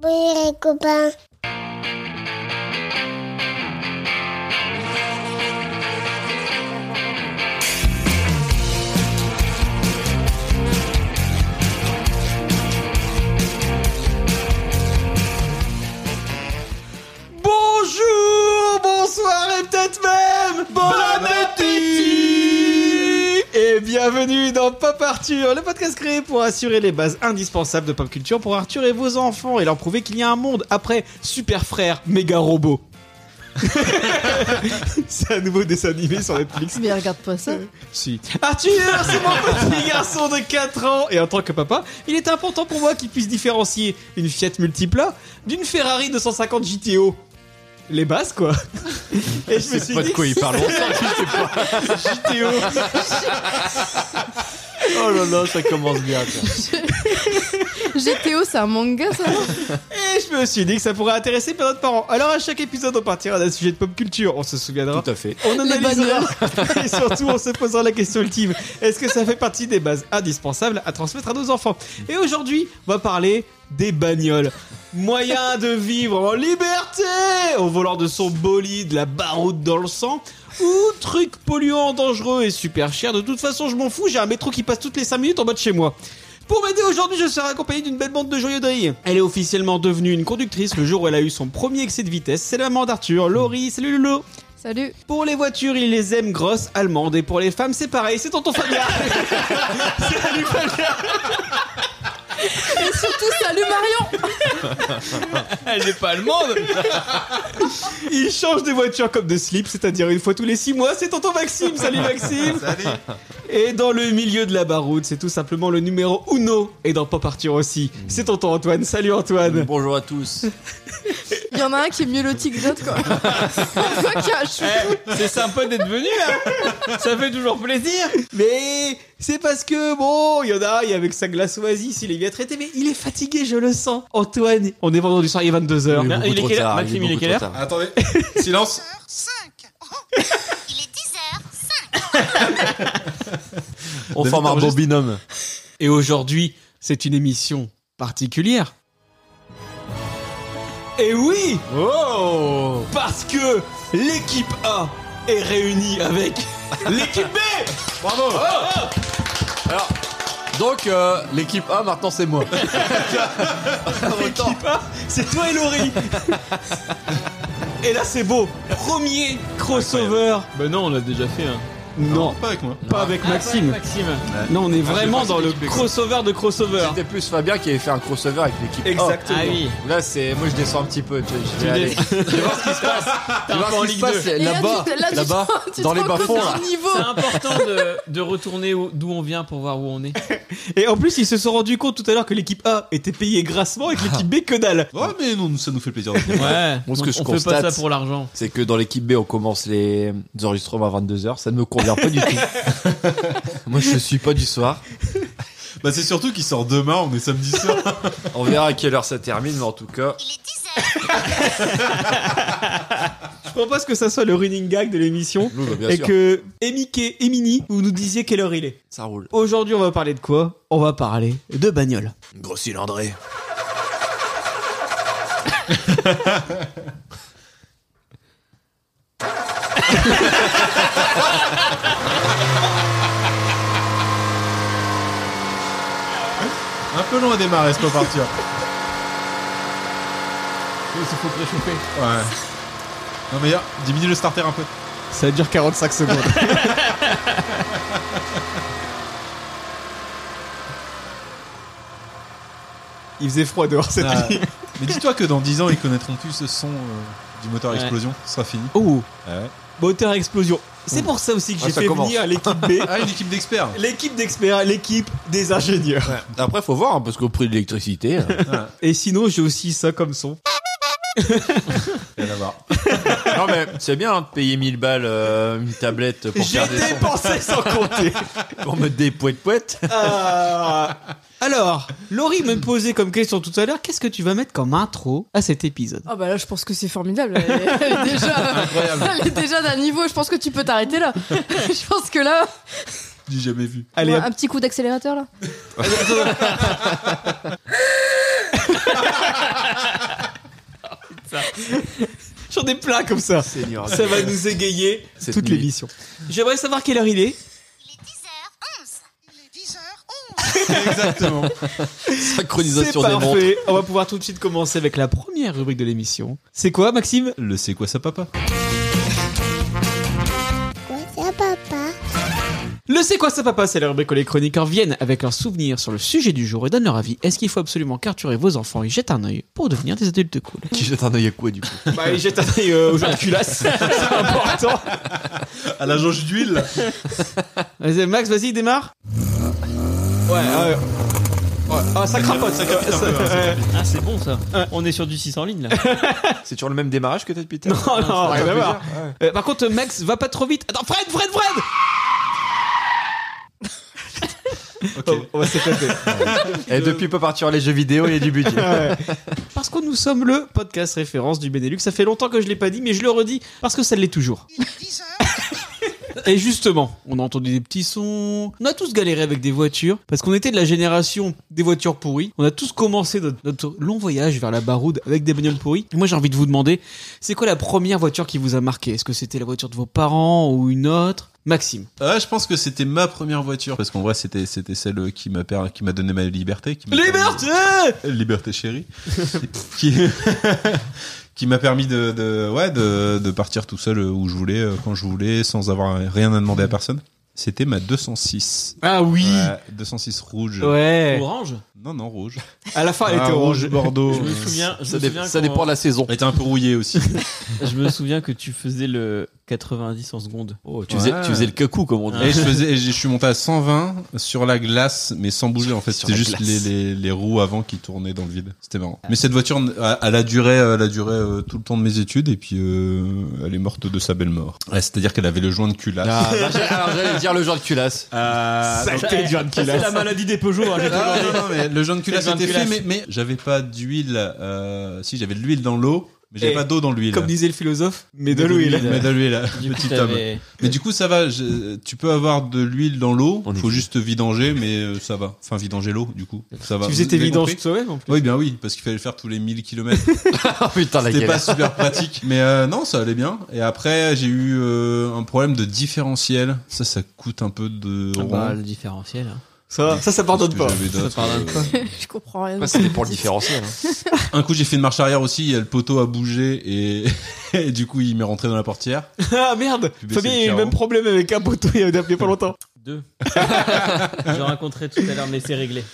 Oui, les copains. Bonjour, bonsoir et peut-être même bon, appétit Et bienvenue dans Pop Arthur, le podcast créé pour assurer les bases indispensables de pop culture pour Arthur et vos enfants et leur prouver qu'il y a un monde après Super Frère Méga Robot. c'est un nouveau dessin animé sur Netflix. Mais regarde pas ça. Si. Arthur, c'est mon petit garçon de 4 ans Et en tant que papa, il est important pour moi qu'il puisse différencier une Fiat Multipla d'une Ferrari 250 GTO. Les bases, quoi. Et je me suis pas dit, de quoi il parle. GTO. oh là là, ça commence bien. GTO, c'est un manga, ça. non Et je me suis dit que ça pourrait intéresser plein d'autres parents. Alors à chaque épisode, on partira d'un sujet de pop culture. On se souviendra Tout à fait. On analysera et surtout on se posera la question ultime est-ce que ça fait partie des bases indispensables à transmettre à nos enfants Et aujourd'hui, on va parler des bagnoles. Moyen de vivre en liberté au volant de son bolide, la baroude dans le sang ou truc polluant, dangereux et super cher. De toute façon, je m'en fous, j'ai un métro qui passe toutes les 5 minutes en bas de chez moi. Pour m'aider aujourd'hui, je serai accompagné d'une belle bande de joyeux drilles. Elle est officiellement devenue une conductrice le jour où elle a eu son premier excès de vitesse. C'est la maman d'Arthur, Laurie, salut Lolo. Salut. Pour les voitures, il les aime grosses, allemandes. Et pour les femmes, c'est pareil, c'est tonton Fabien. Salut Fabien. Et surtout, salut Marion. Elle n'est pas allemande Il change de voiture comme de slip, c'est-à-dire une fois tous les six mois, c'est tonton Maxime. Salut Maxime. Et dans le milieu de la baroude, c'est tout simplement le numéro uno. Et dans Pop Arthur aussi, c'est tonton Antoine. Salut Antoine. Bonjour à tous. Il y en a un qui est mieux loti que d'autres, quoi. On voit qu'il y a un chouchou. C'est sympa d'être venu, hein. Ça fait toujours plaisir. Mais c'est parce que bon, il y en a, il y a avec sa glace oasis, il est bien traité, mais il est fatigué, je le sens. Antoine, on est vendredi soir, il est 22h. Il est quelle heure Maxime, il est quelle heure Attendez, silence. 5 Oh. Il est 10h. On forme un bon binôme. Et aujourd'hui, c'est une émission particulière. Et oui, Oh parce que l'équipe A est réunie avec l'équipe B. Bravo Alors, donc, euh, l'équipe A, maintenant, c'est moi. L'équipe A, c'est toi et Laurie. Et là, c'est beau. Premier crossover. Bah non, on l'a déjà fait. Hein. Non, Pas avec moi. pas avec Maxime. Non, on est vraiment dans le crossover de crossover. C'était plus Fabien qui avait fait un crossover avec l'équipe A. Exactement. Ah oui. Là, c'est. Moi, je descends un petit peu. tu vois, Je vais Tu aller- dé- je vais voir ce qui se passe. un Je vais peu en voir ce qui se Ligue passe Et là, là-bas. tu te- là, tu te Là-bas. rends- tu te Dans les rends compte bas-fonds, là. du niveau. C'est important de, de retourner au- d'où on vient pour voir où on est. Et en plus, ils se sont rendus compte tout à l'heure que l'équipe A était payée grassement et que l'équipe B que dalle. Ouais, mais non, ça nous fait plaisir. Ouais. Moi, ce on que je on fait constate- pas ça pour l'argent. C'est que dans l'équipe B, on commence les les enregistrements à 22h. Ça ne me convient pas du tout. Moi, je suis pas du soir. bah, c'est surtout qu'il sort demain, on est samedi soir. On verra à quelle heure ça termine, mais en tout cas. Il est 10h. Je propose que ça soit le running gag de l'émission. Nous, bah, bien et sûr, que Emike, Emini, vous nous disiez quelle heure il est. ça roule. Aujourd'hui, on va parler de quoi On va parler de bagnole. Gros cylindré. Un peu long à démarrer, c'est pas partir. Il faut préchauffer. Ouais. Non, mais y'a, diminue le starter un peu. Ça dure 45 secondes. il faisait froid dehors cette Ah. nuit. Mais dis-toi que dans 10 ans, ils connaîtront plus ce son euh, du moteur à Ouais. explosion. Ce sera fini. Oh, Ouais. moteur à explosion. C'est pour ça aussi que Ah, j'ai ça fait commence. venir l'équipe B, Ah, une équipe d'experts. l'équipe d'experts, l'équipe des ingénieurs. Après, faut voir, hein, parce qu'au prix de l'électricité. euh, Et sinon, j'ai aussi ça comme son. Rien à voir. non, mais c'est bien hein, de payer 1000 balles euh, une tablette pour, J'ai faire des sons, dépensé sans compter. pour mettre des poètes-poètes. Ah. Alors, Laurie me posait comme question tout à l'heure qu'est-ce que tu vas mettre comme intro à cet épisode Ah bah là, je pense que c'est formidable. Elle est, elle est déjà, elle est déjà d'un niveau. Je pense que tu peux t'arrêter là. Je pense que là, J'ai jamais vu. Allez, un petit coup d'accélérateur là. J'en ai plein comme ça. Seigneur. Ça va nous égayer Cette toute nuit. l'émission. J'aimerais savoir quelle heure il est. Il est 10h11. Il est 10h11. Exactement. C'est Synchronisation des montres. parfait. On va pouvoir tout de suite commencer avec la première rubrique de l'émission. C'est quoi, Maxime Le c'est quoi ça, papa Le C'est quoi ça papa C'est la rubrique où les chroniqueurs viennent avec leurs souvenirs sur le sujet du jour et donnent leur avis. Est-ce qu'il faut absolument carturer vos enfants et jeter un œil pour devenir des adultes cool Qui jette un œil à quoi du coup Bah, ils jettent un œil euh, aux gens de culasse. C'est important. À la jauge d'huile. Vas-y, Max, vas-y, démarre. Ouais, ouais. Ouais. Ah, ça crapote, ça crapote. un peu, hein, ça Ouais. Ah, c'est bon ça. On est sur du 600 lignes là. C'est toujours le même démarrage que t'as depuis tout à Non, l'heure Oh non, rien à voir. Plusieurs Ouais. Euh, Par contre, Max, va pas trop vite. Attends, Fred, Fred, Fred Ok. On va s'éclater. Et Eh, depuis peut partir les jeux vidéo et du budget. Parce que nous sommes le podcast référence du Benelux. Ça fait longtemps que je l'ai pas dit, mais je le redis parce que ça l'est toujours. Il est 10h. Et justement, on a entendu des petits sons. On a tous galéré avec des voitures parce qu'on était de la génération des voitures pourries. On a tous commencé notre, notre long voyage vers la baroude avec des bagnoles pourries. Et moi, j'ai envie de vous demander, c'est quoi la première voiture qui vous a marqué Est-ce que c'était la voiture de vos parents ou une autre Maxime. Ah, je pense que c'était ma première voiture parce qu'en vrai c'était c'était celle qui m'a per- qui m'a donné ma liberté. qui m'a Liberté permis- liberté chérie. qui qui m'a permis de, de ouais de, de partir tout seul où je voulais euh, quand je voulais sans avoir rien à demander à personne. C'était ma 206. Ah oui. Ouais, 206 rouge. Ouais. Orange. Non non rouge. À la fin, elle Ah, était orange. Bordeaux. Je me souviens. Je Oh, Ça, me dé- souviens ça quand- dépend de la saison. Elle était un peu rouillée aussi. Je me souviens que tu faisais le 90 en seconde. Oh, tu, Ouais. faisais, tu faisais le cacou comme on dit. Et je faisais, et je suis monté à 120 sur la glace, mais sans bouger en fait. Sur C'était la juste glace. Ah. les, les, les roues avant qui tournaient dans le vide. C'était marrant. Mais cette voiture, elle elle a duré, elle a duré euh, tout le temps de mes études et puis euh, elle est morte de sa belle mort. Ouais, C'est-à-dire qu'elle avait le joint de culasse. Ah, bah, j'ai- alors j'allais dire le genre de culasse. Ah, Euh, Ça, c'était John Ça, Killer. c'est la maladie des Peugeot. hein, j'ai toujours ah, dit. non, non, mais le joint de culasse Le joint de était fait, mais, culasse. mais j'avais pas d'huile. euh, si j'avais de l'huile dans l'eau, mais j'avais Eh, pas d'eau dans l'huile. Comme disait le philosophe, mais de l'huile. Mais de l'huile, Du coup, petit homme. t'avais- Mais du coup, ça va. je- tu peux avoir de l'huile dans l'eau. On est Faut fou. juste vidanger, mais euh, ça va. Enfin, vidanger l'eau, du coup. Ça va. Tu faisais Vous tes avez vidanges compris toi-même en plus. Oui, bien oui, parce qu'il fallait le faire tous les 1000 km. Oh putain, la C'était galère. pas super pratique. Mais euh, non, ça allait bien. Et après, j'ai eu euh, un problème de différentiel. Ça, ça coûte un peu de. Ah rond. bah, le différentiel. hein. Ça, ça, ça pardonne pas. Parce que j'avais d'autres, pardonne euh, Je comprends rien. Après, ça dépend Bah, le différentiel. hein. Un coup, j'ai fait une marche arrière aussi. et Le poteau a bougé et, et du coup, il m'est rentré dans la portière. Ah merde Puis baisser Fabien le a eu le carreau. même problème avec un poteau il y a il y a pas longtemps. Deux. je raconterai tout à l'heure, mais c'est réglé.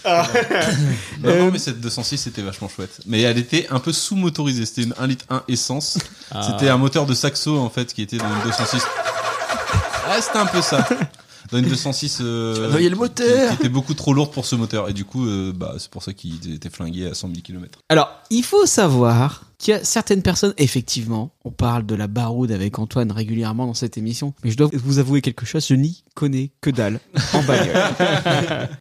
Non, Euh, non, mais cette 206, c'était vachement chouette. Mais elle était un peu sous-motorisée. C'était une 1 litre 1 essence. C'était un moteur de saxo en fait qui était dans une 206. Ouais, c'était un peu ça. Dans une 206 euh, Noyer le qui, moteur. qui était beaucoup trop lourde pour ce moteur et du coup euh, bah c'est pour ça qu'il était flingué à 100 000 km. Alors, il faut savoir qu'il y a certaines personnes, effectivement, on parle de la baroude avec Antoine régulièrement dans cette émission, mais je dois vous avouer quelque chose, je n'y connais que dalle en bagnole.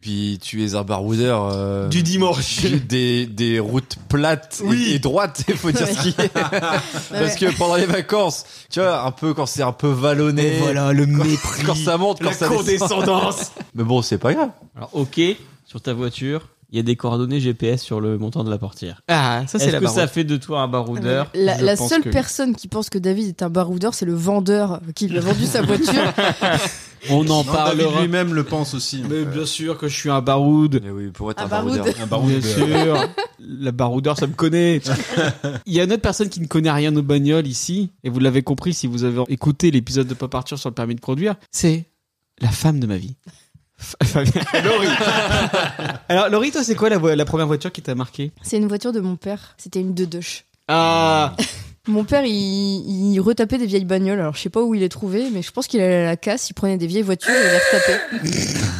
Puis tu es un baroudeur. euh, dimanche. du- des, des routes plates et- Oui. et, droites, il faut dire ce qui est. Parce que pendant les vacances, tu vois, un peu quand c'est un peu vallonné, voilà, le mépris, quand ça monte, quand la ça descend. condescendance. Mais bon, c'est pas grave. Alors, ok, sur ta voiture, il y a des coordonnées GPS sur le montant de la portière. Ah, ça c'est Est-ce la que ça baroude. fait de toi un baroudeur Ah, La, Je la pense seule que- personne qui pense que David est un baroudeur, c'est le vendeur qui lui a vendu sa voiture. On en Non, David parlera. lui-même le pense aussi. hein. Mais bien sûr que je suis un baroude. Mais oui, pour être Un un baroudeur. Un Bien baroudeur. sûr, la baroudeur, ça me connaît. Il y a une autre personne qui ne connaît rien aux bagnoles ici, et vous l'avez compris si vous avez écouté l'épisode de Pas partir sur le permis de conduire, c'est la femme de ma vie. F- Fabien- Laurie. Alors, Laurie, toi, c'est quoi la, vo- la première voiture qui t'a marqué c'est une voiture de mon père. C'était une Dedeuche. Ah, Mon père, il, il retapait des vieilles bagnoles. Alors, je sais pas où il les trouvait, mais je pense qu'il allait à la casse, il prenait des vieilles voitures et il les retapait.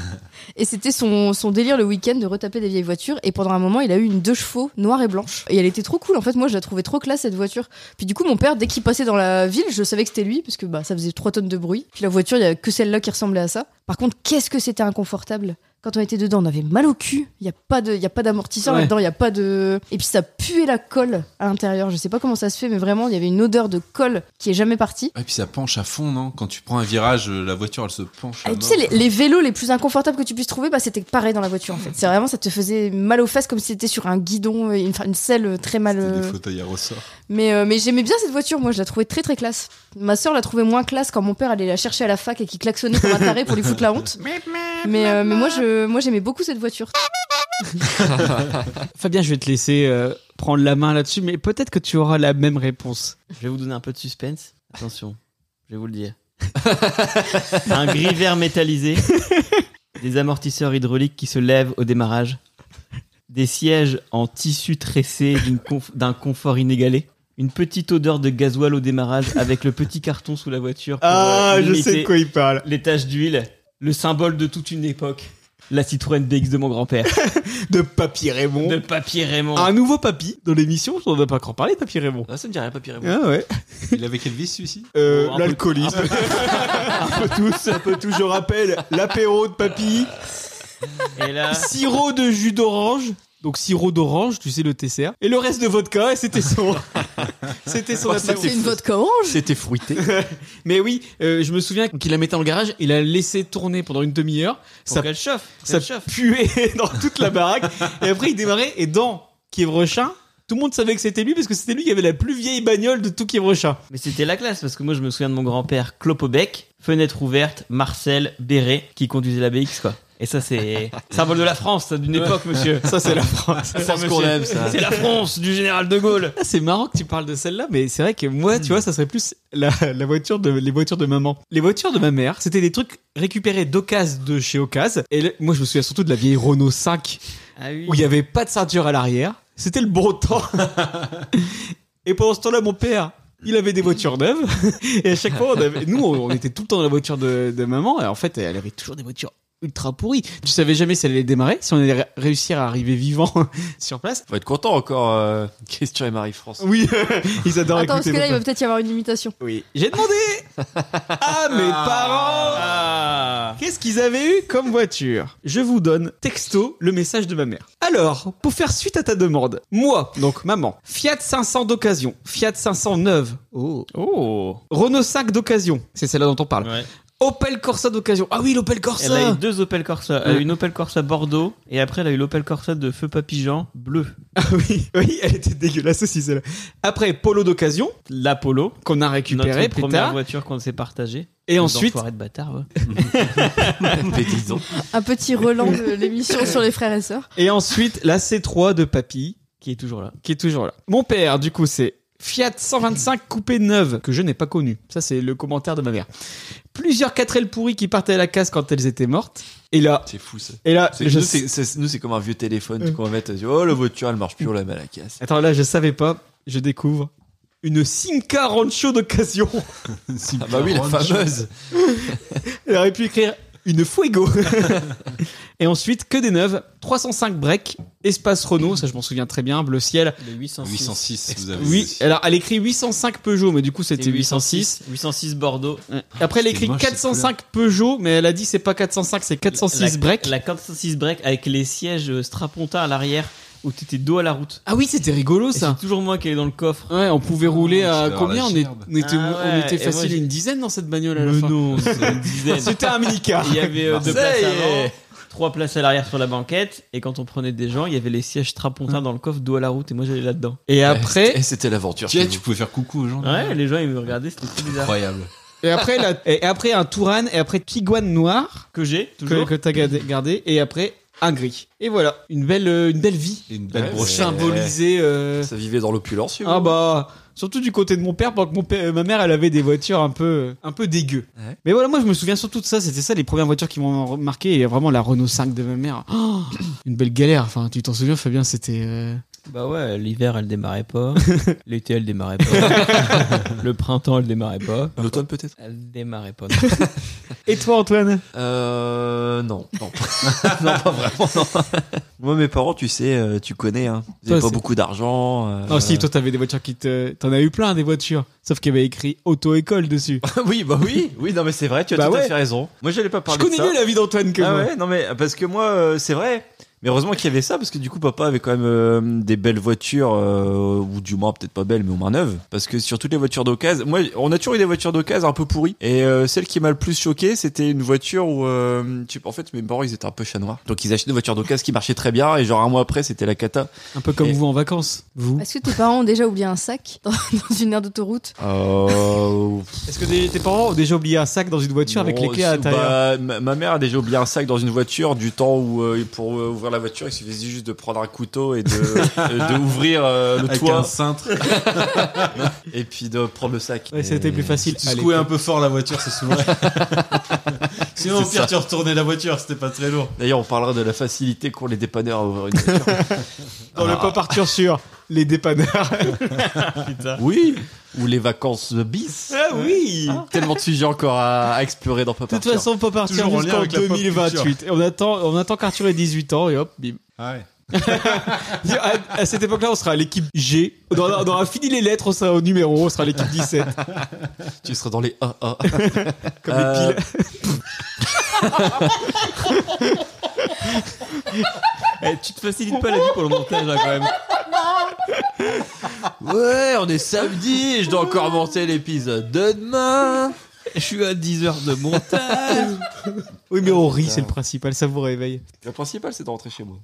Et c'était son, son délire le week-end de retaper des vieilles voitures. Et pendant un moment, il a eu une deux chevaux noire et blanche. Et elle était trop cool. En fait, moi, je la trouvais trop classe, cette voiture. Puis du coup, mon père, dès qu'il passait dans la ville, je savais que c'était lui, parce que bah, ça faisait 3 tonnes de bruit. Puis la voiture, il y a que celle-là qui ressemblait à ça. Par contre, qu'est-ce que c'était inconfortable Quand on était dedans, on avait mal au cul. Il n'y a pas de- y a pas d'amortisseur Ouais. là-dedans, il n'y a pas de. Et puis ça puait la colle à l'intérieur. Je sais pas comment ça se fait, mais vraiment, il y avait une odeur de colle qui est jamais partie. Et puis ça penche à fond, non Quand tu prends un virage, euh, la voiture elle se penche. à Et Ah, tu mort. sais, les, les vélos les plus inconfortables que tu puisses trouver, bah, c'était pareil dans la voiture en fait. C'est vraiment, ça te faisait mal aux fesses comme si c'était sur un guidon, euh, une, enfin, une selle euh, très mal. C'était euh, des fauteuils à ressort. Mais, euh, mais j'aimais bien cette voiture, moi je la trouvais très très classe. Ma soeur la trouvait moins classe quand mon père allait la chercher à la fac et qui klaxonnait comme un taré pour lui foutre la honte. Mais, euh, mais moi je moi j'aimais beaucoup cette voiture. Fabien, je vais te laisser euh, prendre la main là-dessus, mais peut-être que tu auras la même réponse. Je vais vous donner un peu de suspense. Attention, je vais vous le dire. un gris vert métallisé, des amortisseurs hydrauliques qui se lèvent au démarrage, des sièges en tissu tressé d'une conf- d'un confort inégalé. Une petite odeur de gasoil au démarrage avec le petit carton sous la voiture. Pour, Ah, euh, je sais de limiter quoi il parle. Les taches d'huile, le symbole de toute une époque. La Citroën BX de mon grand-père. De Papy Raymond. De papier Raymond. Un nouveau papy dans l'émission, on va pas encore parler, Papy Raymond. Ah, ça me dirait pas pire. Ah ouais. Il avait quel vice celui-ci Euh, Bon, un peu- L'alcoolisme. un peu tous, un peu tous, je rappelle. L'apéro de papy, Et là, sirop de jus d'orange. Donc sirop d'orange, tu sais le TCR. Et le reste de vodka, et c'était son. c'était son apéro. C'est une vodka orange. C'était fruité. Mais oui, euh, je me souviens qu'il la mettait en garage, il la laissé tourner pendant une demi-heure. pour Ça qu'elle chauffe, ça qu'elle chauffe. puait dans toute la baraque. Et après, il démarrait. Et dans Kievrechin, tout le monde savait que c'était lui parce que c'était lui qui avait la plus vieille bagnole de tout Kievrechin. Mais c'était la classe parce que moi je me souviens de mon grand-père Clopobec, fenêtre ouverte, Marcel Béret qui conduisait la BX quoi. Et ça c'est symbole de la France ça, d'une époque monsieur. Ça, c'est la France. Ça, France qu'on monsieur. aime, ça. C'est la France du général de Gaulle. Ah, C'est marrant que tu parles de celle-là, mais c'est vrai que moi, tu vois, ça serait plus la, la voiture de, les voitures de maman. Les voitures de ma mère, c'était des trucs récupérés d'occasion de chez Ocas. Et le- moi, je me souviens surtout de la vieille Renault 5 Ah oui. où il n'y avait pas de ceinture à l'arrière. C'était le bon temps. et pendant ce temps-là, mon père, il avait des voitures neuves. Et à chaque fois, on avait- nous, on était tout le temps dans la voiture de, de maman. Et en fait, elle avait toujours des voitures ultra pourries. Tu savais jamais si elle allait démarrer, si on allait ré- réussir à arriver vivant sur place. Faut être content encore, euh, Christian et Marie-France. Oui, ils adorent Attends, parce écouter que là nos il va peut-être y avoir une imitation. euh, oui. J'ai demandé à mes Ah. parents qu'est-ce qu'ils avaient eu comme voiture. Je vous donne texto le message de ma mère. Alors, pour faire suite à ta demande, moi, donc maman, Fiat 500 d'occasion, Fiat 500 neuve, Oh. Renault 5 d'occasion, c'est celle-là dont on parle, Ouais. Opel Corsa d'occasion. Ah oui, l'Opel Elle a eu Corsa. deux Opel Corsa, Elle a eu une Opel Corsa Bordeaux et après elle a eu l'Opel Corsa de feu papy-jean bleu. Ah oui, oui, elle était dégueulasse aussi celle-là. Après Polo d'occasion L'Apollo, qu'on a récupéré notre plus première tard voiture qu'on s'est partagée. et ensuite de bâtard. ouais. Mais disons. Un petit relan de l'émission sur les frères et sœurs. et ensuite la C3 de papy Qui est toujours là. qui est toujours là. Mon père, du coup, c'est Fiat 125 coupé neuve, que je n'ai pas connu. Ça, c'est le commentaire de ma mère. Plusieurs 4L pourries qui partaient à la casse quand elles étaient mortes. Et là, C'est fou ça. et là, C'est- je nous, c'est- c'est- nous, c'est comme un vieux téléphone qu'on va mettre. on dit, Oh, la voiture, elle marche plus, on la met à la casse. Attends, là, je savais pas, je découvre une Simca Rancho d'occasion. Ah bah oui, la fameuse. Elle aurait pu écrire une Fuego. et ensuite, que des neuves, 305 break, espace Renault, ça je m'en souviens très bien, bleu ciel. Le 806. 806, vous avez Oui, alors elle écrit 805 Peugeot, mais du coup C'était c'était 806. 806 Bordeaux. Après, elle C'était écrit moche, cette 405 Peugeot, mais elle a dit c'est pas 405, c'est 406 la, break. La 406 break avec les sièges euh, strapontin à l'arrière où t'étais dos à la route. Ah oui, c'était rigolo Et C'est toujours moi qui est dans le coffre. Ouais, on pouvait rouler Oh, à c'est dans la combien on, est- gerbe. on était, Ah on ouais, était et moi, facile j'ai- une dizaine dans cette bagnole à la Mais fin. non, c'est une dizaine. C'était un mini-car. Il y avait euh, deux Ça places y avant, est. trois places à l'arrière sur la banquette. Et quand on prenait des gens, il y avait les sièges strapontins dans le coffre dos à la route. Et moi j'allais là-dedans. Et Et après, Eh, c'était l'aventure. Tu, sais, chez tu vous. pouvais faire coucou aux gens. Ouais, les gens ils me regardaient, c'était tout bizarre. Incroyable. et après, la- et après un Touran, et après Tiguan noir Que j'ai que, toujours. que t'as gardé, gardé, et après un gris. Et voilà, une belle, euh, une belle vie Et une belle Ouais, brochette. symbolisée. euh, Ça vivait dans l'opulence. chez Ah vous. bah surtout du côté de mon père pendant que mon père, ma mère elle avait des voitures un peu un peu dégueu. Ouais. Mais voilà moi je me souviens surtout de ça, c'était ça les premières voitures qui m'ont marqué et vraiment la Renault 5 de ma mère. Oh, une belle galère enfin tu t'en souviens Fabien c'était euh, Bah ouais, l'hiver elle démarrait pas, l'été elle démarrait pas, le printemps elle démarrait pas, L'automne peut-être elle démarrait pas. Et toi, Antoine Euh. Non. Non, Non, pas vraiment, non. Moi, mes parents, tu sais, euh, tu connais, hein. Ils Toi, avaient pas c'est- beaucoup d'argent. euh, Non, si, toi, t'avais des voitures qui te. T'en as eu plein des voitures. Sauf qu'il y avait écrit auto-école dessus. oui, bah oui, oui, non, mais c'est vrai, tu as Bah tout à ouais. fait raison. Moi, j'allais pas Je parler de connais ça. mieux la vie d'Antoine que ah moi. ouais, non mais parce que moi euh, c'est vrai. Mais heureusement qu'il y avait ça parce que du coup papa avait quand même euh, des belles voitures euh, ou du moins peut-être pas belles mais au moins neuves parce que sur toutes les voitures d'occasion, moi on a toujours eu des voitures d'occasion un peu pourries et euh, celle qui m'a le plus choqué c'était une voiture où euh, tu- en fait mes parents ils étaient un peu chats noirs. Donc ils achetaient des voitures d'occasion qui marchaient très bien et genre un mois après c'était la cata. Un peu comme Et- vous en vacances. Vous Est-ce que tes parents ont déjà oublié un sac dans, dans une aire d'autoroute Euh, Est-ce que des- tes parents ont déjà oublié un sac dans une voiture avec les Bon, clés à sous- l'intérieur bah, ma, ma mère a déjà oublié un sac dans une voiture du temps où euh, pour euh, ouvrir la voiture il suffisait juste de prendre un couteau et de, euh, de ouvrir euh, le Avec toit un cintre. et puis de prendre le sac. Ouais, c'était Et- plus facile. Tu à secouais un l'époque. peu fort la voiture, c'est souvent. Sinon, au C'est pire, ça. tu retournais la voiture, c'était pas très lourd. D'ailleurs on parlera de la facilité qu'ont les dépanneurs à ouvrir une voiture. Dans le Ah. pop Arthur sur les dépanneurs. oui ou les vacances bis. ah oui Tellement de sujets encore à, à explorer dans De Papa toute façon, pop Arthur Toujours en lien jusqu'en avec la pop 2028. Et on attend, on attend qu'Arthur ait 18 ans et hop, bim. À, à cette époque-là, on sera à l'équipe G. On aura, on aura fini les lettres, on sera au numéro, on sera à l'équipe 17. Tu seras dans les AA. Comme Euh, les piles. tu te facilites pas la vie pour le montage là quand même. Euh, Ouais, on est samedi et je dois encore monter l'épisode de demain. Je suis à 10 heures de montage. Oui, mais on rit, c'est le principal, ça vous réveille. Le principal, c'est de rentrer chez moi.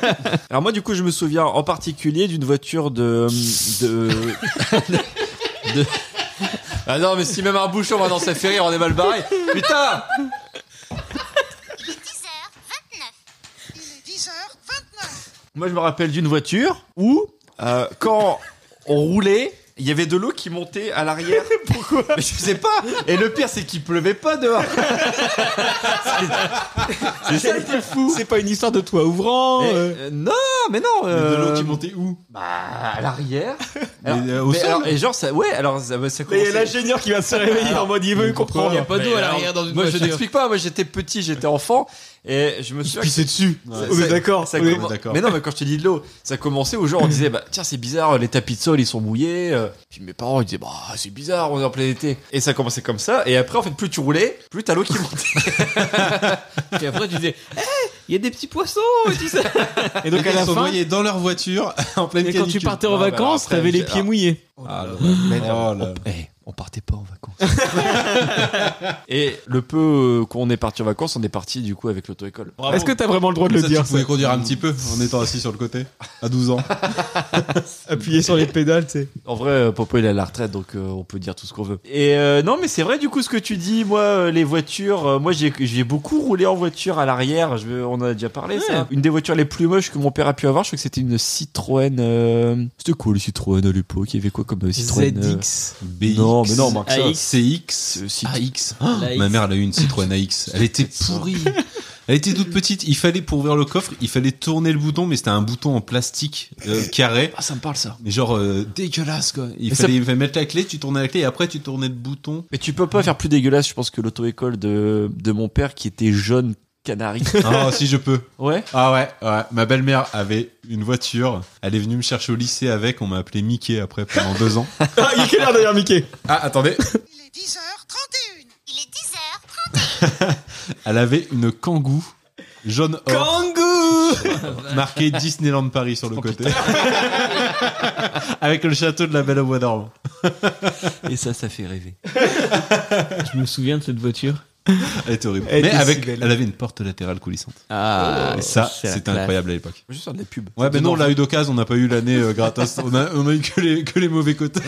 Alors moi, du coup, je me souviens en particulier d'une voiture de... de... de- Ah non, mais si même un bouchon va dans sa fait rire, on est mal barré. Putain 10h29. Il est 10h29. Moi, je me rappelle d'une voiture où, euh, quand on roulait, il y avait de l'eau qui montait à l'arrière. Pourquoi Mais je sais pas. Et le pire, c'est qu'il pleuvait pas dehors. C'est- c'est ça le plus fou. C'est pas une histoire de toit ouvrant. euh, Eh, euh, non, mais non. Mais de l'eau euh, qui montait où Bah, à l'arrière. Mais, Alors- euh, Au mais sol alors, et genre, ça, ouais, alors ça, ça Et il y commençait- a l'ingénieur qui va se réveiller en mode il veut comprendre. Il y a pas d'eau à l'arrière dans une Moi, je voiture. t'explique pas. Moi, j'étais petit, j'étais enfant, et je me souviens. que- dessus. Ouais. On est d'accord. ça on est- commen- d'accord. Mais non, mais quand je te dis de l'eau, ça commençait où genre on disait bah tiens c'est bizarre les tapis de sol ils sont mouillés. euh. Puis mes parents ils disaient bah c'est bizarre on est en plein été. Et ça commençait comme ça et après en fait plus tu roulais plus t'as l'eau qui montait. Et après tu disais, hé, il y a des petits poissons, tu sais. Et donc à la sont fin, noyés dans leur voiture en pleine et quand tu canicule. partais en Ah, bah, vacances, après, t'avais les j'ai- pieds ah. mouillés. Ah, là, Mais là. non, on, eh, on partait pas en vacances. et le peu euh, qu'on est parti en vacances on est parti du coup avec l'auto école. Oh, Bravo. Est-ce que t'as vraiment le droit de le Ah Ça, dire tu pouvais ça conduire un petit peu en étant assis sur le côté à 12 ans. Appuyer sur les pédales, tu sais. En vrai, euh, Popo il est à la retraite, donc euh, on peut dire tout ce qu'on veut. Et euh, non, mais c'est vrai du coup ce que tu dis. Moi, euh, les voitures, euh, moi j'ai j'ai beaucoup roulé en voiture à l'arrière. Je veux- on en a déjà parlé. Ça. Une des voitures les plus moches que mon père a pu avoir, je crois que c'était une Citroën. euh, C'était quoi le Citroën à l'époque Il y avait quoi comme euh, Citroën euh, BX. Non, mais non, Marc, AX. CX. euh, Cit- AX. La Ah, Ma X. mère, elle a eu une Citroën AX. Elle était pourrie. Elle était toute petite. Il fallait, pour ouvrir le coffre, il fallait tourner le bouton, mais c'était un bouton en plastique euh, carré. Ah, ça me parle ça. Mais genre euh, dégueulasse quoi. Il Mais ça- fallait, il fallait mettre la clé, tu tournais la clé et après tu tournais le bouton. Mais tu peux pas faire plus dégueulasse, je pense, que l'auto-école de, de mon père qui était jaune canari. Ah si je peux. ouais. Ah ouais, ouais. Ma belle-mère avait une voiture. Elle est venue me chercher au lycée avec. On m'a appelé Mickey après pendant deux ans. Ah, il est quelle heure d'ailleurs, Mickey Ah attendez. Il est 10h31. Il est 10 heures. Elle avait une Kangoo jaune or Kangoo marquée Disneyland Paris sur le côté. avec le château de la Belle au Bois d'Or. Et ça, ça fait rêver. Je me souviens de cette voiture. Elle était horrible. Elle Mais était si avec, belle. elle avait une porte latérale coulissante. Ah, et ça, c'est la c'était classe. incroyable à l'époque. Juste faire de la pub. Ouais, ben non, on l'a eu d'occasion, on n'a pas eu l'année euh, gratos. On a, on a eu que les, que les mauvais côtés.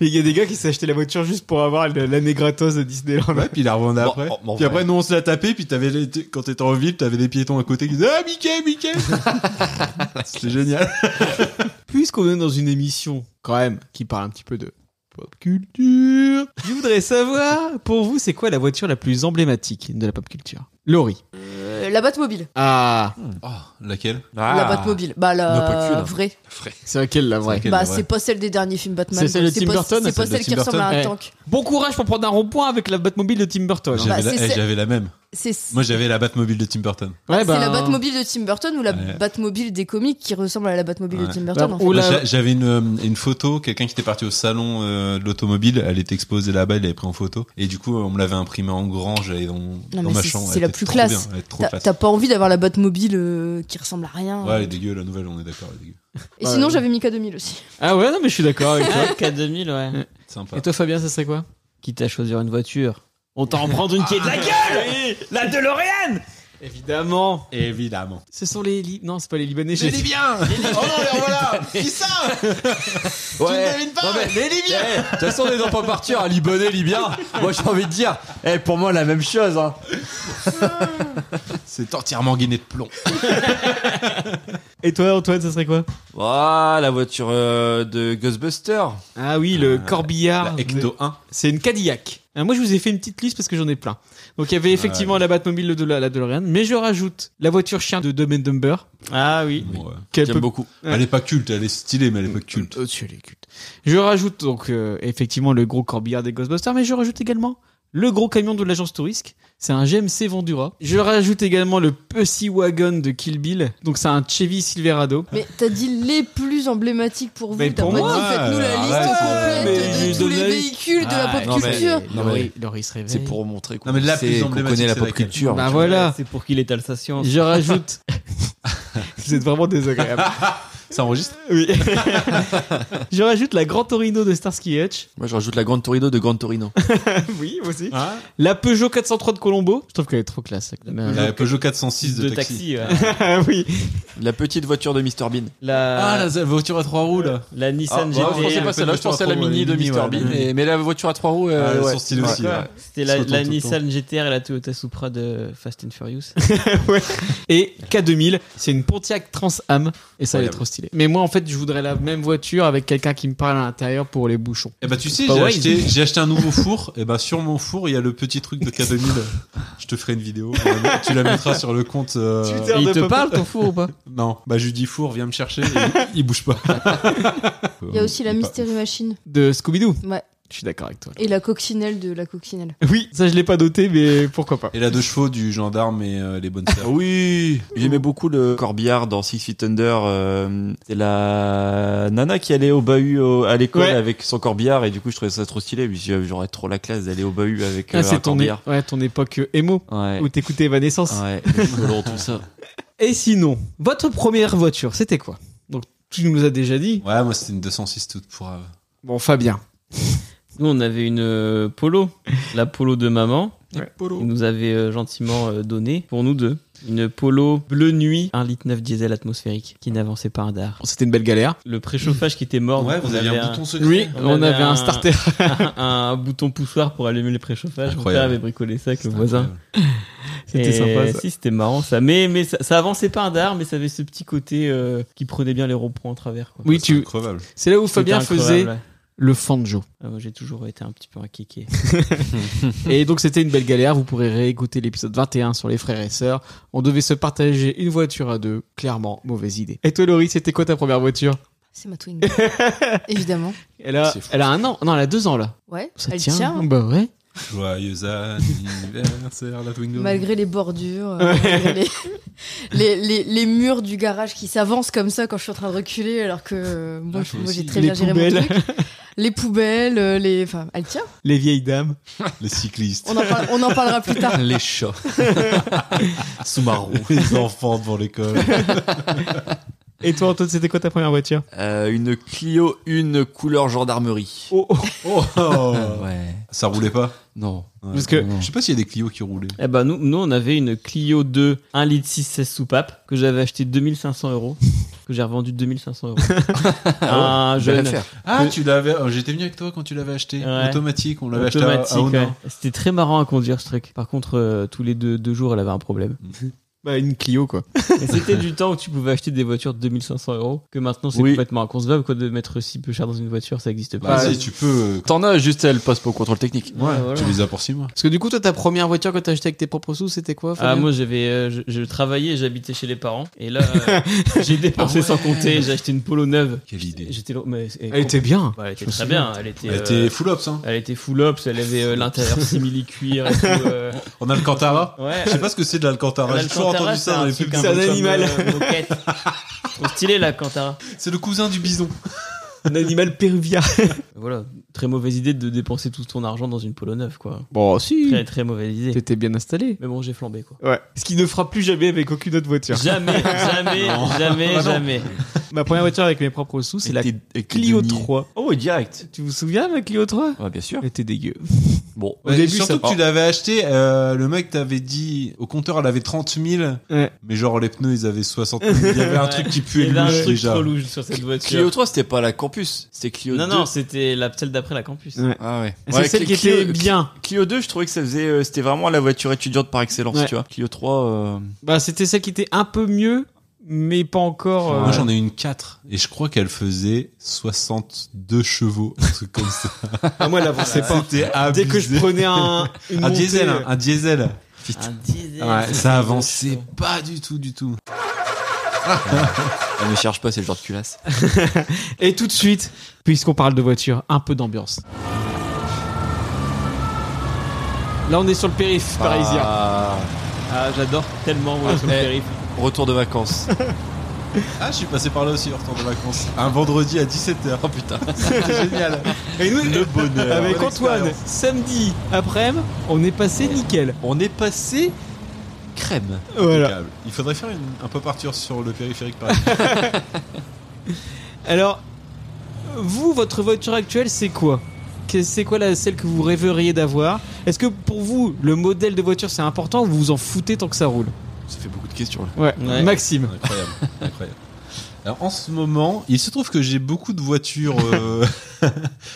Il y a des gars qui s'achetaient la voiture juste pour avoir le- l'année gratos de Disneyland. Ouais, puis il la revendait Bon, après. bon, bon, puis après, ouais. nous, on se l'a tapé. Puis t'avais les- t- quand t'étais en ville, t'avais des piétons à côté qui disaient Ah, Mickey, Mickey C'était génial. Puisqu'on est dans une émission, quand même, qui parle un petit peu de pop culture, je voudrais savoir, pour vous, c'est quoi la voiture la plus emblématique de la pop culture Laurie. Euh, la boîte mobile. Ah, Ah, laquelle Ah. La boîte mobile. Bah, No la Pocket, hein. vraie. c'est laquelle la vraie C'est laquelle, bah, la vraie c'est pas celle des derniers films Batman. C'est celle de donc Tim pas- Burton, C'est pas celle de celle qui Tim ressemble à un Burton. tank. Bon courage pour prendre un rond-point avec la Batmobile de Tim Burton. hein. J'avais Bah, la- c'est- eh, c'est- j'avais la même. C'est c'est Moi, j'avais la Batmobile de Tim Burton. Ouais, Eh bah, Ah, la ben. Batmobile de Tim Burton ou la Ouais. Batmobile des comics qui ressemble à la Batmobile de Ouais. Tim Burton. Bah, oh, en fait. ou la- J'a- J'avais une, euh, une photo, quelqu'un qui était parti au salon euh, de l'automobile, elle était exposée là-bas, il l'avait pris en photo. Et du coup, on me l'avait imprimée en grand, j'allais dans, dans mais ma c'est- chambre. c'est elle la était plus trop classe. bien, elle était trop T'as classe. t'as pas envie d'avoir la Batmobile euh, qui ressemble à rien. Ouais, elle est dégueu, la nouvelle, on est d'accord, elle est dégueu. Et sinon, Ouais. j'avais mis K2000 aussi. Ah ouais, non, mais je suis d'accord avec toi. K2000, ouais. Sympa. Et toi, Fabien, ça serait quoi Quitte à choisir une voiture, on t'en prend une qui est de Ah, la gueule La DeLorean Évidemment Évidemment. Ce sont les. Li- Non, c'est pas les Libanais. j'ai- bien Oh non, les voilà Qui ça Ouais. devines pas Non, mais- Les Libyens Eh, De toute façon, on est dans pas partir à Libanais, Libyen. Moi, j'ai envie de dire, eh, pour moi, la même chose. hein. C'est entièrement guiné de plomb. Et toi, Antoine, ça serait quoi Ah, la voiture euh, de Ghostbuster. Ah oui, le corbillard. La Ecto 1. C'est une Cadillac. Euh, moi, je vous ai fait une petite liste parce que j'en ai plein. Donc, il y Ah, avait effectivement la Batmobile de la, la DeLorean, mais je rajoute la voiture chien de Dumb and Dumber. Ah oui. Bon, ouais. qu'elle J'aime peut- beaucoup. Ouais. Elle est pas culte, elle est stylée, mais elle est pas culte. Euh, tu es les cultes. Je rajoute donc euh, effectivement le gros corbillard des Ghostbusters, mais je rajoute également le gros camion de l'agence Tourisque. C'est un GMC Vendura. Je rajoute également le Pussy Wagon de Kill Bill. Donc c'est un Chevy Silverado. Mais t'as dit les plus emblématiques pour vous. Mais T'as pour pas moi, dit faites-nous la arrête, liste ouais, complète mais de tous je les donne- véhicules de la non, pop mais- euh, culture. non, mais- Ah, Laurie- Laurie se réveille. C'est pour montrer qu'on Non, mais la sait- plus qu'on emblématique, connaît la c'est pop laquelle culture. Bah voilà. C'est pour qu'il étale sa science. Je rajoute. Vous êtes vraiment désagréable. Ça enregistre Oui. je rajoute la Grand Torino de Starsky et Hutch. Moi, je rajoute la Grande Torino de Grande Torino. oui, moi aussi. Ah. La Peugeot 403 de Colombo. Je trouve qu'elle est trop classe. cette merde. La Peugeot 406 de, de taxi. ouais. Ah oui. La petite voiture de Mr Bean. Euh, la, Ah, voiture à trois roues là. la Ah, Nissan bah, je pensais GT. pas celle-là, je pensais à la mini de Mini, Mr ouais. Bean. et- Mais la voiture à trois roues, euh, Ah, elles ouais. sont stylées aussi, ouais. C'était la, Ça tourne la tout le Nissan GTR et la Toyota Supra de Fast and Furious. Et K2000, c'est une Pontiac Trans Am et ça elle est Incroyable. trop stylé. Mais moi en fait, je voudrais la même voiture avec quelqu'un qui me parle à l'intérieur pour les bouchons. Eh bah tu sais, Pas j'ai wise. acheté, j'ai acheté un nouveau four. Et bah sur mon four, il y a le petit truc de K2000. je te ferai une vidéo. euh, tu la mettras sur le compte. euh, Twitter. Et il de te papa. parle ton four ou pas Non, bah je lui dis four, viens me chercher. et il bouge pas. Il y a aussi la Il est pas- Mystery Machine. De Scooby Doo. Ouais. Je suis d'accord avec toi. Et la coccinelle de la coccinelle. Oui, ça je l'ai pas noté mais pourquoi pas. Et la deux chevaux du gendarme et euh, les bonnes sœurs. Oui, j'aimais beaucoup le corbillard dans Six Feet Under. euh, c'est la nana qui allait au bahut au- à l'école Ouais. avec son corbillard et du coup je trouvais ça trop stylé. Puis j'ai- J'aurais trop la classe d'aller au bahut avec euh, Ah, un c'est ton, é- corbillard. ouais, ton époque euh, émo Ouais. où t'écoutais Evanescence. Ouais, les colons, tout ça. Et sinon, votre première voiture, c'était quoi Donc tu nous as déjà dit. Ouais, moi c'était une 206 toute pour. euh, Bon Fabien. Nous, on avait une euh, polo, la polo de maman. Ouais. Il nous avait euh, gentiment euh, donné pour nous deux une polo bleu nuit, 1,9 litre diesel atmosphérique qui n'avançait pas un dard. C'était une belle galère. Le préchauffage qui était mort. Ouais, donc vous on aviez un, avait bouton secret. Oui, On on, avait, avait un un- starter. un, un bouton poussoir pour allumer le préchauffage. Mon père Incroyable. avait bricolé ça avec le C'était voisin. incroyable. C'était Et sympa, ça. Si, c'était marrant ça. Mais, mais ça, ça avançait pas un dard, mais ça avait ce petit côté euh, qui prenait bien les ronds-points en travers. Quoi. Oui, C'est tu. incroyable. C'est là où C'était Fabien incroyable, faisait ouais. le fanjo. Ah, moi, j'ai toujours été un petit peu un kéké. Et donc c'était une belle galère, vous pourrez réécouter l'épisode 21 sur les frères et sœurs. On devait se partager une voiture à deux, clairement mauvaise idée. Et toi Laurie, c'était quoi ta première voiture C'est ma Twingo. Évidemment. Elle a, C'est fou. elle a un an, non elle a deux ans là. Ouais, Ça elle tient, tient. hein. Bah ouais. Joyeux anniversaire, la Twingo. Malgré les bordures, euh, malgré les, les, les- les murs du garage qui s'avancent comme ça quand je suis en train de reculer, alors que euh, moi, Ah, je- toi moi, j'ai aussi. très Les bien géré poubelles. mon truc. Les poubelles, euh, les. Enfin, elle tient. Les vieilles dames. Les cyclistes. On en, parle- on en parlera plus tard. Les chats. Sous-marron. les enfants devant l'école. Et toi Antoine, c'était quoi ta première voiture Euh, une Clio, une couleur gendarmerie. Oh, oh. Oh, Euh, ouais. Ça roulait pas Non. Ouais. Parce que- Je sais pas s'il y a des Clio qui roulaient. Eh ben nous, nous, on avait une Clio 2 1 litre 6 16 soupape que j'avais acheté 2500 euros, que j'ai revendu 2500 euros. un jeune affaire. Ah, tu l'avais. oh, J'étais venu avec toi quand tu l'avais acheté. Ouais. Automatique, on l'avait acheté à, à automatique. Honda. ouais. C'était très marrant à conduire ce truc. Par contre, euh, tous les deux, deux jours, elle avait un problème. Bah, une Clio, quoi. Mais c'était du temps où tu pouvais acheter des voitures de 2500 euros, que maintenant c'est Oui. complètement inconcevable quoi, de mettre si peu cher dans une voiture, ça n'existe pas. Bah, si, tu peux. T'en as juste, elle passe pas au contrôle technique. euh, ouais, voilà. Tu les as pour 6 mois. Parce que du coup, toi, ta première voiture que t'as achetée avec tes propres sous, c'était quoi Ah, Fabien moi j'avais, euh, je, je travaillais, j'habitais chez les parents, et là euh, j'ai dépensé sans compter, j'ai acheté une Polo neuve. Quelle idée. J'étais, lo- mais, et- Elle était bien. Bah, elle Je était me très souviens. bien, elle était, Elle euh, était full ops, hein. elle était full ops, elle avait euh, l'intérieur simili-cuir et tout. euh, En Alcantara. Ouais. Je sais pas ce que c'est de l'Alcantara. J'ai toujours entendu ça dans les pubs. un peu animal. C'est un truc peu comme, euh, moquette. Trop stylé l'Alcantara. euh, C'est le cousin du bison. Un animal péruvien. Voilà, très mauvaise idée de dépenser tout ton argent dans une Polo neuve quoi. Bon, si. Très très mauvaise idée. T'étais bien installé. Mais bon, j'ai flambé quoi. Ouais. Ce qui ne fera plus jamais avec aucune autre voiture. Jamais, jamais, Ah jamais, jamais. Ma première voiture avec mes propres sous, Et tes- et tes deniers. Oh, direct. Tu vous souviens de la Clio 3 Ouais, bien sûr. Elle était dégueu. Bon. Au début, surtout ça- que tu l'avais acheté, euh, le mec t'avait dit, au compteur, elle avait 30 000, Ouais. mais genre les pneus, ils avaient 60 000. Il y avait un Ouais. truc qui Il y puait le avait un louche truc déjà. trop louche sur cette voiture. Clio 3, c'était pas la campus. C'était Clio non, 2. non, c'était la celle d'après la campus. Ouais. Ah ouais. C'est Ouais, celle qui Clio- était Clio- bien. Clio 2, je trouvais que ça faisait. euh, c'était vraiment la voiture étudiante par excellence, Ouais. tu vois. Clio 3. euh, Bah, c'était celle qui était un peu mieux, mais pas encore. euh, Moi, j'en ai une 4, et je crois qu'elle faisait 62 chevaux, un truc comme ça. bah, Ah, moi, elle avançait pas. C'était abusé. Dès que je prenais un. une un montée, diesel, hein, euh, un diesel. Un diesel. Ouais, ça avançait pas du tout, du tout. Elle me cherche pas, c'est le genre de culasse. Et tout de suite, puisqu'on parle de voiture, un peu d'ambiance. Là, on est sur le périph' parisien. Ah, Ah, j'adore tellement rouler sur le Eh. périph'. Retour de vacances. Ah, je suis passé par là aussi en retour de vacances. Un vendredi à 17h. oh putain. C'était génial. Et nous, Le bonheur. avec Bonne Antoine, expérience. samedi. Après-midi, on est passé nickel. On est passé crème. Voilà. Impeccable. Il faudrait faire une- un peu partir sur le périphérique par exemple. Alors, vous, votre voiture actuelle, c'est quoi Que- C'est quoi la, celle que vous rêveriez d'avoir Est-ce que pour vous, le modèle de voiture, c'est important ou vous vous en foutez tant que ça roule Ça fait beaucoup de questions. là. ouais. Ouais. Maxime. Incroyable. incroyable. Alors, en ce moment, il se trouve que j'ai beaucoup de voitures. euh,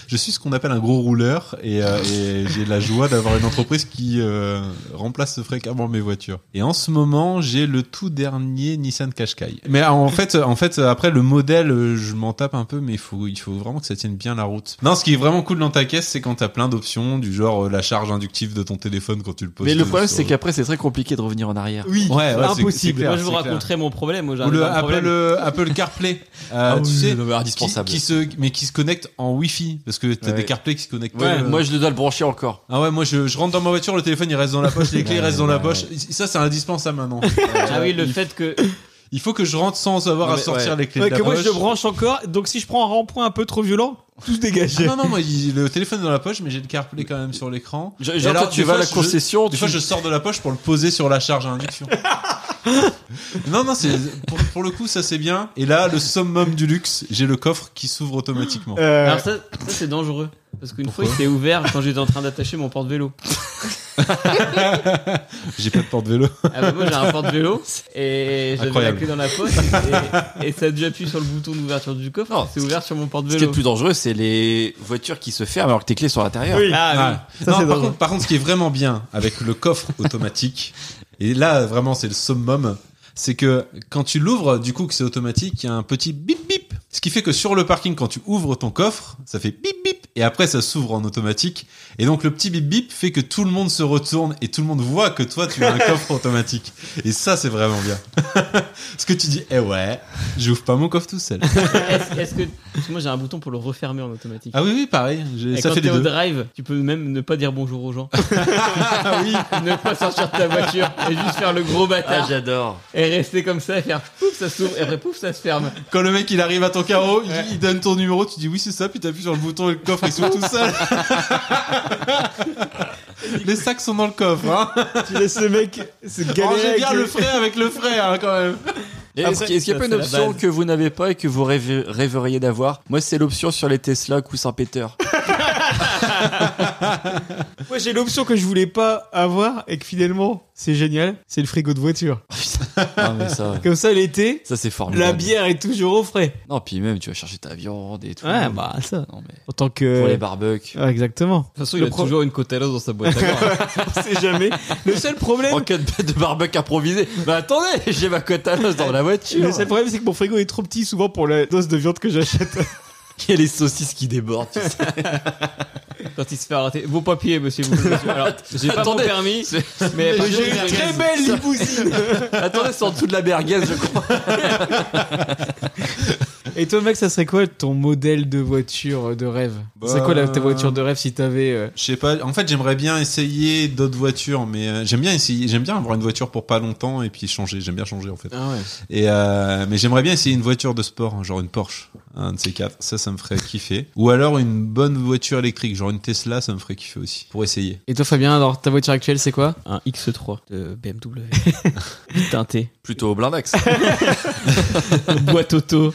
je suis ce qu'on appelle un gros rouleur et, euh, et j'ai la joie d'avoir une entreprise qui euh, remplace fréquemment mes voitures. Et en ce moment, j'ai le tout dernier Nissan Qashqai. Mais euh, en fait, en fait, euh, après le modèle, euh, je m'en tape un peu, mais il faut, il faut vraiment que ça tienne bien la route. Non, ce qui est vraiment cool dans ta caisse, c'est quand t'as plein d'options du genre euh, la charge inductive de ton téléphone quand tu le poses. Mais le sur- problème, c'est qu'après, c'est très compliqué de revenir en arrière. Oui. Ouais, ouais, c'est- c'est impossible. clair, Moi, je vous c'est clair. raconterai mon problème. Moi, j'ai Ou un le énorme Apple, problème. euh, Apple CarPlay. Ah, Euh, tu sais, le qui, indispensable. qui se, mais qui se connecte en Wi-Fi. Parce que t'as Ouais. des CarPlay qui se connectent. Ouais, pas, euh. Moi, je le dois le brancher encore. Ah ouais, moi je, je rentre dans ma voiture, le téléphone il reste dans la poche, les clés Ouais, restent dans la ouais, poche. Ça, c'est indispensable maintenant. Ah oui, le il, fait que. il faut que je rentre sans avoir Non, à mais sortir ouais. les clés Ouais, de la que moi, poche. je le branche encore. Donc, si je prends un rond-point un peu trop violent, tout se dégage. Ah non, non, moi il- le téléphone est dans la poche, mais j'ai le CarPlay quand même sur l'écran. Je- Et Genre, alors, toi, tu des vas à fois, la concession. Je, des tu- fois, je sors de la poche pour le poser sur la charge à induction. non, non, c'est pour, pour le coup, ça c'est bien. Et là, le summum du luxe, j'ai le coffre qui s'ouvre automatiquement. Euh, Alors, ça, ça, c'est dangereux. Parce qu'une fois, il s'est ouvert quand j'étais en train d'attacher mon porte-vélo. J'ai pas de porte-vélo. Ah bah, moi, j'ai un porte-vélo et j'avais la Incroyable. clé dans la poche et, et ça a dû appuyer sur le bouton d'ouverture du coffre. Non. C'est ouvert sur Ce mon qui est le porte-vélo. plus dangereux, c'est les voitures qui se ferment alors que tes clés sont à l'intérieur. Oui. Ah, Ah. Ça, Non, c'est par, dangereux. contre, par contre, ce qui est vraiment bien avec le coffre automatique, et là vraiment c'est le summum, c'est que quand tu l'ouvres, du coup que c'est automatique, il y a un petit bip bip. Ce qui fait que sur le parking, quand tu ouvres ton coffre, ça fait bip bip, et après ça s'ouvre en automatique. Et donc le petit bip bip fait que tout le monde se retourne et tout le monde voit que toi tu as un coffre automatique. Et ça c'est vraiment bien. Parce que tu dis, eh ouais, j'ouvre pas mon coffre tout seul. oui. Est-ce est-ce que. Parce que moi, j'ai un bouton pour le refermer en automatique. Ah oui, oui, pareil, j'ai- Et ça quand fait t'es les au deux. drive, tu peux même ne pas dire bonjour aux gens. Ah oui, ne pas sortir de ta voiture et juste faire le gros Ah, bâtard j'adore. et rester comme ça et faire pouf, ça s'ouvre et après pouf, ça se ferme. Quand le mec il arrive à ton carreau, il, il donne ton numéro, tu dis oui c'est ça, puis t'appuies sur le bouton et le coffre il s'ouvre tout seul. Les sacs sont dans le coffre. Hein. tu laisses le mec se Rangez galérer. Oh, bien avec le les- frère avec le frère hein, quand même. Et Est-ce Après, qu'il est-ce qu'il y a pas ça, une c'est la option base. que vous n'avez pas et que vous rêve- rêveriez d'avoir Moi, c'est l'option sur les Tesla coussin péteur. Moi, j'ai l'option que je voulais pas avoir et que finalement, c'est génial, c'est le frigo de voiture. Ah, mais ça, Comme ça, l'été, ça c'est formidable. la bière est toujours au frais. Non, puis même, tu vas chercher ta viande et tout. Ouais, bah, ça. Non, mais En tant pour les que. barbecues. Ouais, exactement. toute façon, Le il a pro- toujours une cotaleuse dans sa boîte à gants. On sait jamais. Le seul problème, En cas de, de barbecue improvisé. Bah attendez, j'ai ma cote à l'os dans la voiture. le seul problème, c'est que mon frigo est trop petit souvent pour la dose de viande que j'achète. Il y a les saucisses qui débordent. tu sais. Quand il se fait arrêter. Vos papiers, monsieur. vous- monsieur. Alors, j'ai pas mon Attendez. permis, mais par contre, J'ai une j'ai très belle limousine. attendez, c'est en dessous de la berguez, je crois. Et toi, mec, ça serait quoi ton modèle de voiture euh, de rêve Bah, C'est quoi la, ta voiture de rêve si t'avais. euh, Je sais pas. En fait, j'aimerais bien essayer d'autres voitures, mais euh, j'aime bien essayer. J'aime bien avoir une voiture pour pas longtemps et puis changer. J'aime bien changer en fait. Ah ouais. Et euh, mais j'aimerais bien essayer une voiture de sport, hein, genre une Porsche, un de ces quatre. Ça, ça me ferait kiffer. Ou alors une bonne voiture électrique, genre une Tesla, ça me ferait kiffer aussi pour essayer. Et toi, Fabien, alors ta voiture actuelle, c'est quoi Un X3 de BMW. Teinté. Plutôt au blindax. Boîte auto.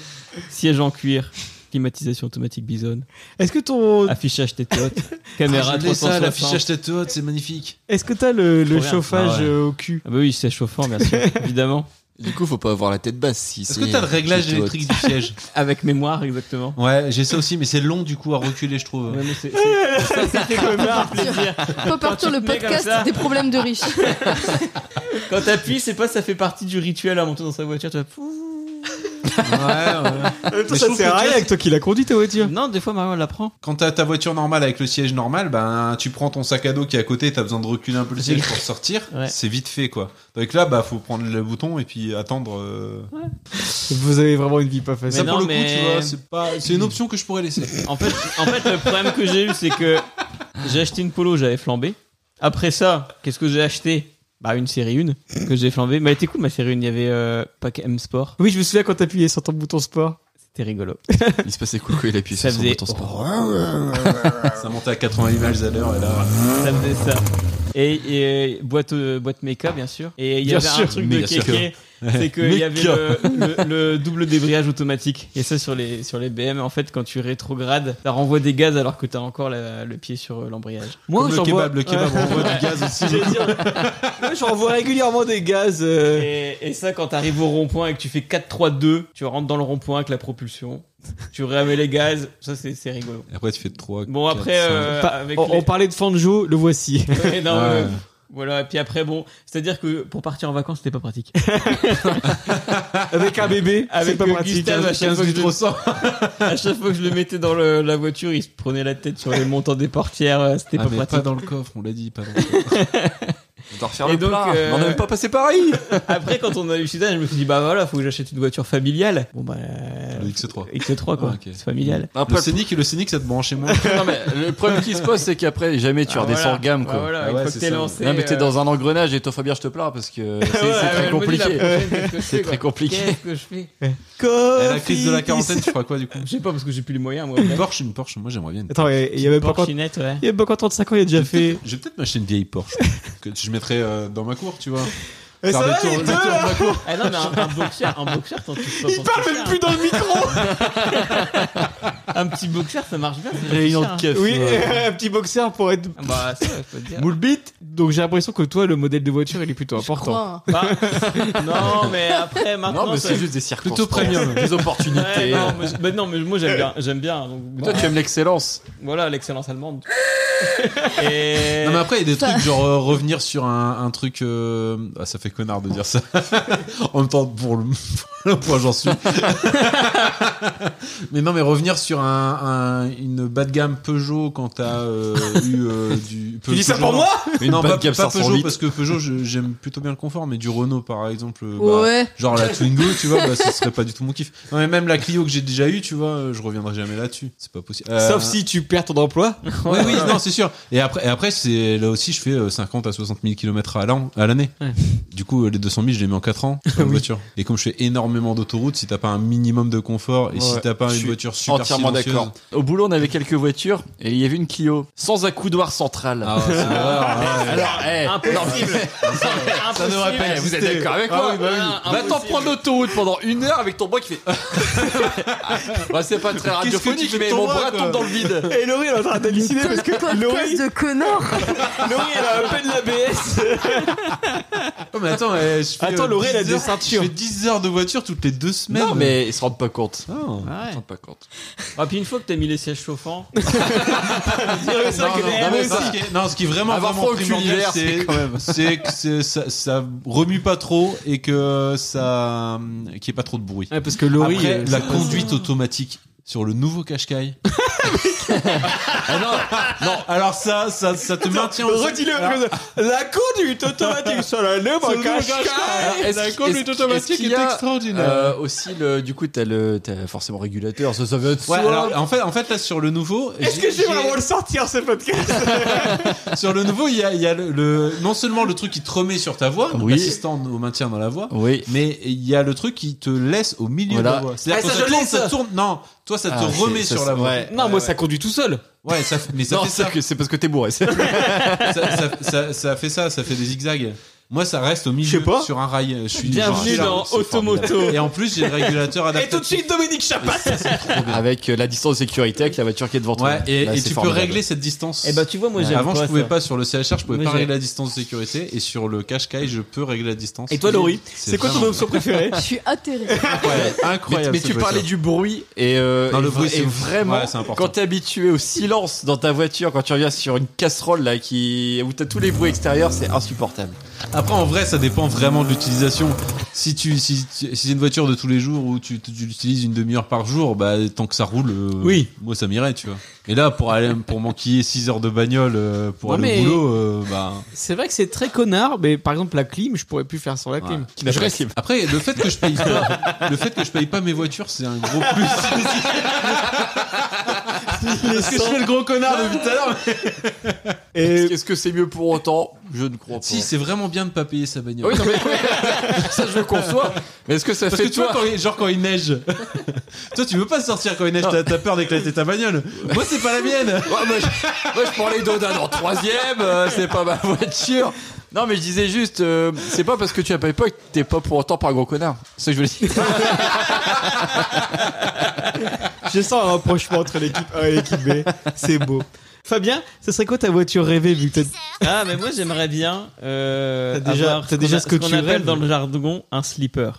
Siège en cuir. Climatisation automatique Bison. Est-ce que ton. Affichage tête haute. Ah, Caméra 360. tête haute, c'est magnifique. Est-ce que t'as le, le Trop bien. chauffage Ah ouais. euh, au cul Ah bah oui, c'est chauffant, bien sûr, évidemment. Du coup, faut pas avoir la tête basse. Si Est-ce c'est- que t'as le réglage c'est haute. électrique du siège Avec mémoire, exactement. Ouais, j'ai ça aussi, mais c'est long du coup à reculer, je trouve. Ouais, mais c'est- c'est- ça, ça fait quand même un plaisir. On peut partir tu le te mets comme podcast ça. des problèmes de riches. Quand t'appuies, c'est pas ça fait partie du rituel à monter dans sa voiture. Tu vas... Pouh. Mais je Ça trouve que, sert à tu rien vois, avec Euh, toi qui l'as conduit ta voiture. Non, des fois, Marion elle l'apprend. Quand t'as ta voiture normale avec le siège normal, ben tu prends ton sac à dos qui est à côté, t'as besoin de reculer un peu le siège pour sortir, Ouais. c'est vite fait quoi. Donc là, bah faut prendre le bouton et puis attendre. euh. Vous avez vraiment une vie pas Mais facile. ça non, pour le coup, mais- tu vois, c'est pas, c'est une option que je pourrais laisser. En fait, en fait, le problème que j'ai eu, c'est que j'ai acheté une polo, j'avais flambé. Après ça, qu'est-ce que j'ai acheté Bah, une série 1 que j'ai flambé. Mais elle était cool, ma série 1. Il y avait euh, pack M Sport. Oui, je me souviens quand t'appuyais sur ton bouton sport. C'était rigolo. Il se passait quoi quand il appuyait Ça sur son faisait- bouton sport ça montait à 80 images à l'heure et là. Ça faisait ça. Et, et boîte, euh, boîte méca, bien sûr. Et il y Bien avait un sûr, truc mais de bien sûr. kéké, c'est qu'il y avait Méca. le, le- le double débrayage automatique. Et ça, sur les, sur les BM, en fait, quand tu rétrogrades, ça renvoie des gaz alors que t'as encore la- le pied sur euh, l'embrayage. Moi, Comme le j'en vois- kebab, le kebab, on voit du gaz aussi. J'allais dire, Moi, j'en vois régulièrement des gaz. euh, Et, et ça, quand t'arrives au rond-point et que tu fais 4-3-2, tu rentres dans le rond-point avec la propulsion, tu ramènes les gaz, ça, c'est c'est rigolo. Et Après, tu fais 3. Bon, après, euh, Pas- avec on, les- on parlait de Fanjo, le voici. Ouais, non, Ouais. euh, voilà, et puis après, bon, c'est-à-dire que pour partir en vacances, c'était pas pratique. Avec un bébé, Avec c'est pas le pratique. hein. Gustave à chaque fois que je- 300. À chaque fois que je le mettais dans le- la voiture, il se prenait la tête sur les montants des portières. euh, C'était Ah, pas mais pratique. dans le coffre, on l'a dit, pas dans le coffre. On doit refaire Et le donc, plat. euh, Mais on n'a même pas passé pareil. Après, quand on a eu Sudan, je me suis dit, bah voilà, faut que j'achète une voiture familiale. Bon, bah. euh, Le X3. X3, quoi. Ah, ok. C'est familial. Le Après, scénic, le scénic, ça te branche chez moi. non, mais le problème qui se pose, c'est qu'après, jamais tu Ah, redescends voilà. gamme, Ah, quoi. voilà, Ah une ouais, fois que c'est t'es ça. lancé. non, mais t'es euh, dans un engrenage et toi, Fabien, je te plains parce que c'est ouais, c'est ouais, très je me dis, la compliqué. prochaine, qu'est-ce que je C'est fais, très quoi compliqué. Qu'est-ce que je fais Et la crise de la quarantaine, tu feras quoi du coup Je sais pas, parce que j'ai plus les moyens, moi. Oh, Une Porsche, une Porsche, moi j'aimerais bien une Attends, il y avait pas quand il Porchinette, ouais. y avait pas quand 35 ans, il a déjà fait. Je vais peut-être m'acheter une vieille Porsche que je mettrais euh, dans ma cour, tu vois. Eh, ça Faire va, des tours- les des deux, tours de là ma cour. Ah non, mais un, un boxer, un boxer, t'en touches pas. Il pour parle toucher, même hein. plus dans le micro Un petit boxer, ça marche bien. c'est Réunion pas cher, de café. hein. Oui, un petit boxeur pour être Ah Bah, ça, ouais, faut te dire. moule bite. Donc j'ai l'impression que toi, le modèle de voiture, il est plutôt important. Crois, hein. Bah, non, mais après, maintenant. Non, mais ça- c'est juste des circuits. Plutôt premium. Des Ouais, opportunités. non, mais, bah non, mais moi j'aime bien, j'aime bien. donc, Mais bah, Toi, tu aimes l'excellence. Voilà l'excellence allemande. Et Non mais après il y a des Ça- trucs genre euh, revenir sur un, un truc euh, ah, ça fait connard de dire ça en même temps pour le, pour le point j'en suis mais non mais revenir sur un, un- une bas de gamme Peugeot quand t'as euh, eu euh, du Tu dis ça Peugeot, pour non. moi Une non bonne pas, gamme pas Peugeot 508. parce que Peugeot je- j'aime plutôt bien le confort mais du Renault par exemple euh, bah, Ouais. genre la Twingo tu vois bah, ce serait pas du tout mon kiff non mais même la Clio que j'ai déjà eu tu vois euh, je reviendrai jamais là-dessus c'est pas possible Euh, Sauf si tu perds ton emploi. oui, oui, non, c'est sûr. Et après, et après c'est là aussi, je fais euh, 50 à 60 000 km à l'an- à l'année. Ouais. Du coup, euh, les 200 000, je les mets en 4 ans sur une voiture. Et comme je fais énormément d'autoroutes, si t'as pas un minimum de confort voiture et si Ouais. t'as pas Je une suis voiture super Entièrement silencieuse- d'accord. Au boulot, on avait quelques voitures et il y avait une Clio sans accoudoir central. Ah, ouais, c'est l'horreur, ouais. Alors, eh, Impossible. Ça ne devrait pas Impossible. Vous Ah êtes d'accord Ah avec moi oui, bah oui. Va t'en Impossible. prendre l'autoroute pendant une heure avec ton bras qui fait. Bah, c'est pas très que tu radiophonique, fais de mais ton mon bras, bras quoi tombe dans le vide. Et Laurie, elle est en train d'halluciner parce que Podcast de connard Laurie, elle a à peine l'ABS. Oh, mais attends, eh, je fais, Attends, euh, Laurie, elle a 10 des heures- ceintures. Je fais 10 heures de voiture toutes les deux semaines. Non, mais ils se rendent pas compte. Ils Ah. se Ouais. rendent pas compte. Ah, puis une fois que t'as mis les sièges chauffants, C'est Non, vrai que- non, eh, non, mais oui, ça, ce qui est- non, ce qui est vraiment, Avoir vraiment froid au cul primordial, l'hiver, c'est c'est quand même- c'est que c'est- ça, ça remue pas trop et que ça hum, qu'il n'y ait pas trop de bruit. parce que Laurie. Après, Ah euh, la c'est- conduite automatique sur le nouveau Qashqai. Ah, non, non, Alors ça, ça, ça te maintient. au- Redis-le Ah. comme ça. La conduite automatique sur la Sur lèvre le cache nouveau Qashqai. Ah, Est-ce- La conduite est-ce- automatique est-ce qu'il y est a, extraordinaire. euh, aussi, le, du coup, t'as le, t'as forcément régulateur, ça, ça veut être soi. Ouais, alors en fait, en fait là sur le nouveau, Est-ce j'ai- que je vais j'ai- vraiment le sortir ce podcast sur le nouveau, il y a, il y a le, le- non seulement le truc qui te remet sur ta voie, Oui. l'assistant au maintien dans la voie, Oui. mais il y a le truc qui te laisse au milieu Voilà. de la voie. C'est-à-dire Ah, quand ça, ça je tourne, l'ai, ça ça. tourne, non, toi ça Ah, te c'est- remet ça, sur c'est- la voie. ouais. Ah, Non, moi, ça conduit tout seul. Ouais, ça, mais ça Non, fait c'est ça. que- c'est parce que t'es bourré. c'est- ça, ça- ça- ça fait ça, ça fait des zigzags. Moi, ça reste au Je milieu sais pas. sur un rail. Je suis bienvenue je suis là, dans c'est formidable. Automoto. Et en plus, j'ai le régulateur Et adapté. tout de suite, Dominique Bah, Chapat. Avec euh, la distance de sécurité, avec la voiture qui est devant toi. Ouais, et, Là, et Bah, c'est tu peux formidable. régler cette distance. eh ben tu vois, moi j'aime Avant, je pouvais ça. pas sur le CHR, je pouvais Moi, pas j'ai- régler la distance de sécurité. Et sur le Qashqai, je peux régler la distance. Et toi, Laurie, c'est quoi ton vraiment option préférée Je suis atterrée. incroyable. Mais, incroyable mais cette tu parlais voiture. du bruit et, euh, Non, le et bruit, vra- c'est- et vraiment ouais, c'est important. quand t'es habitué au silence dans ta voiture quand tu reviens sur une casserole là qui où t'as tous les bruits extérieurs c'est insupportable. Après, en vrai, ça dépend vraiment de l'utilisation. Si tu, si, tu- si c'est une voiture de tous les jours où tu, tu l'utilises une demi-heure par jour, bah, tant que ça roule, euh, Oui. moi, ça m'irait, tu vois. Mais là, pour aller, pour manquiller 6 heures de bagnole, euh, pour Ouais, mais- aller au boulot, euh, bah. C'est vrai que c'est très connard, mais par exemple, la clim, je pourrais plus faire sans la clim. Qui n'a Je pas la reste- clim. Après, le fait que je paye pas, le fait que je paye pas mes voitures, c'est un gros plus. Est-ce que je fais le gros connard depuis tout à l'heure Et Est-ce que c'est mieux pour autant Je ne crois pas. Si, c'est vraiment bien de pas payer sa bagnole. oui non mais ça je le conçois. Mais est-ce que ça Parce que fait tu vois, toi quand il- genre quand il neige, toi tu veux pas sortir quand il neige, t'as t'as peur d'éclater ta bagnole. Moi c'est pas la mienne. Ouais, moi, je, moi, je prends les dodanes en troisième, euh, c'est pas ma voiture. Non, mais je disais juste, euh, c'est pas parce que tu la payes pas que t'es pas pour autant pas un gros connard. C'est ça que je voulais dire. Je sens un rapprochement entre l'équipe A et l'équipe B. C'est beau. Fabien, ce serait quoi ta voiture rêvée vu que t'as- Ah, mais moi j'aimerais bien. Euh, T'as déjà- avoir t'as déjà qu'on a- ce que qu'on tu appelle rêves. dans le jargon un slipper.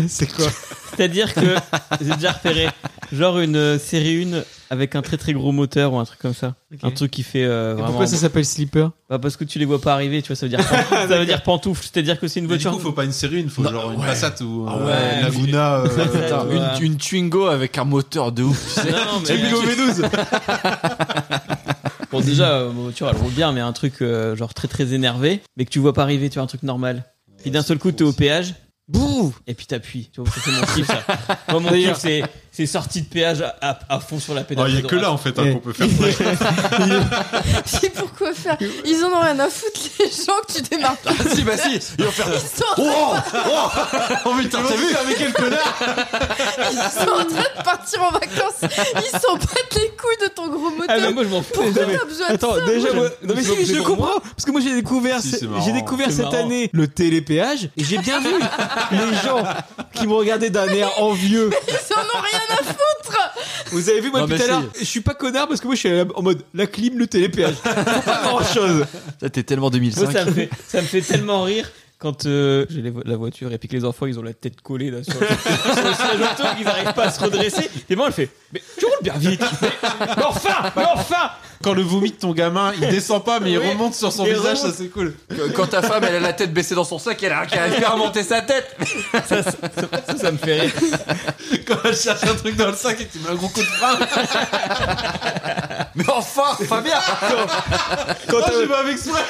c'est quoi C'est-à-dire que j'ai déjà repéré genre une euh, série 1 avec un très très gros moteur ou un truc comme ça. Un truc qui fait euh, Et vraiment. Pourquoi ça s'appelle slipper Bah, parce que tu les vois pas arriver, tu vois, ça veut dire pantoufle. ça veut dire pantoufle. C'est-à-dire que c'est une Mais Du voiture. coup, faut pas une série, une, faut genre une Passat ou euh, Ah ouais, une Laguna. euh, Putain, ouais. une, une Twingo avec un moteur de ouf, tu sais. Non, mais- Twingo V12. Bon, déjà, euh, ma voiture elle roule bien, mais un truc euh, genre très très énervé, mais que tu vois pas arriver, tu vois, un truc normal. Puis d'un seul coup, t'es au péage. Bouh Et puis t'appuies. Tu vois, ça, c'est mon kiff, ça. Moi, mon kiff, c'est, c'est sortie de péage à, à- à fond sur la pédale. Oh, Ah, Il y a de que droite. là en fait hein, Ouais. qu'on peut faire. ça. Puis pourquoi faire Ils en ont rien à foutre, les gens que tu démarres pas. Ah, si, bah si, ils vont faire. Ils sont, Oh, oh, oh putain, t'as vu ils sont en train de partir en vacances. Ils s'en battent les couilles de ton gros moteur. Ah, mais moi, je m'en fous. Pourquoi t'as besoin de Attends, ça Oh, déjà, moi, moi, j'aime- non, mais je me si, je plais pour moi. comprends, parce que moi j'ai découvert, Si, ce- c'est marrant. j'ai découvert C'est cette marrant. année le télépéage et j'ai bien vu les gens qui me regardaient d'un air envieux. Ils en ont rien à foutre. Vous avez vu, moi Non, depuis mais tout à l'heure, si. je suis pas connard parce que moi je suis en mode la clim, le télépéage. Faut pas grand chose. Putain, T'es tellement Moi, 2005. ça me fait, ça me fait tellement rire. Quand euh, j'ai les vo- la voiture et puis que les enfants ils ont la tête collée là, sur, le, sur le siège auto, ils n'arrivent pas à se redresser. Et moi elle fait Mais tu roules bien vite Mais, mais enfin Mais enfin Quand le vomi de ton gamin, il descend pas mais il Oui. remonte sur son Il visage, remonte. ça c'est cool. Quand- Quand ta femme, elle a la tête baissée dans son sac, elle a qu'à faire monter sa tête. Ça, ça me fait rire. Quand elle cherche un truc dans le sac et que tu mets un gros coup de frein. Mais enfin, Fabien Quand Ah, t'as- j'ai pas fait exprès.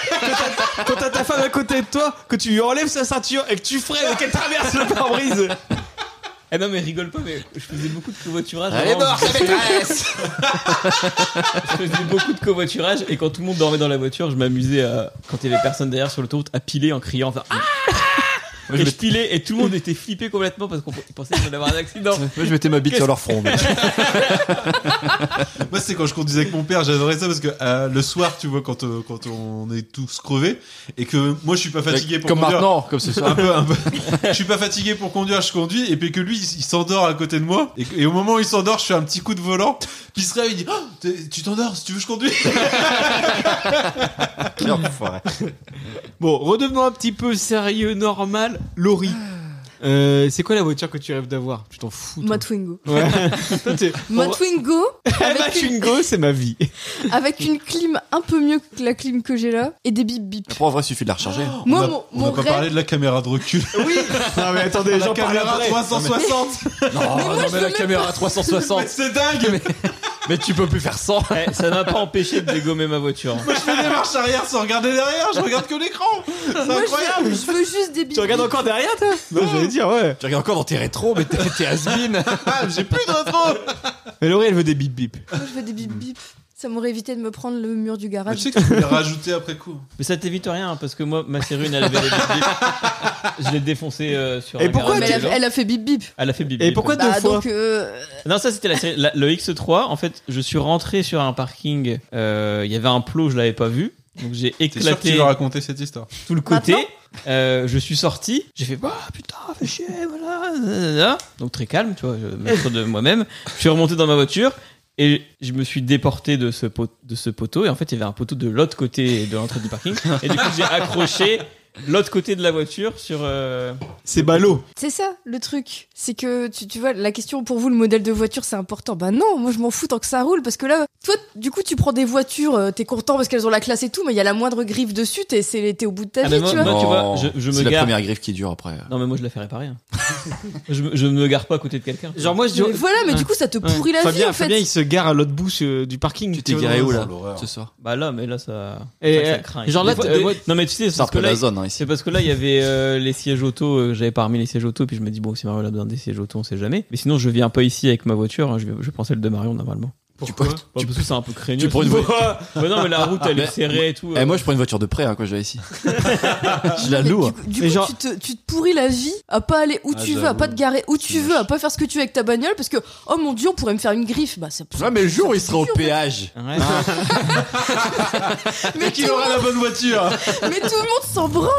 quand t'as ta femme à côté de toi, que tu lui enlèves sa ceinture et que tu freines et qu'elle traverse le pare-brise. Eh non mais rigole pas mais je faisais beaucoup de covoiturage. Elle est avant. morte, la maîtresse Je faisais beaucoup de covoiturage et quand tout le monde dormait dans la voiture, je m'amusais à, quand il y avait personne derrière sur l'autoroute à piler en criant enfin, Ah Moi, je et je mettais- pilais et tout le monde était flippé complètement parce qu'on ils pensaient qu'il allait avoir un accident. Moi, je mettais ma bite sur leur front. mais- Moi, c'est quand je conduisais avec mon père, j'adorais ça parce que euh, le soir, tu vois, quand, euh, quand on est tous crevés et que moi, je suis pas fatigué pour Comme conduire. maintenant, comme ce soir. Un peu, un peu. je suis pas fatigué pour conduire, je conduis, et puis que lui, il s'endort à côté de moi, et, que- et au moment où il s'endort, je fais un petit coup de volant, puis il se réveille, il dit, Ah, t'es- tu t'endors, si tu veux, je conduis. Bon, redevenons un petit peu sérieux, normal. Laurie, euh, c'est quoi la voiture que tu rêves d'avoir Tu t'en fous toi. Ma Twingo. Toi, t'es- Oh, Ma Bon, Twingo Ma avec, une, Twingo, c'est ma vie. avec une clim un peu mieux que la clim que j'ai là et des bip bip. Après, Ah, en vrai, il suffit de la recharger. Moi, on a, mon, on mon a pas rêve- parlé de la caméra de recul. Non mais attendez, la j'en parle caméra après. 360. Non, moi, non, je mais la veux caméra à 360. Mais c'est dingue. Mais tu peux plus faire 100. Eh, ça m'a pas empêché de dégommer ma voiture. hein. Moi, je fais des marches arrière sans regarder derrière, je regarde que l'écran. C'est Moi, incroyable. je veux, je veux juste des bip. Tu regardes encore derrière toi Non, j'allais dire ouais. Tu regardes encore dans tes rétros, mais t'es t'es has-been. Ah, j'ai plus de rétro. Mais Laurie, elle veut des bip bip. Moi, je veux des bip bip. Ça m'aurait évité de me prendre le mur du Mais Ah, garage. tu sais que tu peux les rajouter après coup. Mais ça t'évite rien hein, parce que moi, ma serrune, elle avait des bip-bip. Je l'ai défoncé euh, sur. Et un pourquoi Ouais, garage mais des elle, gens. a, elle a fait bip bip. Elle a fait bip Et pourquoi deux Bah fois donc euh, Non, ça c'était la série. la- le X3, en fait, je suis rentré sur un parking. euh, Il y avait un plot, je l'avais pas vu. Donc j'ai T'es sûr que tu éclaté veux raconter cette histoire tout le côté. Maintenant Euh, je suis sorti. J'ai fait, bah putain, fais chier, voilà. nanana. Donc très calme, tu vois, je- maître de moi-même. Je suis remonté dans ma voiture. Et je me suis déporté de ce, pot- de ce poteau. Et en fait, il y avait un poteau de l'autre côté de l'entrée du parking. Et du coup, j'ai accroché l'autre côté de la voiture sur. euh, C'est ballot. C'est ça le truc, c'est que tu, tu vois la question pour vous le modèle de voiture c'est important. Bah non, moi je m'en fous tant que ça roule parce que là toi du coup tu prends des voitures, euh, t'es content parce qu'elles ont la classe et tout, mais il y a la moindre griffe dessus, t'es c'est- t'es au bout de ta Ah, mais vie, moi- tu vois. moi- tu vois, je- je me C'est la gare. première griffe qui dure après. Non, mais moi, je la fais réparer. hein. je, me- je ne me gare pas à côté de quelqu'un. Genre moi je dis Mais voilà, mais du coup ça te Ouais. pourrit la Fabien, vie en fait. Fabien, il se gare à l'autre bout euh, du parking. Tu t'es vois, garé dans- où là l'horreur. ce soir Bah là, mais là, ça. Et, ça, ça euh, craint. genre Des là, fois, euh, des- moi- Non, mais tu sais, c'est C'est un parce que peu là, la zone hein, ici. C'est parce que là, il y avait euh, les sièges auto, euh, j'avais pas remis les sièges auto, puis je me dis, bon, si Mario a besoin des sièges auto, on sait jamais. Mais sinon, je viens pas ici avec ma voiture, hein, je, vais- je prends celle de Marion normalement. Pourquoi Bah, parce que c'est un peu craigneux. tu prends une voiture- Bah non, mais la route, elle est Mais- serrée et tout. Eh, euh. moi je prends une voiture de prêt hein, quand je vais ici. je la Mais loue. hein. Du, coup- du Et coup, genre- tu, te, tu te pourris la vie à pas aller où Ah, tu veux, à pas j'avoue. te garer où tu veux, à pas faire ce que tu veux avec ta bagnole parce que oh mon dieu, on pourrait me faire une griffe. Bah ça Ouais, mais le jour où il ça- sera au péage. euh. Ouais. mais, tout, Qui aura la bonne voiture mais tout le monde s'en branle,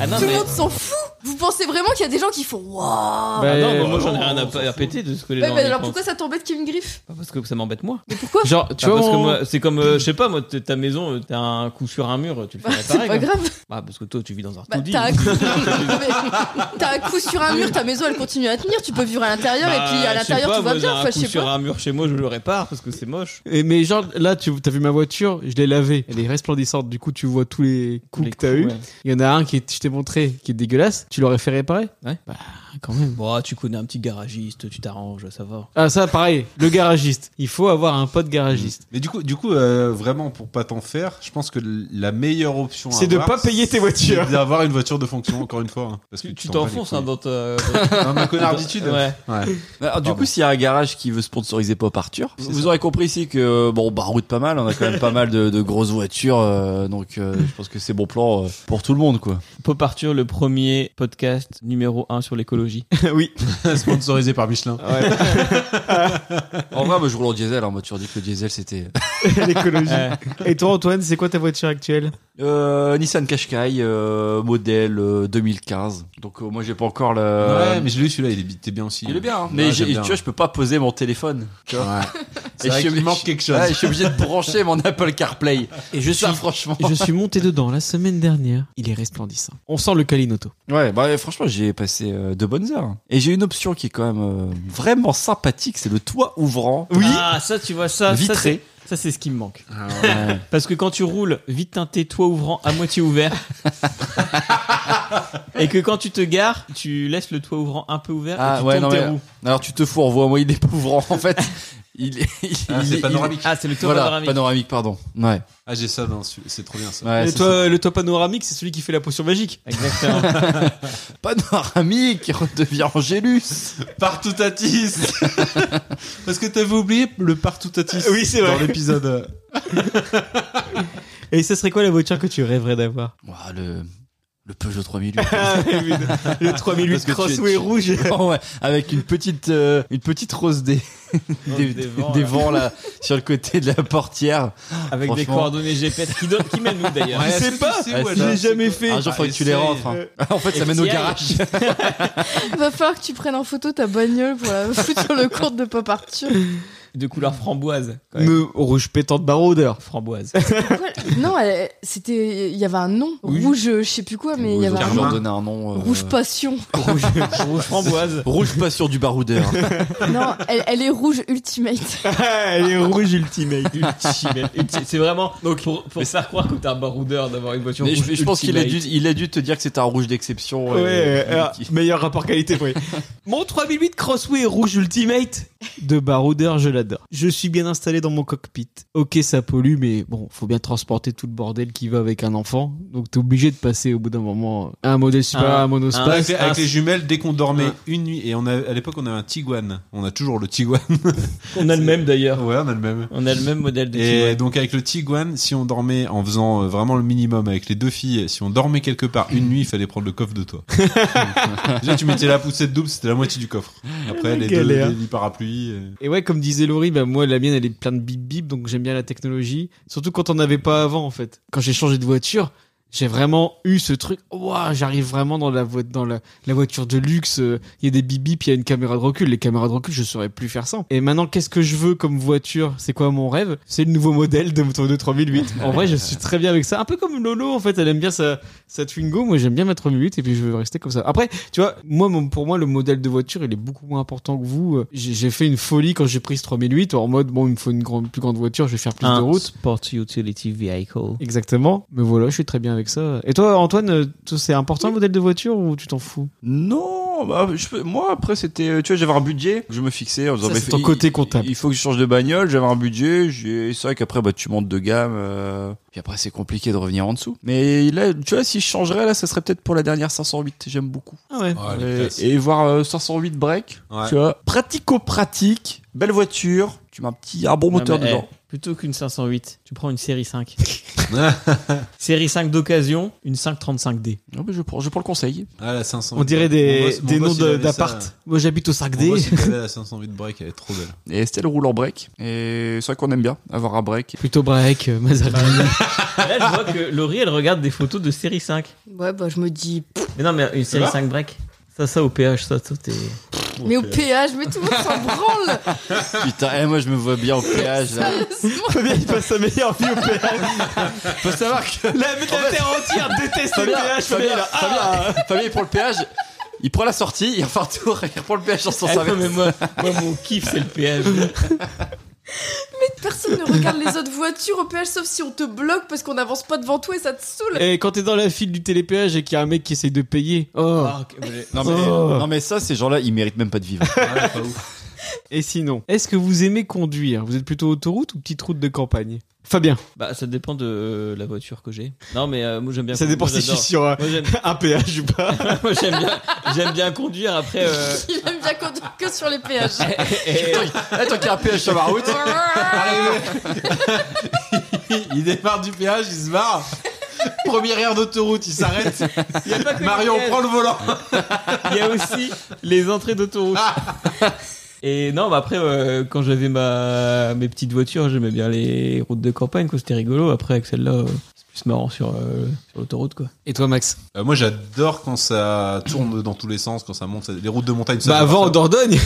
Ah non, tout le mais. monde s'en fout. Vous pensez vraiment qu'il y a des gens qui font waouh Ah Bah, non, mais euh, moi j'en ai rien à, à péter de ce que les Ouais, gens mais en alors pensent. pourquoi ça t'embête qu'il y ait une griffe Bah, Parce que ça m'embête moi. Mais pourquoi Genre tu Bah, vois parce que on- moi, c'est comme, euh, je sais pas, moi, t- ta maison, euh, t'as un coup sur un mur, tu le fais C'est réparer. pas quoi. grave. Bah, parce que toi, tu vis dans un Bah, taudis. t'as un, coup... mais- t'as un coup sur un mur, ta maison elle continue à tenir, tu peux vivre à l'intérieur Bah, et puis à je sais l'intérieur pas, tout va moi, j'ai bien, enfin, Un je coup sais sur pas. un mur chez moi, je le répare parce que c'est moche. Et mais genre là tu as vu ma voiture, je l'ai lavée, elle est resplendissante. Du coup tu vois tous les coups Les que t'as eu. coups, ouais. Il y en a un qui est- je t'ai montré qui est dégueulasse. Tu l'aurais fait réparer Ouais. Bah quand même. Bon, tu connais un petit garagiste, tu t'arranges, ça va. Ah ça pareil, le garagiste. Il faut avoir un pote garagiste. Mais du coup, du coup euh, vraiment, pour pas t'en faire, je pense que l- la meilleure option à C'est de avoir, pas payer tes voitures. c'est d'avoir une voiture de fonction, encore une fois. hein, parce que Tu tu t'en bats les t'enfonces couilles. hein, dans ta. Dans ma conne habitude. Ouais. Ouais. Alors, du Pardon. coup, s'il y a un garage qui veut sponsoriser Pop Arthur, vous aurez compris ici que euh, bon, on baroute pas mal, on a quand même pas mal de, de grosses voitures, euh, donc euh, je pense que c'est bon plan euh, pour tout le monde quoi. Pop Arthur, le premier podcast numéro 1 sur l'écologie. Sponsorisé par Michelin. En vrai, moi je roule en diesel, hein, moi tu redis que le diesel c'était L'écologie. Ouais. Et toi Antoine, c'est quoi ta voiture actuelle euh, Nissan Qashqai euh, modèle euh, 2015. Donc euh, moi j'ai pas encore le. Ouais, mais je l'ai eu celui-là, il est, bi- t'es bien aussi. Il est bien, hein. Ouais, mais j'ai- j'aime bien. tu vois, je peux pas poser mon téléphone. Tu vois. Ouais. Et C'est vrai je suis qu'il obligé- manque quelque chose. Ouais, je suis obligé de brancher mon Apple CarPlay. Et je Ça, franchement. je suis monté dedans la semaine dernière. Il est resplendissant. On sent le Kalinoto. Ouais, bah franchement, j'ai passé euh, de bonnes heures. Et j'ai une option qui est quand même euh, vraiment sympathique, c'est le toit ouvrant. Ah, ça, tu vois, ça. ça, Vitré. c'est- Ça, c'est ce qui me manque. Ouais. Parce que quand tu roules, vite teinté, toit ouvrant, à moitié ouvert. et que quand tu te gares, tu laisses le toit ouvrant un peu ouvert Ah, et tu ouais, tournes non, tes mais- roues. Alors tu te fourvoies, moi il est pas ouvrant en fait. Il est, il- Ah, il- c'est il- panoramique. Ah, c'est le toit Voilà, panoramique. panoramique, pardon. Ouais. Ah, j'ai ça dans ce- C'est trop bien ça. ouais Et c'est toi, le toit panoramique, c'est celui qui fait la potion magique. Exactement. ça. Panoramique, il redevient Angélus. Partoutatis Parce que t'avais oublié le partoutatis. Oui, c'est vrai. Dans l'épisode. euh, Et ça serait quoi la voiture que tu rêverais d'avoir Ouah, le Le Peugeot 3008. le 3008 Parce que tu Crossway es- rouge. Oh, ouais, avec une petite, euh, une petite rose des, des, des vents, là. sur le côté de la portière. Avec des Franchement. coordonnées GPS qui, donnent- qui mènent où d'ailleurs Je sais pas, ouais, je ça, l'ai c'est Ah, jamais fait. Un jour, il faudrait que tu les rentres. hein. en fait, ça mène au FTI. garage. Va falloir que tu prennes en photo ta bagnole pour la foutre sur le compte de Pop Arthur. De couleur framboise. quand même. Me rouge pétant de baroudeur. Framboise. Pourquoi- Non, elle- c'était, il y avait un nom. Oui. Rouge, je sais plus quoi, mais il y avait Ils un ont leur nom. donné un nom. euh, Rouge passion. Rouge, rouge framboise. Rouge pas sur du baroudeur. Non, elle, elle est rouge ultimate. Elle Ah, est rouge ultimate. Ultimate. Ulti- C'est vraiment pour, pour faire croire que t'es un baroudeur d'avoir une voiture Mais rouge. je, je pense qu'il a, dû- Ultimate. il a dû te dire que c'était un rouge d'exception. Ouais, euh, euh, qui- meilleur rapport qualité prix. Mon 3008 Crossway rouge ultimate de baroudeur, je l'adore. Je suis bien installé dans mon cockpit. Ok, ça pollue, mais bon, faut bien transporter tout le bordel qui va avec un enfant. Donc t'es obligé de passer au bout d'un moment à un modèle super, Un- à un monospace. Avec, les- avec un- les jumelles, dès qu'on dormait Ouais. une nuit, et on a, à l'époque on avait un Tiguan, on a toujours le Tiguan, On a le même d'ailleurs. ouais on a le même. On a le même modèle de Et Tiguan. donc avec le Tiguan, si on dormait en faisant euh, vraiment le minimum avec les deux filles, si on dormait quelque part une nuit, il fallait prendre le coffre de toi. Déjà tu mettais la poussette double, c'était la moitié du coffre. Après les deux, galère. les lits parapluies. euh. Et ouais, comme disait Laurie, bah moi la mienne elle est pleine de bip bip, donc j'aime bien la technologie. Surtout quand on n'avait pas avant en fait. Quand j'ai changé de voiture, j'ai vraiment eu ce truc. Ouah, j'arrive vraiment dans la, vo- dans la, la voiture de luxe. euh, Il y a des bip bip, il y a une caméra de recul. Les caméras de recul, je saurais plus faire sans. Et maintenant, qu'est-ce que je veux comme voiture C'est quoi mon rêve C'est le nouveau modèle de moto de 3008. En vrai, je suis très bien avec ça. Un peu comme Lolo en fait, elle aime bien sa, sa Twingo. Moi, j'aime bien ma 3008 et puis je veux rester comme ça. Après, tu vois, moi, mon- pour moi, le modèle de voiture, il est beaucoup moins important que vous. Euh, J'ai j'ai fait une folie quand j'ai pris ce 3008 en mode, bon, il me faut une grande, plus grande voiture, je vais faire plus Ah, de route. Sport Utility Vehicle. Exactement. Mais voilà, je suis très bien avec ça. Et toi, Antoine, euh, toi, c'est important le modèle de voiture ou tu t'en fous Non, bah, je peux- moi après c'était, euh, tu vois, j'avais un budget, je me fixais en disant, Ça, mais c'est f- ton il- côté comptable. Il faut que je change de bagnole, j'avais un budget, j'ai- c'est vrai qu'après bah tu montes de gamme, euh, puis après c'est compliqué de revenir en dessous. Mais là, tu vois, si je changerais là, ça serait peut-être pour la dernière 508, j'aime beaucoup. Ah ouais. Oh, la Et, classe. et voir euh, 508 break, Ouais. tu vois, pratico-pratique, belle voiture, tu mets un petit un bon moteur dedans. eh, plutôt qu'une 508, tu prends une série 5. série 5 d'occasion, une 535D. Non, mais je prends, je prends le conseil. Ah la 500. On dirait Mon des, boss- mon des boss, noms il de- avait ça. d'appart. Moi, j'habite au Mon boss, 5D. il avait la 508 break, elle est trop belle. Et c'était le roule en break. Et c'est vrai qu'on aime bien avoir un break. Plutôt break, euh, Maserati. Là, je vois que Laurie, elle regarde des photos de série 5. Ouais, bah je me dis. pff, Mais non, mais une série Ça va 5 break. Ça, ça, au PH, ça, tout est. Mais au péage, mais tout le monde s'en branle. Putain, eh, moi je me vois bien au péage là. Sérieusement. il passe sa meilleure vie au PH. Faut savoir que La terre entière déteste le Fabien, PH. Fabien, Fabien, Fabien, ah. Fabien, pour le péage, il prend la sortie, il refait un tour, il reprend le péage dans son Ah, non, mais service. moi, moi, mon kiff, c'est le PH. Personne ne regarde les autres voitures au péage sauf si on te bloque parce qu'on n'avance pas devant toi et ça te saoule. Et quand t'es dans la file du télépéage et qu'il y a un mec qui essaye de payer. Oh. Ah, ok, mais- Non mais, Oh. non mais ça, ces gens-là, ils méritent même pas de vivre. Ah, pas ouf. Et sinon, est-ce que vous aimez conduire Vous êtes plutôt autoroute ou petite route de campagne Fabien, Bah, ça dépend de euh, la voiture que j'ai. Non, mais euh, moi, j'aime bien. ça dépend moi, si je suis j'adore. sur euh, Moi, j'aime- un péage ou pas. moi, j'aime bien, j'aime bien conduire après. euh, Il aime bien conduire que sur les péages. et- et- Attends Eh, qu'il y a un péage sur ma route. il démarre du péage, il se barre. Premier air d'autoroute, il s'arrête. Marion prend le volant. Il y a aussi les entrées d'autoroute. Et non, bah après, euh, quand j'avais ma mes petites voitures, j'aimais bien les routes de campagne, quoi. C'était rigolo. Après, avec celle-là, euh, c'est plus marrant sur, euh, sur l'autoroute, quoi. Et toi, Max Euh, moi, j'adore quand ça tourne dans tous les sens, quand ça monte. Les routes de montagne. ça, Bah, j'adore avant en ça. Dordogne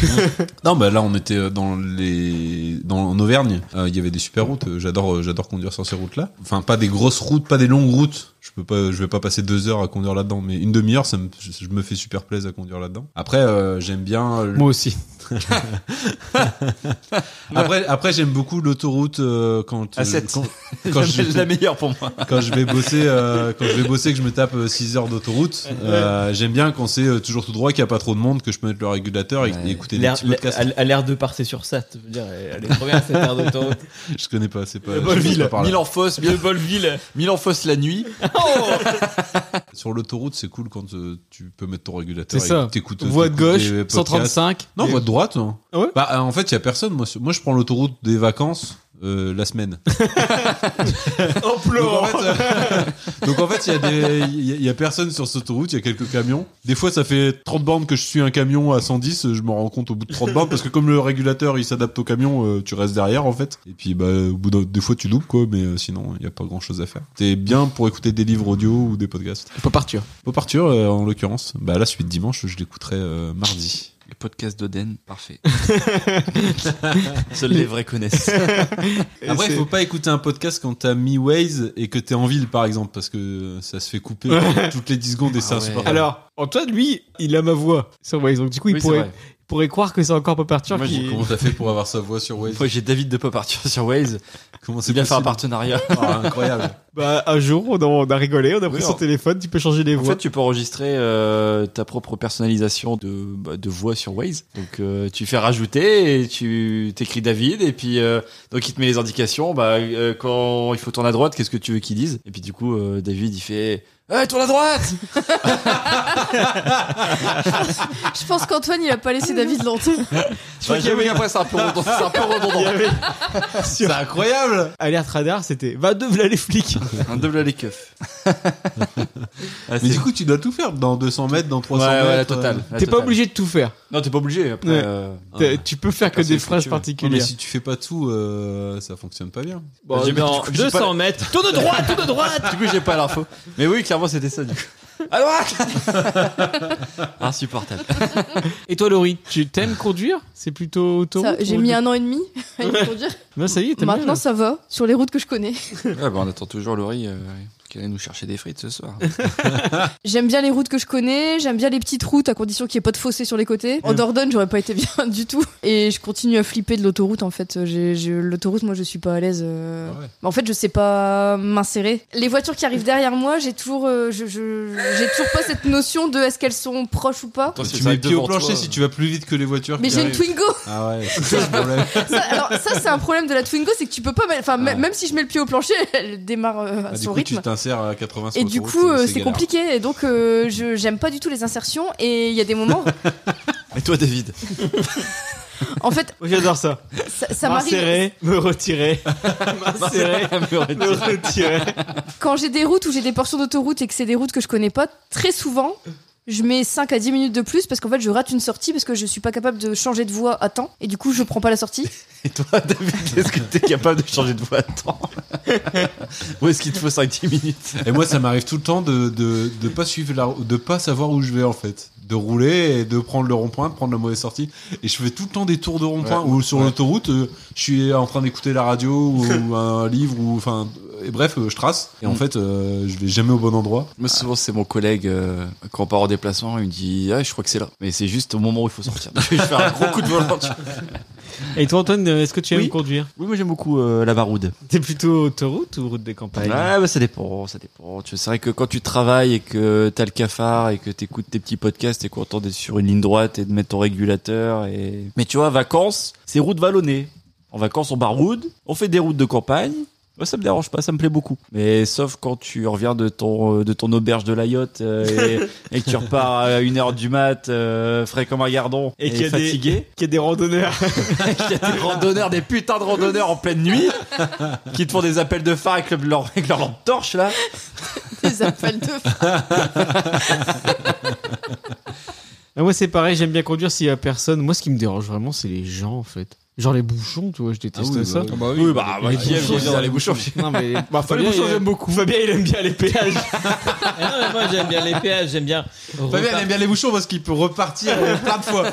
Non, bah là, on était euh, dans les, dans en Auvergne. Euh, Il y avait des super routes. Euh, J'adore, euh, j'adore conduire sur ces routes-là. Enfin, pas des grosses routes, pas des longues routes. Je peux pas, je vais pas passer deux heures à conduire là-dedans, mais une demi-heure, ça me, je je me fais super plaisir à conduire là-dedans. Après, euh, j'aime bien. euh, le- Moi aussi. Après, après, j'aime beaucoup l'autoroute euh, quand. euh, A7. quand- quand je- C'est la meilleure pour moi. quand je vais bosser euh, quand je vais bosser que je me tape 6 heures d'autoroute euh, j'aime bien quand c'est euh, toujours tout droit qu'il n'y a pas trop de monde que je peux mettre le régulateur et, Ouais. et écouter des L'air- petits podcasts l'air- À l'air de partir sur ça, je veux dire, elle est première cette aire d'autoroute. je connais pas c'est pas, je passe Bolville, pas par là. Milan Fosse, Le Volville. Milan Fosse la nuit. sur l'autoroute c'est cool quand euh, tu peux mettre ton régulateur C'est et ça. que t'écoutes Voie de t'écoutes gauche, des podcasts. 135. non voie de droite hein. non. Ah ouais bah euh, en fait il y a personne moi sur- moi je prends l'autoroute des vacances euh, la semaine. En Donc en pleurant. fait, euh, donc, en fait, il y a des- il y, a- il y a personne sur cette route, il y a quelques camions. Des fois, ça fait 30 bornes que je suis un camion à 110, je m'en rends compte au bout de 30 bornes parce que comme le régulateur il s'adapte au camion, euh, tu restes derrière en fait. Et puis bah au bout d'un- des fois tu loupes quoi, mais euh, sinon il y a pas grand chose à faire. T'es bien pour écouter des livres audio ou des podcasts. Faut partir. Pop Arthur euh, en l'occurrence, bah la suite dimanche, je l'écouterai euh, mardi. Le podcast d'Oden, parfait. Seuls les vrais connaissent. Après, il faut pas écouter un podcast quand t'as mis Waze et que t'es en ville, par exemple, parce que ça se fait couper toutes les 10 secondes et c'est Ah ouais. insupportable. Alors, Antoine, lui, il a ma voix sur Waze. Donc, du coup, il Oui, c'est pourrait, vrai. il pourrait croire que c'est encore Pop Arthur Moi, qui. j'ai- Comment t'as fait pour avoir sa voix sur Waze Moi, j'ai David de Pop Arthur sur Waze. Comment c'est C'est bien faire un possible partenariat. Ah, Incroyable. Bah, un jour, on a, on a rigolé, on a pris Oui, son on- téléphone, tu peux changer les En voix. fait, tu peux enregistrer euh, ta propre personnalisation de, bah, de voix sur Waze. Donc, euh, tu fais rajouter et tu t'écris David. Et puis, euh, donc, il te met les indications. Bah, euh, quand il faut tourner à droite, qu'est-ce que tu veux qu'il dise Et puis, du coup, euh, David, il fait Eh, tourne à droite Je pense qu'Antoine, il a pas laissé David l'entendre. Je Bah, crois qu'il y avait après, c'est un peu redondant. C'est un peu redondant. C'est incroyable Alerte radar, c'était va devenir les flics. un double à les keufs. Ah, Mais c'est- du coup, tu dois tout faire dans 200 mètres, dans 300 ouais, mètres. ouais, la euh, totale. la T'es pas totale. obligé de tout faire. Non, t'es pas obligé. Après, Ouais. euh, T'as- Tu peux faire que Personne des fait ce phrases que tu veux. non, mais particulières. si tu fais pas tout, euh, ça fonctionne pas bien. Bon, J'ai- dans du coup, j'ai 200 pas- mètres. Tout de droite, tout de droite. Du coup, j'ai pas l'info. Mais oui, clairement, c'était ça, du coup. À droite Insupportable. Et toi, Laurie, tu t'aimes conduire C'est plutôt auto. Ça, J'ai mis un an et demi à y conduire. Non, ça y est, t'aimes bien, Maintenant, là. ça va. Sur les routes que je connais. Ouais, bah, on attend toujours Laurie euh, qui allait nous chercher des frites ce soir. J'aime bien les routes que je connais, j'aime bien les petites routes à condition qu'il n'y ait pas de fossé sur les côtés. En Dordogne, j'aurais pas été bien du tout. Et je continue à flipper de l'autoroute en fait. J'ai- j'ai- L'autoroute, moi je suis pas à l'aise. euh. Ah ouais. Mais En fait, je sais pas m'insérer. Les voitures qui arrivent derrière moi, j'ai toujours, euh, je, je- j'ai toujours pas cette notion de est-ce qu'elles sont proches ou pas. Attends, si tu ça mets arrive le pied au devant toi, plancher euh. si tu vas plus vite que les voitures. Mais qui j'ai une arrivent. Twingo. Ah ouais, c'est ça le problème. Ça, alors ça, c'est un problème de la Twingo, c'est que tu peux pas. mettre- Enfin, m- Ouais. même si je mets le pied au plancher, elle démarre euh, à Ah, du son coup, rythme. tu t'insères à 80 sur Et du l'autoroute, coup, euh, c'est galère. compliqué. Et donc, euh, je j'aime pas du tout les insertions. Et il y a des moments, Et toi, David en fait, Moi, j'adore ça. ça, ça m'arrive. M'insérer, me retirer. M'insérer, me retirer. quand j'ai des routes où j'ai des portions d'autoroute et que c'est des routes que je connais pas, très souvent, je mets 5 à 10 minutes de plus parce qu'en fait, je rate une sortie parce que je suis pas capable de changer de voie à temps et du coup, je prends pas la sortie. Et toi, David, est-ce que t'es capable de changer de voix à temps Ou est-ce qu'il te faut 5-10 minutes Et moi, ça m'arrive tout le temps de, de, de pas suivre la, de pas savoir où je vais en fait, de rouler et de prendre le rond-point, de prendre la mauvaise sortie. Et je fais tout le temps des tours de rond-point ou sur l'autoroute, euh, je suis en train d'écouter la radio ou, ou un livre ou enfin. Et bref, euh, je trace. Et en Mm. fait, euh, je vais jamais au bon endroit. Moi, souvent, c'est mon collègue, euh, quand on part en déplacement, il me dit Ah, je crois que c'est là. Mais c'est juste au moment où il faut sortir. je vais faire un gros coup de volant. tu vois. Et toi, Antoine, est-ce que tu aimes Oui. conduire Oui, moi, j'aime beaucoup euh, la baroude. T'es plutôt autoroute ou route des campagnes Ouais, bah, ça dépend, ça dépend. Tu vois, C'est vrai que quand tu travailles et que t'as le cafard et que t'écoutes tes petits podcasts et qu'on d'être sur une ligne droite et de mettre ton régulateur et... Mais tu vois, vacances, c'est route vallonnée. En vacances, on baroude, on fait des routes de campagne. Moi, ça me dérange pas, ça me plaît beaucoup. Mais sauf quand tu reviens de ton, euh, de ton auberge de la yacht euh, et, et que tu repars à une heure du mat, euh, frais comme un gardon Et et, qu'il y a des- fatigué. Qu'il y a des randonneurs. Il y a des randonneurs, des putains de randonneurs en pleine nuit qui te font des appels de phare avec, le- leur, avec leur lampe torche là. Des appels de Ah, moi, c'est pareil, j'aime bien conduire s'il y a personne. Moi, ce qui me dérange vraiment, c'est les gens, en fait. Genre les bouchons, tu vois, je Ah Ah déteste ça. oui, bah, bah, qui aime conduire dans les bouchons Non, mais bah, Fabien, Fabien, il- j'aime beaucoup. Fabien, il aime bien les péages. Ah non, mais moi, j'aime bien les péages, j'aime bien. Fabien, elle aime bien les bouchons parce qu'il peut repartir euh, plein de fois.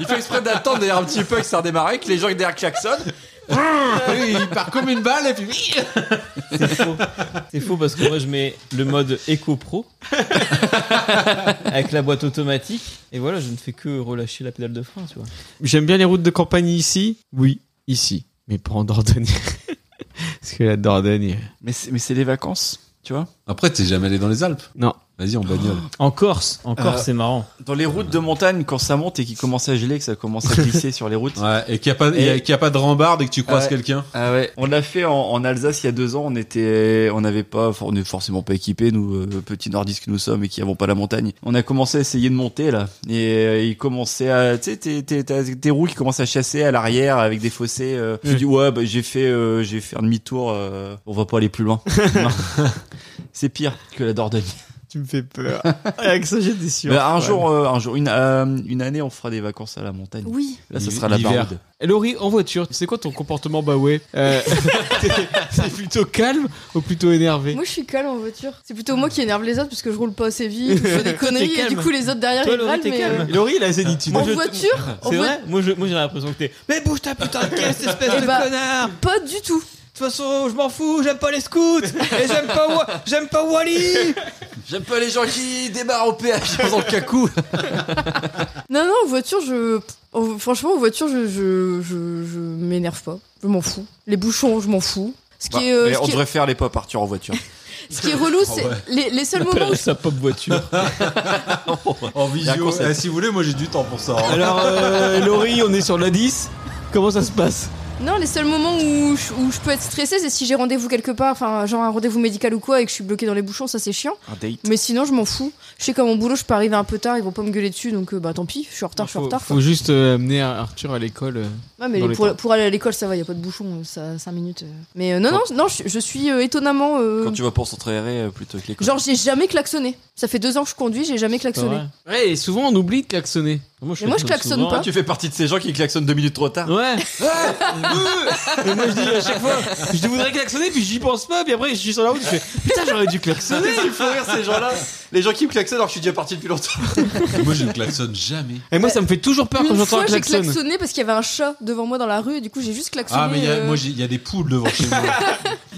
Il fait exprès d'attendre d'ailleurs un petit peu que ça redémarre, que les gens derrière klaxonnent. Oui, il part comme une balle et puis. C'est faux parce que moi je mets le mode Eco Pro avec la boîte automatique et voilà, je ne fais que relâcher la pédale de frein, tu vois. J'aime bien les routes de campagne ici. Oui, ici. Mais pas en Dordogne. Parce que la Dordogne. Mais c'est, mais c'est les vacances, tu vois. Après, t'es jamais allé dans les Alpes Non. Vas-y, en bagnole. En Corse, en Corse, Euh, c'est marrant. Dans les routes de montagne, quand ça monte et qu'il commence à geler, que ça commence à glisser sur les routes. Ouais, et qu'il n'y a, pas- et qu'il y a pas de rambarde et que tu croises Ouais. quelqu'un. Ah ouais. On l'a fait en, en Alsace il y a deux ans. On était, on n'avait pas, on n'est forcément pas équipés, nous, euh, petits nordistes que nous sommes et qui avons pas la montagne. On a commencé à essayer de monter, là. Et euh, il commençait à, tu sais, tes- tes- t'as tes roues qui commencent à chasser à l'arrière avec des fossés. euh. Je dis, ouais, bah, j'ai fait, euh, j'ai fait un demi-tour, euh, on va pas aller plus loin. Non. C'est pire que la Dordogne. Tu me fais peur. Avec ça, j'étais sûr. Mais un jour, euh, un jour, une, euh, une année, on fera des vacances à la montagne. Oui. Là, ça sera la L'hiver. baroude. Et Laurie, en voiture, c'est quoi ton comportement bah ouais Euh, t'es- T'es plutôt calme ou plutôt énervé Moi, je suis calme en voiture. C'est plutôt moi qui énerve les autres parce que je roule pas assez vite, je fais des conneries et calme. du coup, les autres derrière Toi, ils Laurie, râlent. t'es mais, calme. euh, Laurie, la zénitude. Moi, En je- voiture En C'est voi- vrai Moi, je- moi, j'ai l'impression que t'es. Mais bouge ta putain de caisse, espèce Eh de bah. connard De Pas du tout. toute façon, je m'en fous, j'aime pas les scouts Et j'aime pas, Wa- j'aime pas Wally J'aime pas les gens qui débarrent au péage dans le cacou. Non, non, en voiture, je. en- Franchement, en voiture, je, je, je, je m'énerve pas. Je m'en fous. Les bouchons, je m'en fous. Ce qui, Bah, est, euh, mais ce, on qui est, devrait faire les pas partir en voiture. ce qui est relou, Ah c'est les, les seuls moments où Sa pop voiture. En Il y a un visio. concept. Eh, si vous voulez, moi j'ai du temps pour ça. hein. Alors, euh, Laurie, on est sur la 10. Comment ça se passe Non, les seuls moments où je, où je peux être stressée, c'est si j'ai rendez-vous quelque part, enfin, genre un rendez-vous médical ou quoi, et que je suis bloquée dans les bouchons, ça c'est chiant. Un date. Mais sinon, je m'en fous. Je sais qu'à mon boulot, je peux arriver un peu tard, ils vont pas me gueuler dessus, donc euh, bah tant pis, je suis en retard, je suis en faut, retard. faut juste euh, amener Arthur à l'école. euh. Ouais, mais dans les temps. pour, pour aller à l'école, ça va, y a pas de bouchon, euh, ça 5 minutes. euh. Mais euh, non, non, non, je, je suis euh, étonnamment. euh, Quand tu vas pour s'entraîner euh, plutôt que les Genre, j'ai jamais klaxonné. Ça fait deux ans que je conduis, j'ai jamais klaxonné. Ouais, et souvent on oublie de klaxonner. Moi Mais moi, je klaxonne souvent. pas. Ah, tu fais partie de ces gens qui klaxonnent deux minutes trop tard. Ouais, Et Moi, je dis à chaque fois, je voudrais klaxonner, puis j'y pense pas, puis après, je suis sur la route, je fais putain, j'aurais dû klaxonner. Qu'est-ce qu'il faut rire ces gens-là Les gens qui me klaxonnent alors que je suis déjà parti depuis longtemps. moi je ne klaxonne jamais. Et moi, ça me fait toujours peur quand Une j'entends un fois, j'ai klaxon. klaxonné parce qu'il y avait un chat devant moi dans la rue, et du coup, j'ai juste klaxonné. Ah, mais il y a- euh, moi, j'ai- il y a des poules devant chez moi.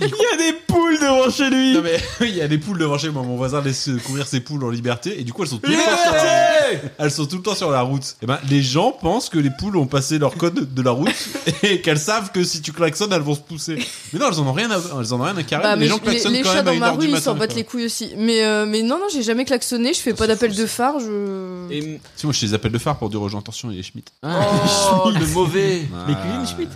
Il y a des poules devant chez lui. non, mais il y a des poules devant chez moi. Mon voisin laisse courir ses poules en liberté et du coup, elles sont tout le temps sur la route. Elles sont tout le temps sur la route. Et ben, les gens pensent que les poules ont passé leur code de la route et qu'elles savent que si tu klaxonnes, elles vont se pousser. Mais non, elles en ont rien à, elles en ont rien à carrer. Bah, mais Ah les gens je- les, klaxonnent les quand chats même à dans une ma heure rue, du ils s'en matin. battent les couilles aussi. Mais, euh, mais non, non, j'ai jamais klaxonné, je fais pas d'appel de phare, je. Et- Si, moi, je les appelle de phare pour dire aux gens attention, il est Schmitt. Oh, le mauvais Mais cuisine Schmitt.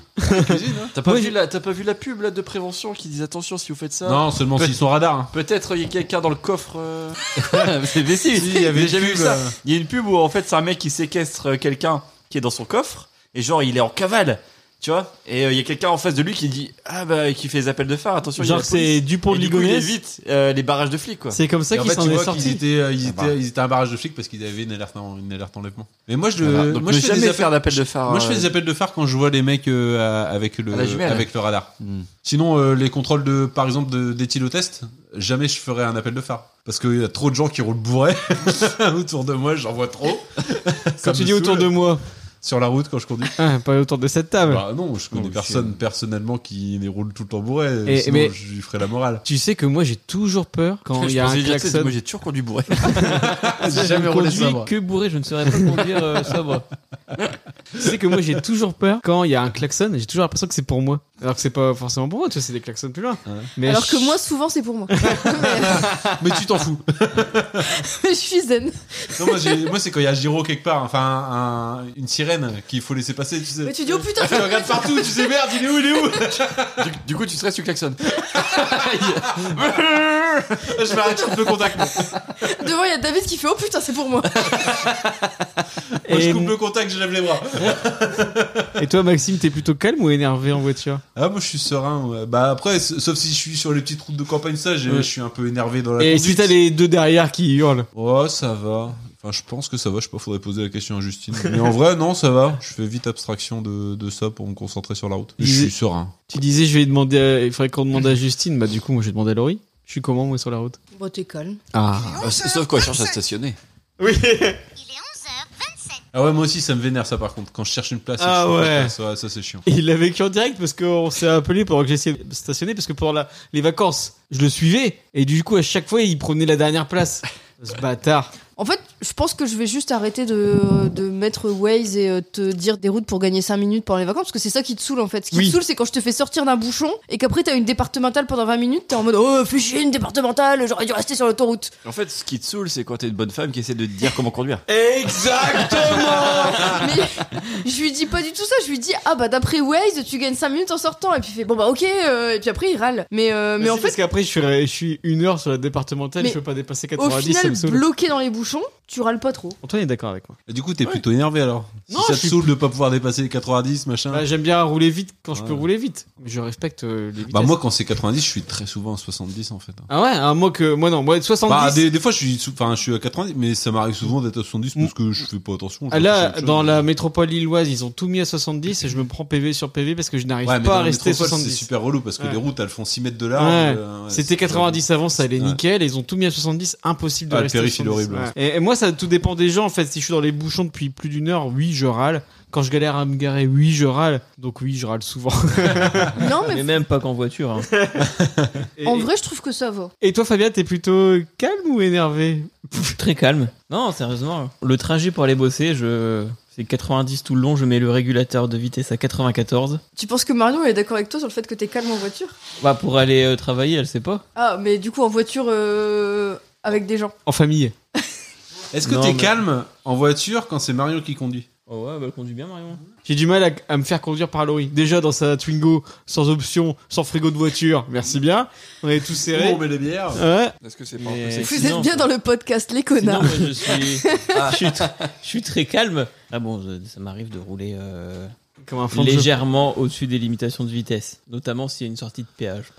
T'as pas, vu la- t'as pas vu la pub là, de prévention qui disent attention si vous faites ça Non, seulement s'ils sont radars. hein. Peut-être il y a quelqu'un dans le coffre. euh. mais si, Si, il y avait j'ai une jamais vu pub, ça. euh. Il y a une pub où en fait c'est un mec qui séquestre euh, quelqu'un qui est dans son coffre et genre il est en cavale, tu vois. Et euh, il y a quelqu'un en face de lui qui dit ah bah qui fait les appels de phare, attention. il y a Genre, la police. c'est Dupont Et de du coup, il Ligonnès. évite euh, les barrages de flics quoi. C'est comme ça Et en qu'il fait, s'en tu est vois qu'ils sorti. étaient, euh, ils Ah bah. étaient, ils étaient un barrage de flics parce qu'ils avaient une alerte, en- une alerte enlèvement. Mais moi, je le, Voilà. Ah, bah, Donc, moi, ne je fais des jamais appels- faire d'appel de phare. Moi, je fais euh, des appels de phare quand je vois les mecs euh, à- avec le À la jumelle. avec le radar. Hmm. Sinon, euh, les contrôles de, par exemple, de- d'éthylotest, jamais je ferai un appel de phare parce qu'il y a trop de gens qui roulent bourrés autour de moi. J'en vois trop. Ça Quand me tu dis autour saoule. de moi, sur la route quand je conduis. Ah, pas autour de cette table. Bah non, je connais Oh, personne personnellement qui les roule tout le temps bourré. Et- sinon, mais- je lui ferai la morale. Tu sais que moi, j'ai toujours peur quand il y a Je pensais un dire, tu sais, Moi klaxon. j'ai toujours conduit bourré. J'ai Je ne conduis que bourré, je ne saurais pas conduire euh, sobre. Tu sais que moi, j'ai toujours peur quand il y a un klaxon. J'ai toujours l'impression que c'est pour moi, alors que c'est pas forcément pour moi. Tu vois, c'est des klaxons plus loin. Mais Alors que je- moi, souvent, c'est pour moi. Mais tu t'en fous. je suis zen. Non, moi, j'ai- moi, c'est quand il y a un gyro quelque part, enfin un- une sirène qu'il faut laisser passer. Tu sais. Mais tu dis, oh putain, Ah, Tu regardes partout, tu sais merde, il est où, il est où du, du coup, tu serais sur klaxon. Je m'arrête, je coupe le contact. devant, il y a David qui fait, oh putain, c'est pour moi. Moi, je Et- coupe le contact, je lève les bras. Et toi, Maxime, t'es plutôt calme ou énervé en voiture Ah, moi, je suis serein. ouais. Bah, après, s- sauf si je suis sur les petites routes de campagne, ça, j'ai- Ouais. je suis un peu énervé dans la Et conduite. si t'as les deux derrière qui hurlent Oh, ça va. Enfin, je pense que ça va. Je sais pas, faudrait poser la question à Justine. Mais en vrai, non, ça va. Je fais vite abstraction de, de ça pour me concentrer sur la route. Je Il- suis serein. Tu disais, je vais demander, à- il faudrait qu'on demande à Justine. Bah, du coup, moi, je vais demander à Laurie. Je suis comment, moi, sur la route Bon, t'es calme. Ah. bah, sauf quoi, cherche à stationner. Il est 11h27. Ah ouais, moi aussi, ça me vénère, ça, par contre. Quand je cherche une place, et que Ah je trouve pas de ouais. place, ça, c'est chiant. Et il l'a vécu en direct parce qu'on s'est appelé pendant que j'essayais de stationner parce que pendant la- les vacances, je le suivais et du coup à chaque fois il prenait la dernière place. Ce bâtard. En fait, je pense que je vais juste arrêter de, de mettre Waze et euh, te dire des routes pour gagner 5 minutes pendant les vacances, parce que c'est ça qui te saoule en fait. Ce qui Oui. te saoule, c'est quand je te fais sortir d'un bouchon et qu'après t'as une départementale pendant 20 minutes, t'es en mode Oh, fais chier une départementale, j'aurais dû rester sur l'autoroute. En fait, ce qui te saoule, c'est quand t'es une bonne femme qui essaie de te dire comment conduire. Exactement Mais je lui dis pas du tout ça, je lui dis Ah bah d'après Waze, tu gagnes 5 minutes en sortant, et puis il fait Bon bah ok, euh, et puis après il râle. Mais, euh, mais en fait, parce qu'après, je suis, je suis une heure sur la départementale, Mais je peux pas dépasser au 90, ça final, me saoule. bloqué dans les bouchons, tu râles pas trop. Antoine est d'accord avec moi. Et Du coup, t'es plutôt énervé alors. Non, si je ça te suis saoule de pas pouvoir dépasser les 90, machin. Bah, J'aime bien rouler vite quand je peux Ouais. rouler vite. Je respecte euh, les vitesses. bah, moi, quand c'est 90, je suis très souvent à 70 en fait. Ah ouais, hein, moi que moi non, moi 70. Bah, des, des fois, je suis, sou- enfin, je suis à 90, mais ça m'arrive souvent d'être à 70 parce que je fais pas attention. je Ah, là, fais autre dans chose. la métropole lilloise, ils ont tout mis à 70 et je me prends PV sur PV parce que je n'arrive Ouais, mais pas à dans la rester métropole, C'est 70. super relou parce que Ouais. les routes, elles font 6 mètres de large. Ouais. euh, ouais, C'était c'est- 90 avant, ça allait Ouais. nickel. et Ils ont tout mis à 70, impossible de Ah, le rester. à périph', il est 70. horrible. Ouais. Et, et moi, ça tout dépend des gens. En fait, si je suis dans les bouchons depuis plus d'une heure, oui, je râle. Quand je galère à me garer, oui, je râle. Donc oui, je râle souvent. Non, mais Mais même pas qu'en voiture. hein. Et, en vrai, je trouve que ça va. et toi, Fabien, t'es plutôt calme ou énervé Très calme. Non, sérieusement. hein. Le trajet pour aller bosser, je. C'est 90 tout le long, je mets le régulateur de vitesse à 94. Tu penses que Marion elle est d'accord avec toi sur le fait que t'es calme en voiture Bah, pour aller euh, travailler, elle sait pas. Ah, mais du coup, en voiture euh, avec des gens. En famille. Est-ce que Non, t'es mais- calme en voiture quand c'est Marion qui conduit Oh ouais, bah, elle conduit bien, Marion. J'ai du mal à, à me faire conduire par Laurie. Déjà dans sa Twingo, sans option, sans frigo de voiture. Merci bien. On est tous serrés. met les bières. ben, Ouais. Est-ce que c'est pas un peu Mais- sexy Vous sinon, êtes bien ça- dans le podcast, les Sinon, connards. moi, je suis. je, suis tr- je suis très calme. Ah bon, je- ça m'arrive de rouler euh, Comme un fond de jeu. légèrement au-dessus des limitations de vitesse. Notamment s'il y a une sortie de péage.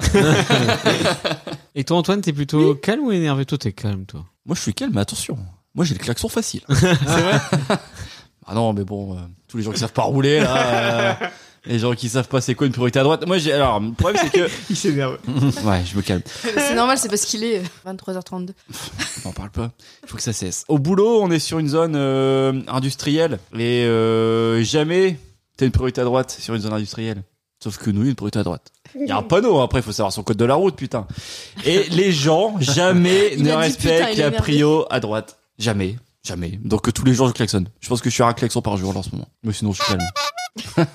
Et toi, Antoine, t'es plutôt calme ou énervé Toi, t'es calme, toi. Moi, je suis calme, mais attention. Moi, j'ai le klaxon facile. Ah non, mais bon, euh, tous les gens qui savent pas rouler, là. euh, les gens qui savent pas c'est quoi une priorité à droite. Moi, j'ai. Alors, le problème, c'est que. Il s'énerve. ouais, je me calme. C'est normal, c'est parce qu'il est euh, 23h32. On parle pas. Il faut que ça cesse. Au boulot, on est sur une zone euh, industrielle. Et euh, jamais t'as une priorité à droite sur une zone industrielle. Sauf que nous, une priorité à droite. Il y a un panneau, après, il faut savoir son code de la route, putain. Et les gens, jamais Il ne a dit, putain, respectent il est la énervé. prio à droite. Jamais. Jamais. Donc, euh, tous les jours, je klaxonne. Je pense que je suis à un klaxon par jour, là, en ce moment. Mais sinon, je suis calme.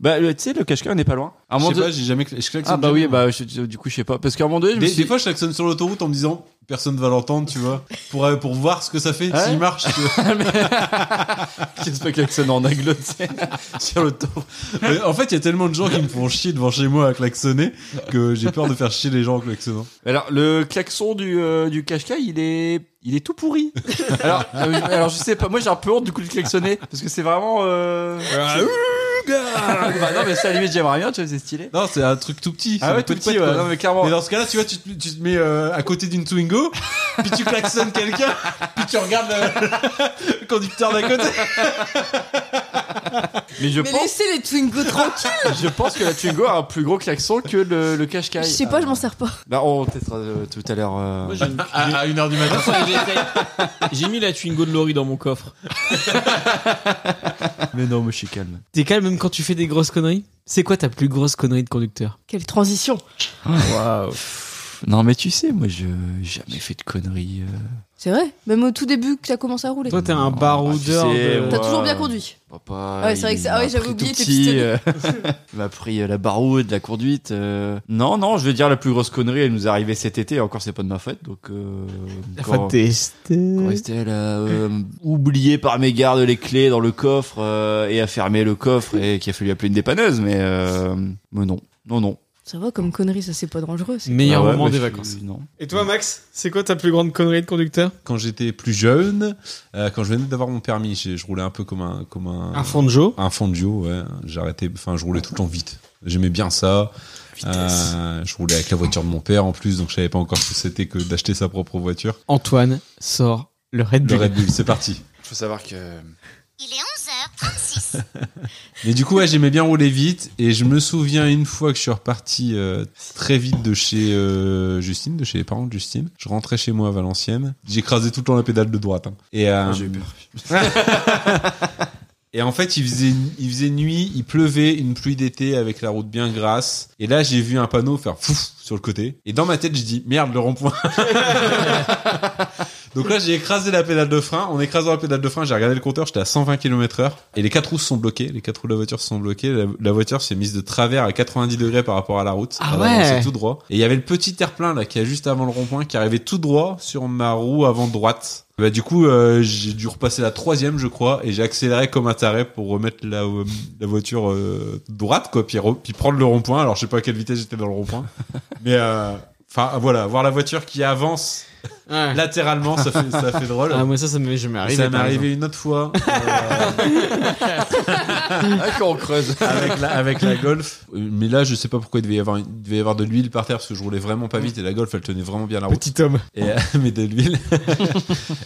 bah, le- tu sais, le cache-cache, on n'est pas loin. À un Je moment sais donné- pas, j'ai jamais. cla- Je klaxonne Ah, bah jamais, oui, moi. bah, je- je- du coup, je sais pas. Parce qu'à un moment donné, je me Des, suis- des fois, je klaxonne sur l'autoroute en me disant personne va l'entendre, tu vois, pour, euh, pour voir ce que ça fait, Ouais. s'il marche. tu vois. J'espère que l'accent en aglo, tu sais, sur le tour. Mais en fait, il y a tellement de gens qui me font chier devant chez moi à klaxonner que j'ai peur de faire chier les gens en klaxonnant. Alors, le klaxon du, euh, du Kashka, il est, il est tout pourri. alors, euh, alors, je sais pas, moi j'ai un peu honte du coup de klaxonner, parce que c'est vraiment. Euh... bah, non, mais ça, à la limite, j'aimerais bien, tu vois, c'est stylé. Non, c'est un truc tout petit. c'est Ah un ouais, tout petit petit, pote, ouais, quoi. non, mais clairement. Mais dans ce cas-là, tu vois, tu te, tu te mets euh, à côté d'une Twingo, puis tu klaxonnes quelqu'un, puis tu regardes le, le conducteur d'à côté. Mais je, Mais pense, laissez les Twingo tranquilles je pense que la Twingo a un plus gros klaxon que le, le Qashqai. Je sais pas, je m'en sers pas. Bah, on testera euh, tout à l'heure. euh, Moi, j'ai une- À, 1h du matin. J'ai mis la Twingo de Laurie dans mon coffre. Mais non, moi je suis calme. T'es calme même quand tu fais des grosses conneries C'est quoi ta plus grosse connerie de conducteur Quelle transition Waouh. Non, mais tu sais, moi je jamais fait de conneries. euh. C'est vrai, même au tout début que t'as commencé à rouler. Toi, t'es un Non, baroudeur. ah, tu sais, de- T'as Ouais. toujours bien conduit. Papa. Ah ouais, c'est vrai il que c'est- ah ouais, m'a j'avais appris oublié tout tes petit, pistolets. euh, il m'a appris euh, la baroude, la conduite. euh. Non, non, je veux dire, la plus grosse connerie, elle nous est arrivée cet été. Et encore, c'est pas de ma faute. Donc, euh, quand, quand Estelle a euh, oublié par mégarde les clés dans le coffre euh, et a fermé le coffre et qu'il a fallu appeler une dépanneuse. Mais, euh, mais non, non, non. Ça va, comme connerie, ça c'est pas dangereux. c'est- Meilleur Ah ouais, moment bah, des je- vacances. Non. Et toi, Max, c'est quoi ta plus grande connerie de conducteur Quand j'étais plus jeune, euh, quand je venais d'avoir mon permis, j'ai- je roulais un peu comme un, comme un, Un fond de jeu. un fondio, ouais. J'arrêtais, enfin, je roulais tout le temps vite. J'aimais bien ça. Euh, je roulais avec la voiture de mon père en plus, donc je savais pas encore ce que c'était que d'acheter sa propre voiture. Antoine sort le Red Le Bull. Red Bull, c'est parti. Faut savoir que. Il est 11h36. Mais du coup, ouais, j'aimais bien rouler vite. Et je me souviens une fois que je suis reparti euh, très vite de chez euh, Justine, de chez les parents de Justine. Je rentrais chez moi à Valenciennes. J'écrasais tout le temps la pédale de droite. hein. Et, euh, j'ai eu peur. et en fait, il faisait, il faisait nuit, il pleuvait, une pluie d'été avec la route bien grasse. Et là, j'ai vu un panneau faire fouf sur le côté. Et dans ma tête, je dis merde, le rond-point. Donc là, j'ai écrasé la pédale de frein. En écrasant la pédale de frein, j'ai regardé le compteur, j'étais à 120 km/h. Et les quatre roues sont bloquées. Les quatre roues de la voiture sont bloquées. La, la voiture s'est mise de travers à 90 degrés par rapport à la route. Ah Elle ouais. avançait tout droit. Et il y avait le petit terre-plein là, qui est juste avant le rond-point, qui arrivait tout droit sur ma roue avant droite. Bah, du coup, euh, j'ai dû repasser la troisième, je crois, et j'ai accéléré comme un taré pour remettre la, euh, la voiture euh, droite, quoi, puis, re- puis prendre le rond-point. Alors, je sais pas à quelle vitesse j'étais dans le rond-point. Mais, euh, enfin, voilà, voir la voiture qui avance Ouais. latéralement, ça fait, ça fait drôle. Ah, moi, ça, ça m'est jamais arrivé. ça m'est par exemple. arrivé une autre fois euh, Ah, quand on creuse. avec, la, avec la Golf. Mais là, je sais pas pourquoi il devait y avoir, une- il devait y avoir de l'huile par terre parce que je roulais vraiment pas vite et la Golf elle tenait vraiment bien la route. Petit homme. Et, mais de l'huile.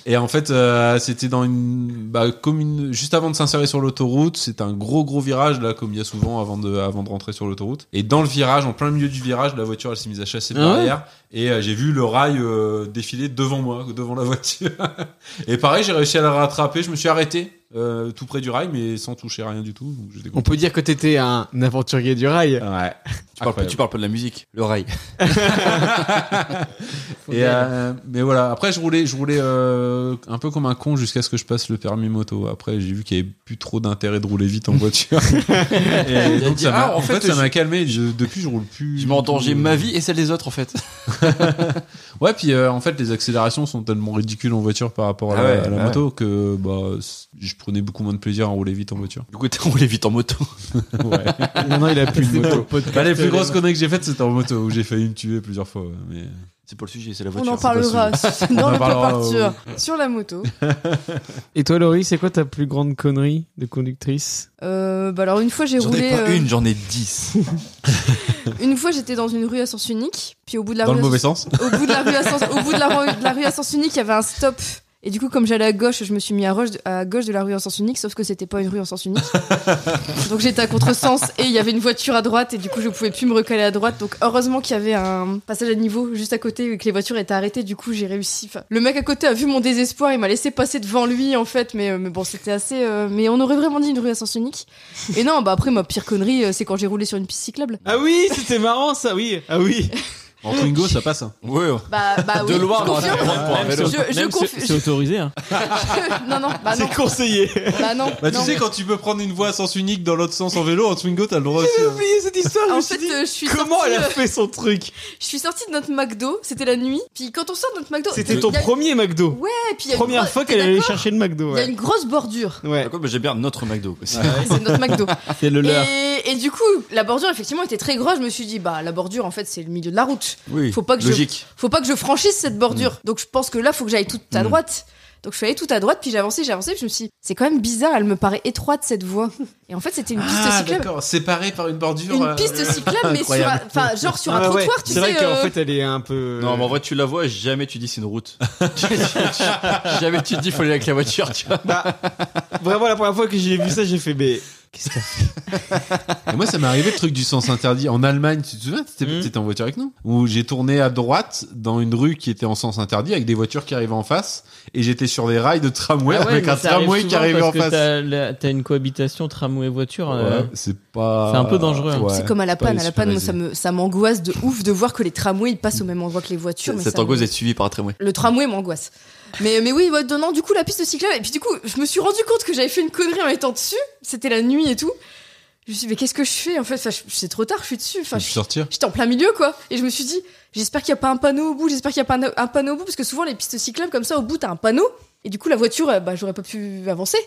et en fait, euh, c'était dans une, bah, comme une- juste avant de s'insérer sur l'autoroute, c'est un gros gros virage là, comme il y a souvent avant de, avant de rentrer sur l'autoroute. Et dans le virage, en plein milieu du virage, la voiture elle s'est mise à chasser Ah ouais derrière et euh, j'ai vu le rail euh, défiler devant moi, devant la voiture. et pareil, j'ai réussi à la rattraper. Je me suis arrêté euh, tout près du rail, mais sans toucher à rien du tout. Donc, j'étais On peut dire que t'étais un aventurier du rail. content. Ouais. Tu parles, pas, Incroyable. tu parles pas de la musique, le rail. Et euh, mais voilà, après je roulais, je roulais euh, un peu comme un con jusqu'à ce que je passe le permis moto. Après j'ai vu qu'il y avait plus trop d'intérêt de rouler vite en voiture. et donc dit, ça m'a, ah, en en fait, fait, ça je- m'a calmé. Je- depuis je roule plus. Je mets en danger ma vie et celle des autres en fait. Ouais, puis euh, en fait les accélérations sont tellement ridicules en voiture par rapport à la, Ah ouais, à la ouais. moto que bah c- je prenais beaucoup moins de plaisir à rouler vite en voiture. Du coup, t'as roulé vite en moto. Ouais. Non, il a plus de moto. Bah, les plus grosses conneries que j'ai faites c'était en moto où j'ai failli me tuer plusieurs fois. ouais, Mais C'est pas le sujet, c'est la On voiture. en parlera On dans en le parlera, pop euh, sur la moto. Et toi, Laurie, c'est quoi ta plus grande connerie de conductrice Euh, bah alors une fois j'ai J'en ai roulé, pas euh, une, j'en ai dix. une fois j'étais dans une rue à sens unique, puis au bout de la dans rue, le à mauvais sens- sens. au bout de la rue à sens, au bout de la, rue- de la rue à sens unique, il y avait un stop. Et du coup, comme j'allais à gauche, je me suis mis à, roche- à gauche de la rue en sens unique, sauf que c'était pas une rue en sens unique. donc j'étais à contresens et il y avait une voiture à droite et du coup je pouvais plus me recaler à droite. Donc heureusement qu'il y avait un passage à niveau juste à côté et que les voitures étaient arrêtées. Du coup j'ai réussi. Enfin, le mec à côté a vu mon désespoir, il m'a laissé passer devant lui en fait, mais, euh, mais bon c'était assez. euh, mais on aurait vraiment dit une rue à sens unique. Et non, bah après ma pire connerie, euh, c'est quand j'ai roulé sur une piste cyclable. Ah oui, c'était marrant ça, oui. Ah oui. En Twingo ça passe. hein. Ouais, Bah bah de oui. loin, je on aurait confirme. pu prendre pour un vélo. Je, je Même c'est- confirme. C'est autorisé. hein. non non, Ah bah non. C'est conseillé. Bah non. Bah tu non. sais quand tu peux prendre une voie à sens unique dans l'autre sens en vélo en Twingo t'as le droit aussi. hein. oublié cette histoire, En fait, euh, je suis Comment sortie, elle a euh, fait son truc je suis sortie de notre McDo, c'était la nuit. Puis quand on sort de notre McDo, C'était ton premier McDo. Première fois qu'elle allait chercher le McDo. Il y ouais. a une grosse bordure. Ouais. D'accord, mais j'ai Ah, bien notre McDo. quoi. C'est notre McDo. C'est le leur. et, et du coup, la bordure effectivement était très grosse. Je me suis dit, bah la bordure en fait c'est le milieu de la route. Oui, Faut pas que je- logique. Faut pas que je franchisse cette bordure. Mm. Donc je pense que là faut que j'aille toute à droite. Donc je suis allée toute à droite, puis j'ai avancé, j'ai avancé, puis je me suis dit, c'est quand même bizarre, elle me paraît étroite cette voie. Et en fait c'était une piste Ah, cyclable. d'accord, séparé par une bordure. Une euh, piste cyclable, mais sur un, Incroyable. enfin, genre sur un Ah ouais, trottoir, tu C'est vrai sais. qu'en euh, fait, elle est un peu. Non, mais en vrai, tu la vois, jamais tu dis c'est une route. jamais tu te dis faut aller avec la voiture, tu vois. Vraiment, la première fois que j'ai vu ça, j'ai fait mais. Et moi, ça m'est arrivé le truc du sens interdit. En Allemagne, tu te souviens, t'étais Hmm. Mm. t'étais en voiture avec nous Où j'ai tourné à droite dans une rue qui était en sens interdit avec des voitures qui arrivaient en face et j'étais sur des rails de tramway Ah ouais, avec mais un ça arrive tramway qui souvent arrivait parce en que face. t'as la- T'as une cohabitation tramway-voiture. euh, Ouais, c'est pas. c'est un peu dangereux, hein. Ouais, C'est comme à la pas panne. les À la panne, moi, ça super me, ça m'angoisse de ouf de voir que les tramways ils passent au même endroit que les voitures. mais Ça me- t'angoisse d'être suivi par un tramway. Le tramway m'angoisse. Mais, mais oui, ouais, non, non, du coup, la piste cyclable. Et puis, du coup, je me suis rendu compte que j'avais fait une connerie en étant dessus. C'était la nuit et tout. Je me suis dit, mais qu'est-ce que je fais En fait, Enfin, je- c'est trop tard, je suis dessus. Enfin, Tu peux je- sortir J'étais en plein milieu, quoi. Et je me suis dit, j'espère qu'il n'y a pas un panneau au bout, j'espère qu'il n'y a pas un, un panneau au bout, parce que souvent, les pistes cyclables, comme ça, au bout, t'as un panneau. Et du coup, la voiture, euh, bah, j'aurais pas pu avancer.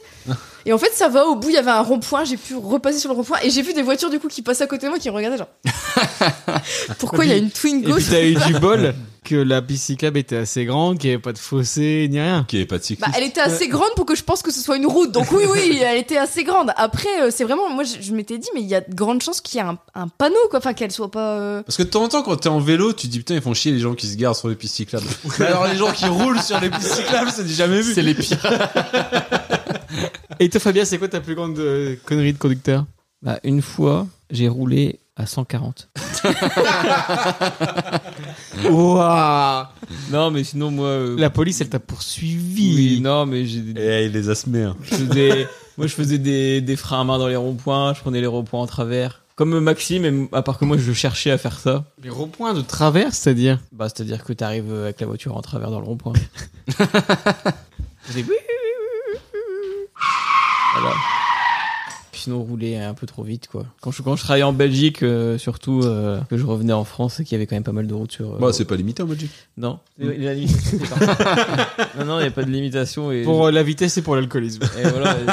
Et en fait, ça va, au bout, il y avait un rond-point, j'ai pu repasser sur le rond-point. Et j'ai vu des voitures, du coup, qui passaient à côté de moi, qui me regardaient, genre. Pourquoi il y a une Et Twingo puis, t'as eu du bol que la piste cyclable était assez grande, qu'il n'y avait pas de fossé, ni rien. Qui est pas de cycliste. Bah, elle était assez grande pour que je pense que ce soit une route. Donc oui, oui, elle était assez grande. Après, euh, c'est vraiment, moi, je, je m'étais dit, mais il y a de grandes chances qu'il y ait un, un panneau, quoi. Enfin, qu'elle soit pas. euh, Parce que de temps en temps, quand t'es en vélo, tu te dis putain, ils font chier les gens qui se garent sur les pistes cyclables. Mais alors les gens qui roulent sur les pistes cyclables, c'est jamais vu. C'est les pires. Et toi, Fabien, c'est quoi ta plus grande euh, connerie de conducteur Bah, une fois, j'ai roulé à 140. Ouah Non, mais sinon, moi. euh, La police, elle t'a poursuivi. oui, non, mais j'ai des- Et il les a semés. hein. je faisais- Moi, je faisais des, des freins à main dans les ronds-points, je prenais les ronds-points en travers. Comme Maxime, et à part que moi je cherchais à faire ça. Les ronds-points de travers, c'est-à-dire Bah, c'est-à-dire que t'arrives euh, avec la voiture en travers dans le rond-point. J'ai- voilà. Puis sinon, rouler un peu trop vite, quoi. Quand je, quand je travaillais en Belgique, euh, surtout euh, que je revenais en France et qu'il y avait quand même pas mal de routes sur. euh, Bah, c'est pas limité en Belgique. Non, la limitation, c'est parti. non, non, il n'y a pas de limitation. Et, Pour euh, la vitesse et pour l'alcoolisme. et voilà, et- De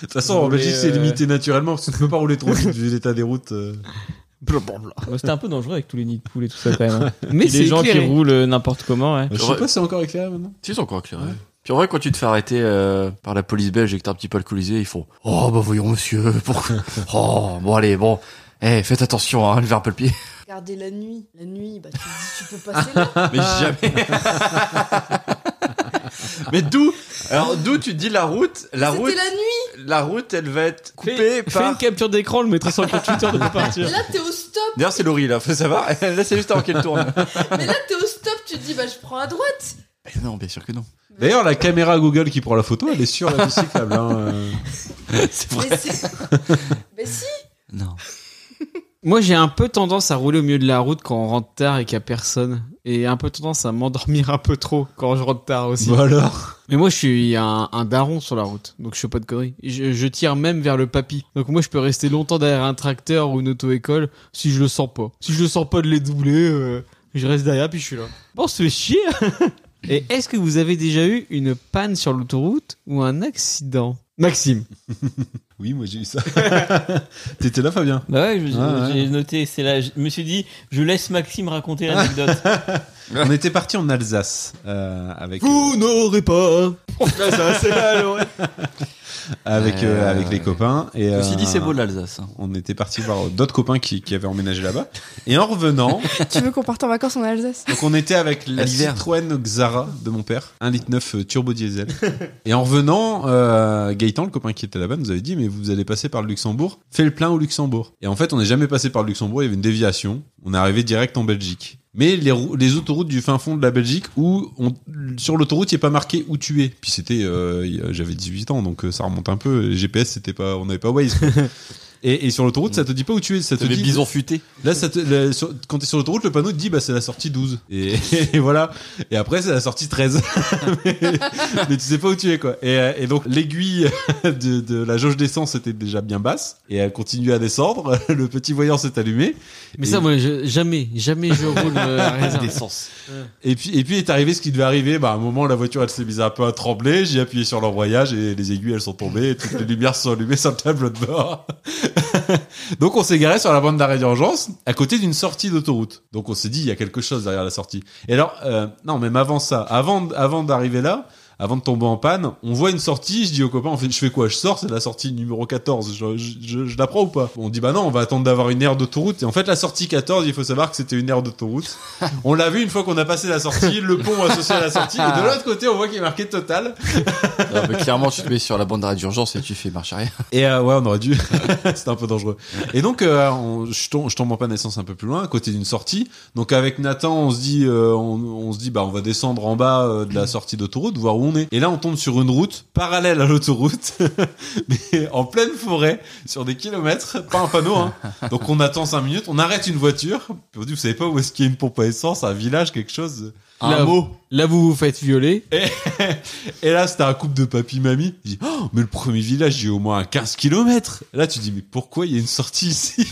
toute façon, en Rouler, Belgique, c'est euh, limité naturellement parce que tu peux pas rouler trop vite vu l'état des routes. euh. Bah, C'était un peu dangereux avec tous les nids de poules et tout ça quand même. hein. Mais Et les gens éclairé. qui roulent euh, n'importe comment. ouais. Je sais pas si c'est encore éclairé maintenant. Tu sais encore éclairé. Puis en vrai, quand tu te fais arrêter euh, par la police belge et que t'es un petit peu alcoolisé, ils font Oh bah voyons monsieur, pourquoi Oh bon allez, bon, eh faites attention, hein, levez un peu le pied. Regardez la nuit. La nuit, bah, tu te dis, tu peux passer là. Mais jamais Mais d'où Alors d'où tu dis la route La C'était route, la nuit. la route, elle va être coupée Fais, fais par. une capture d'écran, le mettra sur le compte Twitter de partir. Là, t'es au stop. D'ailleurs, c'est Laurie là, faut savoir. Là, c'est juste avant qu'elle tourne. Mais là, t'es au stop. Tu te dis, bah, je prends à droite. Eh non, bien sûr que non. D'ailleurs, la caméra Google qui prend la photo, elle est sur la piste cyclable. hein, euh. C'est Mais c'est. Mais si. Non. Moi, j'ai un peu tendance à rouler au milieu de la route quand on rentre tard et qu'il y a personne. Et un peu tendance à m'endormir un peu trop quand je rentre tard aussi. Bon alors. Mais moi, je suis un, un daron sur la route, donc je fais pas de conneries. Et Je, je tire même vers le papy. Donc moi, je peux rester longtemps derrière un tracteur ou une auto-école si je le sens pas. Si je le sens pas de les doubler, euh, je reste derrière puis je suis là. Bon, se fait chier. Et est-ce que vous avez déjà eu une panne sur l'autoroute ou un accident Maxime. Oui, moi j'ai eu ça. T'étais là, Fabien Bah ouais, je- j'ai Ah ouais. noté. C'est là, je me suis dit, je laisse Maxime raconter l'anecdote. On était parti en Alsace euh, avec euh, n'aurez pas. avec euh, Euh, avec les copains et Ceci dit, euh, c'est beau l'Alsace. hein. On était parti voir d'autres copains qui, qui avaient emménagé là-bas. Et en revenant, Tu veux qu'on parte en vacances en Alsace donc on était avec la À l'hiver. Citroën Xara de mon père, 1,9 litre euh, turbo diesel. Et en revenant, euh, Gaëtan, le copain qui était là-bas, nous avait dit mais vous allez passer par le Luxembourg, fais le plein au Luxembourg. Et en fait, on n'est jamais passé par le Luxembourg, il y avait une déviation. On est arrivé direct en Belgique. Mais les, rou- les autoroutes du fin fond de la Belgique où on, sur l'autoroute il n'est pas marqué où tu es. Puis c'était, euh, il y a- j'avais 18 ans donc euh, ça remonte un peu. Les GPS c'était pas, on n'avait pas Waze. quoi. Et, et sur l'autoroute, ça te dit pas où tu es. Ça te T'as des dit bisons futés. Là, ça te- le- sur- quand t'es sur l'autoroute, le panneau te dit bah c'est la sortie 12. Et, et voilà. Et après, c'est la sortie 13. mais, mais tu sais pas où tu es quoi. Et, euh, et donc l'aiguille de, de la jauge d'essence était déjà bien basse et elle continuait à descendre. Le petit voyant s'est allumé. Mais ça, moi, je- jamais, jamais je roule. euh, à Pas raison. d'essence. Et puis et puis est arrivé ce qui devait arriver. Bah à un moment, la voiture elle s'est mise un peu à trembler. J'ai appuyé sur l'embrayage et les aiguilles elles sont tombées. Et toutes les lumières se sont allumées sur le tableau de bord. donc on s'est garé sur la bande d'arrêt d'urgence à côté d'une sortie d'autoroute. Donc on s'est dit il y a quelque chose derrière la sortie. Et alors euh, non même avant ça, avant avant d'arriver là. Avant de tomber en panne, on voit une sortie, je dis au copain, on fait, je fais quoi Je sors, c'est la sortie numéro 14, je, je, je- je la prends ou pas On dit bah non, on va attendre d'avoir une aire d'autoroute. Et en fait la sortie 14, il faut savoir que c'était une aire d'autoroute. On l'a vu une fois qu'on a passé la sortie, le pont associé à la sortie, et de l'autre côté, on voit qu'il est marqué total. Non, mais clairement, tu te mets sur la bande d'arrêt d'urgence et tu fais marche arrière. Et euh, ouais, on aurait dû. C'était un peu dangereux. Et donc, euh, on- je, tombe, je tombe en panne d'essence un peu plus loin, à côté d'une sortie. Donc avec Nathan, on se dit, euh, on, on se dit, bah on va descendre en bas euh, de la sortie d'autoroute, voir où on est. Et là, on tombe sur une route parallèle à l'autoroute, mais en pleine forêt, sur des kilomètres, pas un panneau. Hein. Donc on attend cinq minutes, on arrête une voiture. Puis on dit, vous savez pas où est-ce qu'il y a une pompe à essence, un village, quelque chose, un Là- mot. Là, vous vous faites violer. Et là, c'était un couple de papy-mamie. Je dis, oh, mais le premier village, il y a au moins 15 km. Là, tu dis, mais pourquoi il y a une sortie ici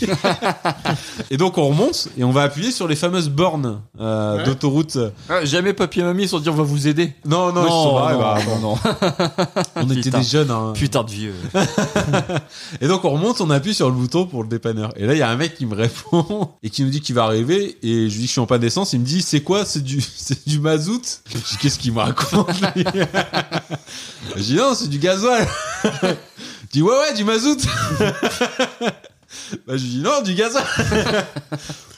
Et donc, on remonte et on va appuyer sur les fameuses bornes euh, d'autoroute. Ah, jamais papy et mamie sont dit on va vous aider. Non, non, ils se sont barrés, bah, on était Putain. des jeunes. hein. Putain de vieux. Et donc, on remonte, on appuie sur le bouton pour le dépanneur. Et là, il y a un mec qui me répond et qui nous dit qu'il va arriver. Et je lui dis que je suis en panne d'essence. Il me dit, c'est quoi C'est du, c'est du mazout Je dis, qu'est-ce qu'il me raconte lui Je dis, non, c'est du gasoil. Je dis, ouais, ouais, du mazout. Bah, je lui dis, non, du gasoil.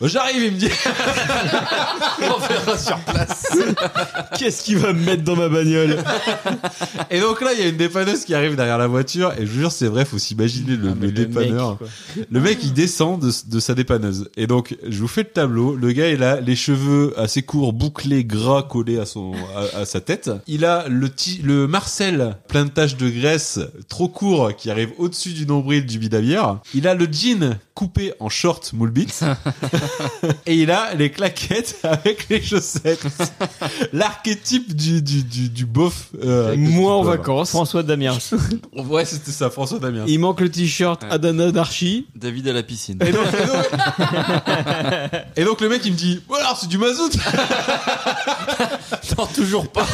Bah, J'arrive, il me dit. on verra sur place. Qu'est-ce qu'il va me mettre dans ma bagnole Et donc là, il y a une dépanneuse qui arrive derrière la voiture. Et je vous jure, c'est vrai, faut s'imaginer le, le dépanneur. Le mec, il descend de, de sa dépanneuse. Et donc, je vous fais le tableau. Le gars, il a les cheveux assez courts, bouclés, gras, collés à son, à, à sa tête. Il a le ti- le Marcel, plein de taches de graisse, trop court, qui arrive au-dessus du nombril du bidavière. Il a le jean coupé en short moule bits. et il a les claquettes avec les chaussettes. L'archétype du, du, du, du beauf. euh, que tu Moi en peux avoir. vacances. François Damien. Ouais, c'était ça, François Damien. Il manque le t-shirt Ouais. Adana d'Archie. David à la piscine. Et donc, et donc, et donc, le mec il me dit Voilà, alors c'est du mazout Non, toujours pas.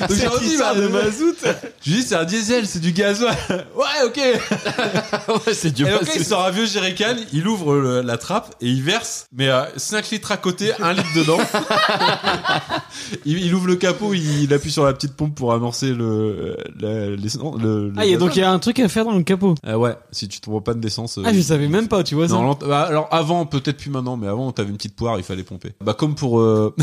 Donc, j'ai redit, bah, de mazout. Je lui dis c'est un diesel, c'est du gasoil. ouais, ok. ouais, c'est du Et donc là, mazout. il sort un vieux jerrycan, il ouvre le- la trappe et il verse, mais 5 litres à côté, 1 litre dedans. il, il ouvre le capot, il, il appuie sur la petite pompe pour amorcer le. la- l'essence- le- le- Ah, il y a donc il y a un truc à faire dans le capot. Euh, ouais, si tu trouves pas de d'essence. euh, Ah, je savais même pas, tu vois ça. normalement, t- bah, alors avant, peut-être plus maintenant, mais avant, t'avais une petite poire, il fallait pomper. Bah comme pour. euh,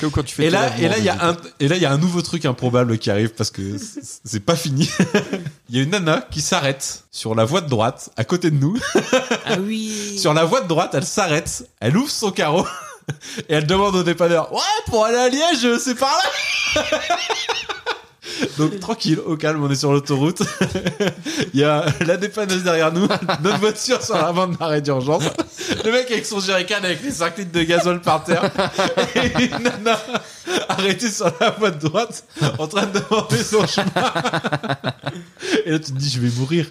Comme quand tu fais Et tes là, lavements, et là, il y a David. un, et là, il y a un nouveau truc improbable qui arrive parce que c- c'est pas fini. Il y a une nana qui s'arrête sur la voie de droite, à côté de nous. Ah oui. Sur la voie de droite, elle s'arrête, elle ouvre son carreau et elle demande au dépanneur Ouais, pour aller à Liège, c'est par là Donc tranquille, au calme, on est sur l'autoroute. Il y a la dépanneuse derrière nous, notre voiture sur la bande d'arrêt d'urgence, le mec avec son jerrycan avec les 5 litres de gazole par terre, et une nana arrêtée sur la voie de droite en train de demander son chemin. Et là tu te dis je vais mourir.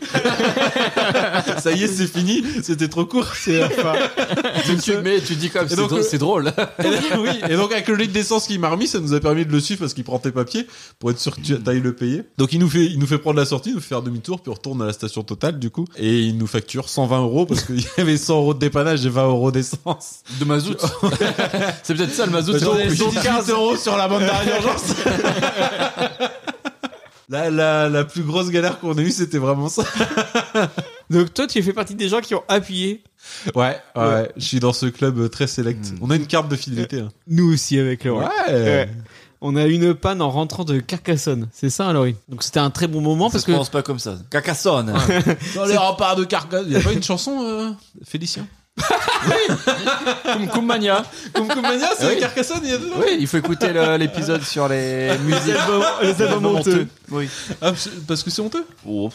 Ça y est, c'est fini, c'était trop court, c'est la fin. Donc, tu mets, tu dis quand même, Et c'est donc, drôle, euh, c'est drôle. Et donc, oui, et donc avec le litre d'essence qu'il m'a remis, ça nous a permis de le suivre parce qu'il prend tes papiers pour être sûr que tu ailles le payer. Donc il nous fait, il nous fait prendre la sortie, il nous fait faire demi-tour, puis on retourne à la station totale du coup. Et il nous facture 120 euros parce qu'il y avait 100 euros de dépannage et 20 euros d'essence. De mazout. Bah, c'est peut-être ça le mazout. c'est Donc, en plus. donc 15 euros sur la bande d'arrêt d'urgence. La, la, la plus grosse galère qu'on a eue, c'était vraiment ça. Donc toi, tu fais partie des gens qui ont appuyé. Ouais, ouais, je suis dans ce club euh, très select. Hmm. On a une carte de fidélité. hein. Nous aussi avec le Ouais. Ouais. On a une panne en rentrant de Carcassonne, c'est ça alors Donc c'était un très bon moment Ça parce se que prononce pas comme ça. Cacassonne. Dans les remparts de Carcassonne, y a pas une chanson, euh, Félicien Comme Kumbania. Comme Comania, Ah oui. Carcassonne, il y a dedans. Oui, il faut écouter le- l'épisode sur les musiques. Les albums honteux. Oui. Ah, parce- parce que c'est honteux. Bon.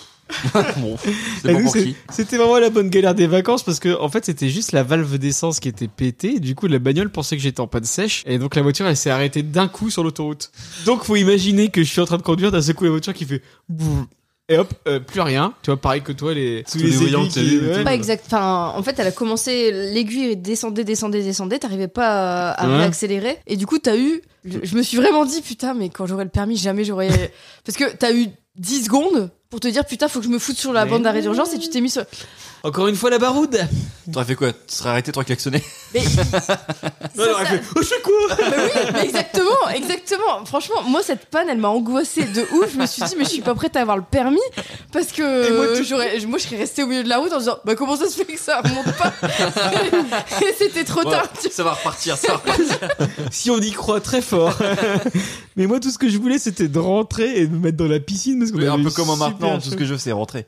Bon. Et C'est bon nous, pour c'est- qui C'était vraiment la bonne galère des vacances parce que en fait c'était juste la valve d'essence qui était pétée. Du coup la bagnole pensait que j'étais en panne sèche et donc la voiture elle s'est arrêtée d'un coup sur l'autoroute. Donc faut imaginer que je suis en train de conduire d'un seul coup la voiture qui fait boum. et hop euh, plus rien. Tu vois pareil que toi les tous les voyants aiguilles que t'as eu et ouais. tout. Pas exact. Enfin, en fait, elle a commencé, l'aiguille descendait, descendait, descendait. T'arrivais pas à Ouais. réaccélérer. Et du coup, t'as eu. Je, je me suis vraiment dit, putain, mais quand j'aurai le permis, jamais j'aurais. Parce que t'as eu 10 secondes pour te dire, putain, faut que je me foute sur la Mais bande d'arrêt d'urgence et tu t'es mis sur. Encore une fois, la baroude. T'aurais fait quoi Tu serais arrêté, t'aurais klaxonné Mais. Non, elle aurait fait, oh, je fais quoi Bah oui, mais exactement, exactement. Franchement, moi, cette panne, elle m'a angoissée de ouf. Je me suis dit, mais je suis pas prête à avoir le permis parce que Et moi, euh, tu- j'aurais- moi, je serais restée au milieu de la route en disant, bah comment ça se fait que ça remonte pas Et c'était trop Ouais, tard. tu Ça va repartir, ça va repartir. Si on y croit très fort. Mais moi tout ce que je voulais c'était de rentrer et de me mettre dans la piscine parce qu'on Oui, un avait peu eu comme un super maintenant, tout chaud. ce que je veux, c'est rentrer.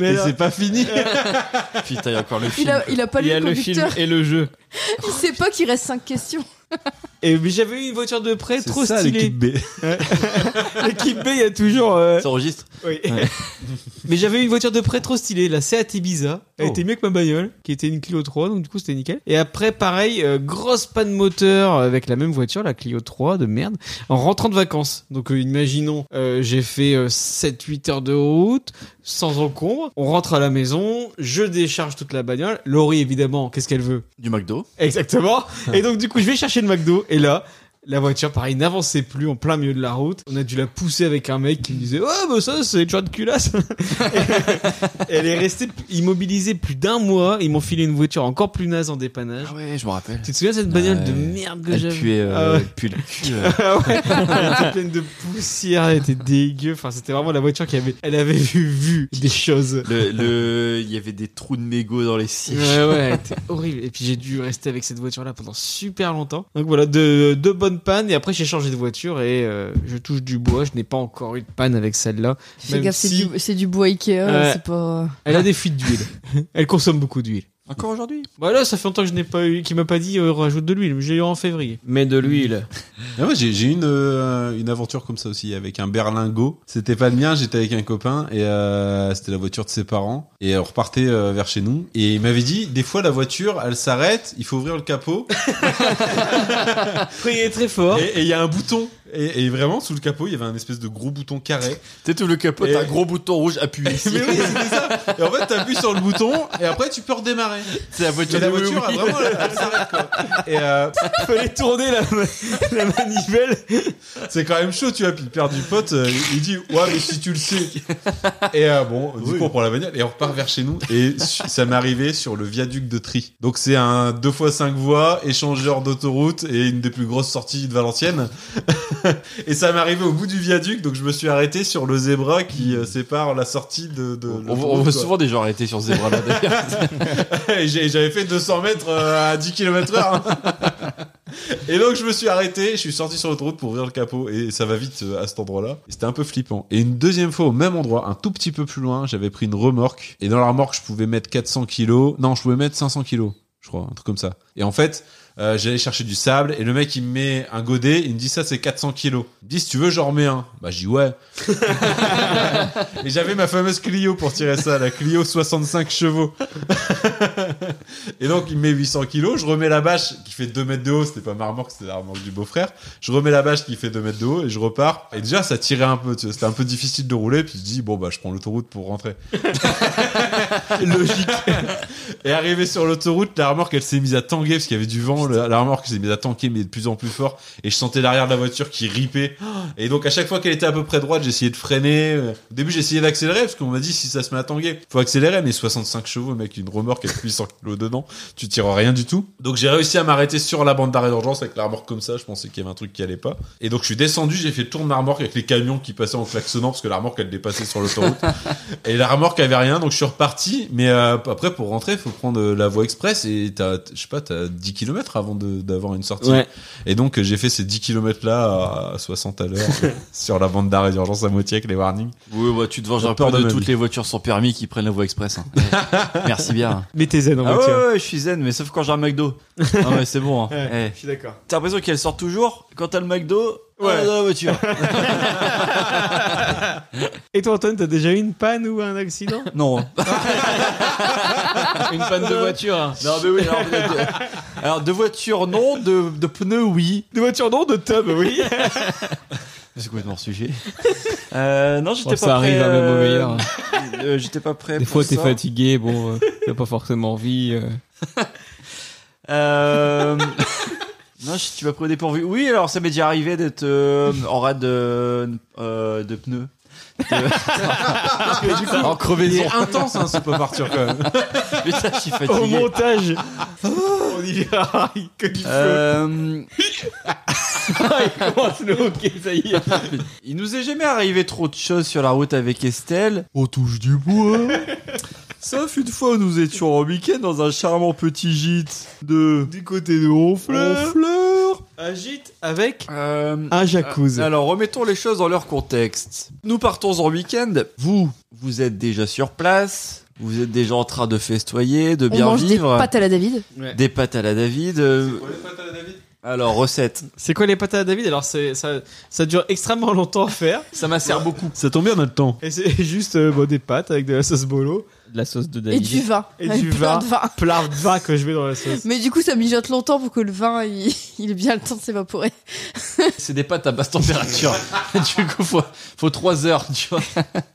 Mais Et alors, c'est pas fini. Putain, il y a encore le Il film. a, il a pas il lu y a le le film conducteur. et le jeu. Il sait pas qu'il reste cinq questions. Et mais j'avais eu une voiture de près trop ça, stylée. l'équipe B. L'équipe B, il y a toujours. euh, Ça enregistre Oui. Mais j'avais une voiture de près trop stylée, la Seat Ibiza. Elle Oh. était mieux que ma bagnole, qui était une Clio 3, donc du coup c'était nickel. Et après, pareil, euh, grosse panne moteur avec la même voiture, la Clio 3 de merde, en rentrant de vacances. Donc euh, imaginons, euh, j'ai fait 7-8 heures de route, sans encombre. On rentre à la maison, je décharge toute la bagnole. Laurie, évidemment, qu'est-ce qu'elle veut du McDo. Exactement. Et donc, du coup, je vais chercher le McDo. Et là, la voiture, pareil, n'avançait plus en plein milieu de la route. On a dû la pousser avec un mec qui me disait Oh, bah ça, c'est déjà de culasse. Et elle est restée immobilisée plus d'un mois. Ils m'ont filé une voiture encore plus naze en dépannage. Ah ouais, je me rappelle. Tu te souviens de cette bagnole de Ouais. merde que Elle j'avais puait, Ah euh, ouais. elle puait le cul. euh. Ah ouais, elle était pleine de poussière, elle était dégueu. Enfin, c'était vraiment la voiture qui avait, elle avait vu, vu des choses. Le, le- il y avait des trous de mégots dans les Ouais, sièges. ouais, elle était horrible. Et puis j'ai dû rester avec cette voiture-là pendant super longtemps. Donc voilà, deux deux bonnes pannes. Et après, j'ai changé de voiture et euh, je touche du bois. Je n'ai pas encore eu de panne avec celle-là. Fais Même gaffe, si- c'est du, c'est du bois Ikea, Ouais. c'est pas. Elle a des fuites d'huile. Elle consomme beaucoup d'huile. Encore aujourd'hui Bah là, ça fait longtemps que je n'ai pas eu, qu'il m'a pas dit euh, rajoute de l'huile. mais J'ai eu en février. Mais de l'huile. Ah ouais, j'ai j'ai eu une, euh, une aventure comme ça aussi avec un berlingot. C'était pas le mien, j'étais avec un copain et euh, c'était la voiture de ses parents. Et on repartait euh, vers chez nous. Et il m'avait dit, des fois la voiture, elle s'arrête, il faut ouvrir le capot. Priez très fort. Et et il y a un bouton. Et, et vraiment, sous le capot, il y avait un espèce de gros bouton carré. T'es tout le capot, Et- t'as un gros bouton rouge appuyé. Mais oui, c'était ça. Et en fait, t'appuies sur le bouton et après, tu peux redémarrer. C'est la voiture Et la de Wii Wii. voiture, elle, vraiment, elle, elle s'arrête quoi. Et euh, Fallait tourner la, la manivelle. C'est quand même chaud, tu vois. Puis le père du pote, euh, il dit Ouais, mais si tu le sais. Et euh, bon, du coup, on prend la bagnole et on repart vers chez nous. Et su- ça m'est arrivé sur le viaduc de Tri. Donc, c'est un 2x5 voies, échangeur d'autoroute et une des plus grosses sorties de Valenciennes. et ça m'est arrivé au bout du viaduc. Donc, je me suis arrêté sur le zébra qui euh, sépare la sortie de. de On, on l'autoroute, voit- on voit quoi. souvent des gens arrêtés sur ces bras-là. Et j'ai- J'avais fait 200 mètres euh, à 10 km heure. hein. Et donc je me suis arrêté, je suis sorti sur l'autoroute pour ouvrir le capot et ça va vite euh, à cet endroit-là. Et C'était un peu flippant. Et une deuxième fois au même endroit, un tout petit peu plus loin, j'avais pris une remorque et dans la remorque je pouvais mettre 400 kilos. Non, je pouvais mettre 500 kilos, je crois, un truc comme ça. Et en fait, euh, j'allais chercher du sable et le mec il me met un godet, il me dit ça c'est 400 kilos. Il me dit si tu veux j'en remets un. Bah je dis ouais. et j'avais ma fameuse Clio pour tirer ça, la Clio 65 chevaux. Et donc, il met 800 kilos. Je remets la bâche qui fait 2 mètres de haut. C'était pas ma remorque, c'était la remorque du beau-frère. Je remets la bâche qui fait 2 mètres de haut et je repars. Et déjà, ça tirait un peu. tu vois, C'était un peu difficile de rouler. Puis je dis, bon, bah, je prends l'autoroute pour rentrer. Logique. Et arrivé sur l'autoroute, la remorque, elle s'est mise à tanguer parce qu'il y avait du vent. La, la remorque s'est mise à tanguer, mais de plus en plus fort. Et je sentais l'arrière de la voiture qui ripait. Et donc, à chaque fois qu'elle était à peu près droite, j'essayais de freiner. Au début, j'essayais d'accélérer parce qu'on m'a dit, si ça se met à tanguer, faut accélérer. Mais 65 chevaux, mec, une remorque avec 800 kilos dedans tu tires rien du tout. Donc j'ai réussi à m'arrêter sur la bande d'arrêt d'urgence avec la remorque comme ça, je pensais qu'il y avait un truc qui allait pas. Et donc je suis descendu, j'ai fait le tour de ma remorque avec les camions qui passaient en klaxonnant parce que la remorque elle dépassait sur l'autoroute. et la remorque avait rien, donc je suis reparti. Mais euh, après pour rentrer, faut prendre euh, la voie express et t'as, je sais pas, t'as 10 km avant de- d'avoir une sortie. Ouais. Et donc euh, j'ai fait ces 10 km là à 60 à l'heure sur la bande d'arrêt d'urgence à moitié avec les warnings. Oui, bah, tu te venges J'ai un peu peur de de ma toutes vie. les voitures sans permis qui prennent la voie express. hein. Ouais. Merci bien. Mais tes aides en Ah ouais, voiture. ouais, ouais, je suis zen, mais sauf quand j'ai un McDo. Non, mais c'est bon. hein. Eh. Je suis d'accord. T'as l'impression qu'elle sort toujours quand t'as le McDo Ouais. ouais. dans la voiture. Et toi, Antoine, t'as déjà eu une panne ou un accident non. Une panne de voiture. hein. Non, mais oui. Alors, de, alors, de voiture, non. De, de pneus, oui. De voiture, non, de tub, oui. C'est complètement hors sujet. Euh, non, j'étais Oh, pas ça prêt. arrive, hein, même au meilleur. euh, J'étais pas prêt. Des pour fois, t'es ça. fatigué, bon, euh, t'as pas forcément envie. euh. Euh... non, je- tu m'as pris au dépourvu. Oui, alors ça m'est déjà arrivé d'être euh, en rade euh, euh, de pneus. De- en crevaison. Intense hein, ce pop Arthur quand même. Putain, je suis Au fatigué. montage On y verra que du feu. Euh, Il commence le hockey, ça y est. il nous est jamais arrivé trop de choses sur la route avec Estelle. On touche du bois. Sauf une fois où nous étions en week-end dans un charmant petit gîte de... Du côté de Honfleur. fleurs. Agite avec Euh, un jacuzzi. Euh, Alors remettons les choses dans leur contexte. Nous partons en week-end. Vous, vous êtes déjà sur place. Vous êtes déjà en train de festoyer, de On bien mange vivre. des pâtes à la David. Des pâtes à la David. euh, Alors recette. C'est quoi les pâtes à David Alors c'est- ça, ça dure extrêmement longtemps à faire. Ça m'assert beaucoup. Ça tombe bien notre temps. Et c'est juste euh, bon, des pâtes avec de la sauce bolo, De la sauce de Et David. du vin. Et Avec du plein vin. de vin. plein de vin que je mets dans la sauce. Mais du coup, ça mijote longtemps pour que le vin, il, il ait bien le temps de s'évaporer. C'est des pâtes à basse température. du coup, faut, faut 3 heures, tu vois.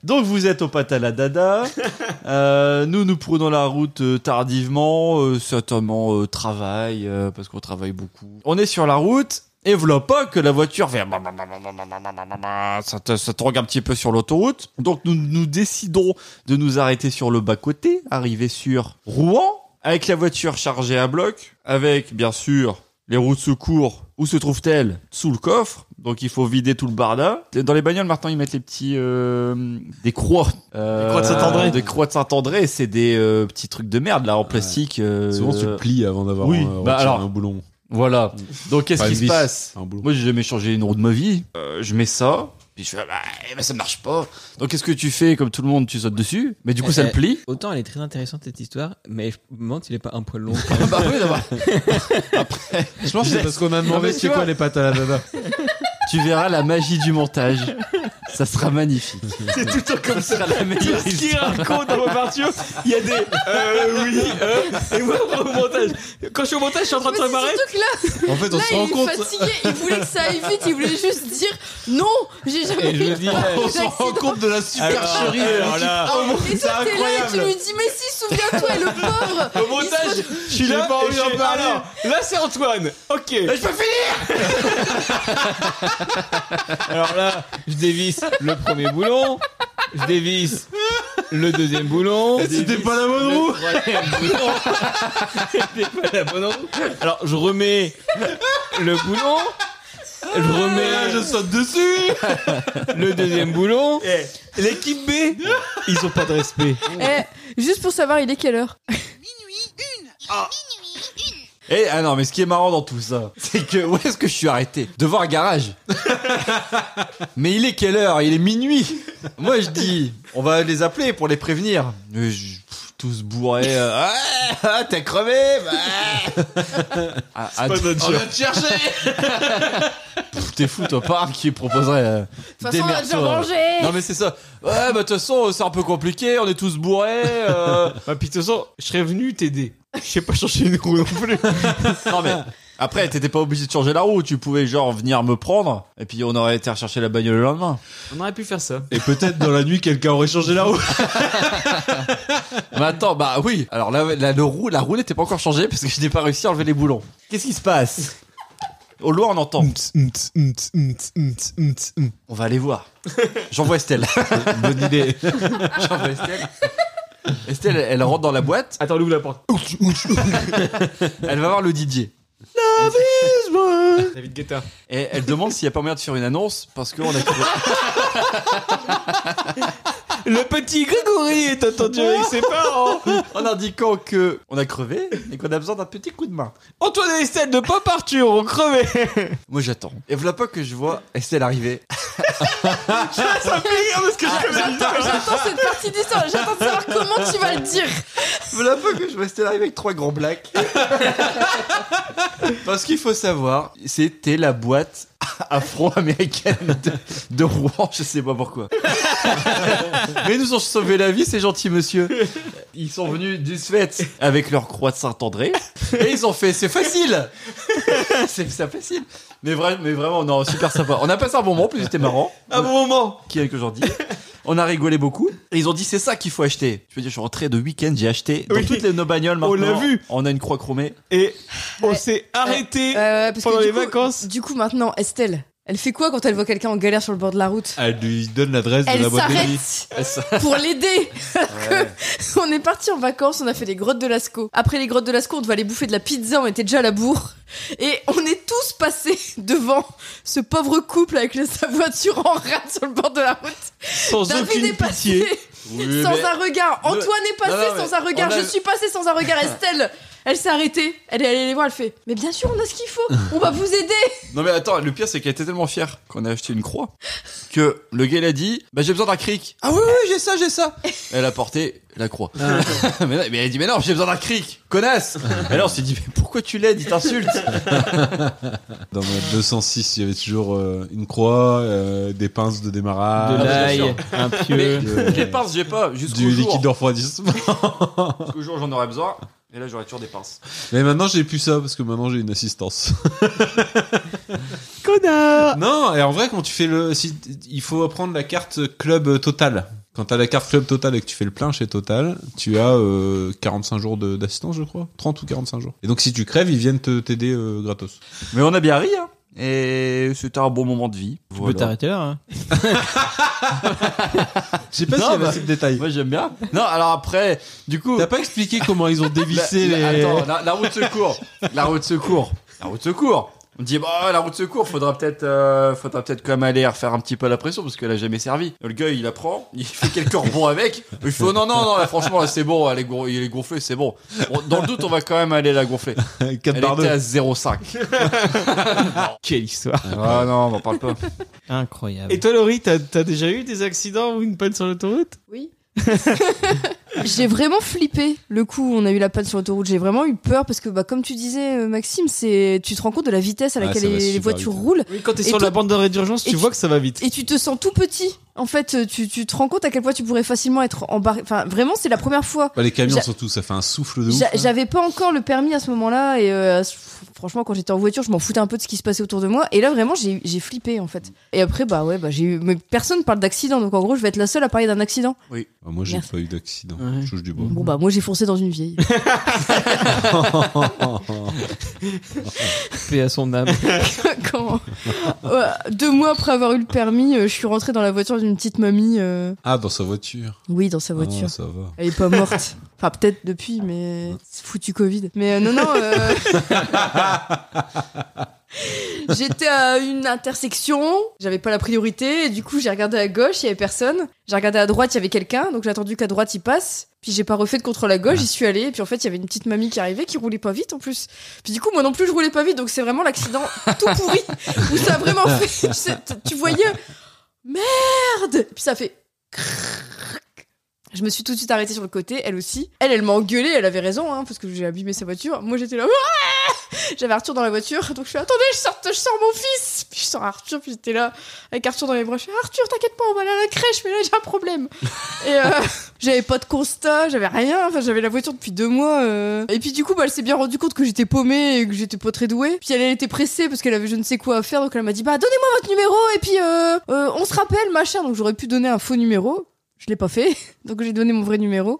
Donc, vous êtes aux pâtes à la dada. Euh, nous, nous prenons la route euh, tardivement, euh, certainement euh, travail, euh, parce qu'on travaille beaucoup. On est sur la route. Et voilà pas que la voiture fait... Ça, te- ça tangue un petit peu sur l'autoroute. Donc nous nous décidons de nous arrêter sur le bas-côté, arriver sur Rouen, avec la voiture chargée à bloc, avec bien sûr les roues de secours, où se trouvent-elles Sous le coffre. Donc il faut vider tout le barda. Dans les bagnoles, maintenant, ils mettent les petits... euh, des croix. Euh, Des croix de Saint-André. Des croix de Saint-André. C'est des euh, petits trucs de merde, là, en plastique. euh, Souvent tu le plies avant d'avoir oui, euh, bah retiré alors. un boulon. Voilà. Donc qu'est-ce Pas qui une se vis, passe un boulon. Moi, j'ai jamais changé une roue de ma vie. Euh, je mets ça. Puis je fais, ah bah, eh ben, ça marche pas. Donc qu'est-ce que tu fais Comme tout le monde, tu sautes dessus. Mais du coup, ça le plie. Autant elle est très intéressante cette histoire, mais je me demande s'il est pas un poil long. Ah bah oui, d'abord. Je pense que c'est parce qu'on a demandé c'est quoi les pâtes à la nana. tu verras la magie du montage. Ça sera magnifique. C'est tout le temps comme ça. sera la meilleure Ce qui raconte dans mon parture, il y a des euh, oui, euh, et moi au montage. Quand je suis au montage, je suis en train de Mais c'est préparer. surtout que là, En fait, on là se rend il compte. est fatigué, il voulait que ça aille vite, il voulait juste dire non, j'ai jamais eu de On se rend compte de la supercherie. Alors là, Ah, et toi, t'es là et tu lui dis, mais si, souviens-toi, et le pauvre au montage, je suis là. J'ai pas et envie je d'en fais, parler. alors, là, c'est Antoine. Ok. Alors là, je dévisse le premier boulon, je dévisse le deuxième boulon. C'était pas la bonne roue. Alors je remets le boulon, je remets Ah, Je saute dessus. Eh. le deuxième boulon. L'équipe B, ils ont pas de respect. Eh, Juste pour savoir, il est quelle heure Minuit une. Il est minuit une. Et ah non, mais ce qui est marrant dans tout ça, c'est que où est-ce que je suis arrêté Devant un garage. mais il est quelle heure Il est minuit. Moi je dis, on va les appeler pour les prévenir. Mais je- pff, tous bourrés. euh, Ah, ah, t'es crevé. bah. Ah, Pas ah, notre on jeu. va te chercher. Pff, t'es fou toi, par qui proposerait euh, De toute façon, on a déjà démerde-toi. mangé euh. Non mais c'est ça. Ouais, bah de toute façon, c'est un peu compliqué. On est tous bourrés. euh, Bah, puis de toute façon, je serais venu t'aider. Je sais pas changer une roue non plus. Non mais après t'étais pas obligé de changer la roue, tu pouvais genre venir me prendre et puis on aurait été rechercher la bagnole le lendemain. On aurait pu faire ça. Et peut-être dans la nuit, quelqu'un aurait changé la roue. Mais attends bah oui, alors la, la, le roue, la roue n'était pas encore changée parce que je n'ai pas réussi à enlever les boulons. Qu'est-ce qui se passe Au loin on entend. On va aller voir. J'envoie Estelle. Bonne idée. J'envoie Estelle. Estelle, elle, elle rentre dans la boîte, Attends, on ouvre la porte. elle va voir le Didier. David Guetta. Et elle demande s'il n'y a pas moyen de faire une annonce parce qu'on a Le petit Grégory est attendu avec ses parents. en indiquant que on a crevé et qu'on a besoin d'un petit coup de main. Antoine et Estelle de Pop Arthur ont crevé. Moi j'attends. Et voilà pas que je vois Estelle arriver. Ah, Ça me fait rire parce que je connais J'attends j'attends cette partie d'histoire, j'attends de savoir comment tu vas le dire Voilà pas que je vois Estelle arriver avec trois grands blacks. Parce qu'il faut savoir, c'était la boîte afro-américaine de, de Rouen, je sais pas pourquoi. Mais ils nous ont sauvé la vie ces gentils monsieur. Ils sont venus du fait avec leur croix de Saint-André et ils ont fait c'est facile. C'est c'est facile. Mais, vra- mais vraiment non, super sympa. On a passé un bon moment, en plus c'était marrant. un bon moment. qui avec aujourd'hui. On a rigolé beaucoup. Et ils ont dit c'est ça qu'il faut acheter. Je veux dire, je suis rentré de week-end, j'ai acheté dans Oui. toutes les nos bagnoles maintenant. On l'a vu. On a une croix chromée. Et on Ouais. s'est arrêté. Euh, parce Pendant que du les coup- vacances. Du coup, maintenant, Estelle, elle fait quoi quand elle voit quelqu'un en galère sur le bord de la route Elle lui donne l'adresse de la Elle boîte de nuit. s'arrête pour l'aider. on est parti en vacances, on a fait les grottes de Lascaux. Après les grottes de Lascaux, on devait aller bouffer de la pizza, on était déjà à la bourre. Et on est tous passés devant ce pauvre couple avec sa voiture en rade sur le bord de la route. Sans David est aucune passé pitié. Oui, sans mais- un regard. Non, Antoine est passé non, mais sans un regard. on a- Je suis passée sans un regard. Estelle, elle s'est arrêtée. Elle est allée les voir, elle fait Mais bien sûr, on a ce qu'il faut. On va vous aider. Non mais attends, le pire c'est qu'elle était tellement fière qu'on a acheté une croix que le gars il a dit bah j'ai besoin d'un cric. Ah oui oui j'ai ça j'ai ça. Elle a porté la croix. Ah. mais, non, mais elle a dit mais non j'ai besoin d'un cric connasse. Et là on s'est dit mais pourquoi tu l'aides il t'insulte. Dans ma 206, il y avait toujours euh, une croix, euh, des pinces de démarrage, Ah, Ah, de l'ail, bien un pieu. euh, Les pinces j'ai pas jusqu'au du liquide jour. de refroidissement. Jusqu'au jour j'en aurais besoin. Et là j'aurais toujours des pinces. Mais maintenant, j'ai plus ça parce que maintenant, j'ai une assistance. Connard. Non, et en vrai, quand tu fais le. Si, il faut prendre la carte club total. Quand t'as la carte club total et que tu fais le plein chez Total, tu as euh, 45 jours de- d'assistance, je crois. 30 ou 45 jours. Et donc, si tu crèves, ils viennent te- t'aider euh, gratos. Mais on a bien ri, hein. Et c'était un bon moment de vie. Tu peux t'arrêter là. hein. Je sais pas Non, s'il y avait bah, assez de détails. Moi j'aime bien. Non, alors après, du coup. bah, T'as pas expliqué comment ils ont dévissé la- les. la- Attends, la, la route de secours. La route de secours. La route de secours. On dit bah la route de secours, faudra peut-être, euh, faudra peut-être quand même aller refaire un petit peu la pression parce qu'elle a jamais servi. Le gars il la prend, il fait quelques rebonds avec. Il fait oh, non non non, là, franchement là, c'est bon, elle est, gon- il est gonflée, c'est bon. Bon, Dans le doute on va quand même aller la gonfler. 4 Elle barres était de. à 0,5. Quelle histoire. ah non, on en parle pas. Incroyable. Et toi, Laurie, t'as as déjà eu des accidents ou une panne sur l'autoroute Oui. j'ai vraiment flippé le coup où on a eu la panne sur l'autoroute. J'ai vraiment eu peur parce que, bah, comme tu disais, euh, Maxime, c'est tu te rends compte de la vitesse à Ah, laquelle ça va les, les super voitures vite. roulent Oui, quand t'es Et sur toi- la bande d'arrêt d'urgence, tu et tu- vois que ça va vite. et tu te sens tout petit. En fait, tu, tu te rends compte à quel point tu pourrais facilement être embarqué. Enfin, vraiment, c'est la première fois. Bah, les camions J'a- surtout, ça fait un souffle de ouf. hein. J'a- J'avais pas encore le permis à ce moment-là et euh, f- franchement quand j'étais en voiture je m'en foutais un peu de ce qui se passait autour de moi et là vraiment j'ai j'ai flippé en fait et après bah ouais bah j'ai eu mais personne parle d'accident donc en gros je vais être la seule à parler d'un accident Ah, moi, j'ai Merci. pas eu d'accident. Ouais. Je touche du bois. bon bah moi j'ai foncé dans une vieille Paix à son âme. quand Ouais, deux mois après avoir eu le permis euh, je suis rentrée dans la voiture d'une petite mamie euh, Ah, dans sa voiture. oui dans sa Ah, voiture ça va. elle est pas morte enfin peut-être depuis mais c'est foutu Covid mais euh, non non euh, J'étais à une intersection, j'avais pas la priorité, et du coup j'ai regardé à gauche, il y avait personne. J'ai regardé à droite, il y avait quelqu'un, donc j'ai attendu qu'à droite il passe. Puis j'ai pas refait de contrôle à gauche, j'y suis allée, et puis en fait il y avait une petite mamie qui arrivait qui roulait pas vite en plus. Puis du coup moi non plus je roulais pas vite, donc c'est vraiment l'accident tout pourri où ça a vraiment fait. Tu, sais, t- tu voyais merde Puis ça fait. crrrrrrrrc. Je me suis tout de suite arrêtée sur le côté, elle aussi. Elle, elle m'a engueulée, elle avait raison, hein, parce que j'ai abîmé sa voiture. Moi j'étais là. J'avais Arthur dans la voiture, donc je fais attendez, je sors, je sors mon fils. Puis je sors Arthur, puis j'étais là avec Arthur dans les bras. Je fais Arthur, t'inquiète pas, on va aller à la crèche, mais là j'ai un problème. et euh, j'avais pas de constat, j'avais rien. Enfin, j'avais la voiture depuis deux mois. euh. Et puis du coup, bah, elle s'est bien rendue compte que j'étais paumée et que j'étais pas très douée. Puis elle, elle était pressée parce qu'elle avait je ne sais quoi à faire, donc elle m'a dit bah donnez-moi votre numéro et puis euh, euh, on se rappelle machin. Donc j'aurais pu donner un faux numéro. Je l'ai pas fait, donc j'ai donné mon vrai numéro.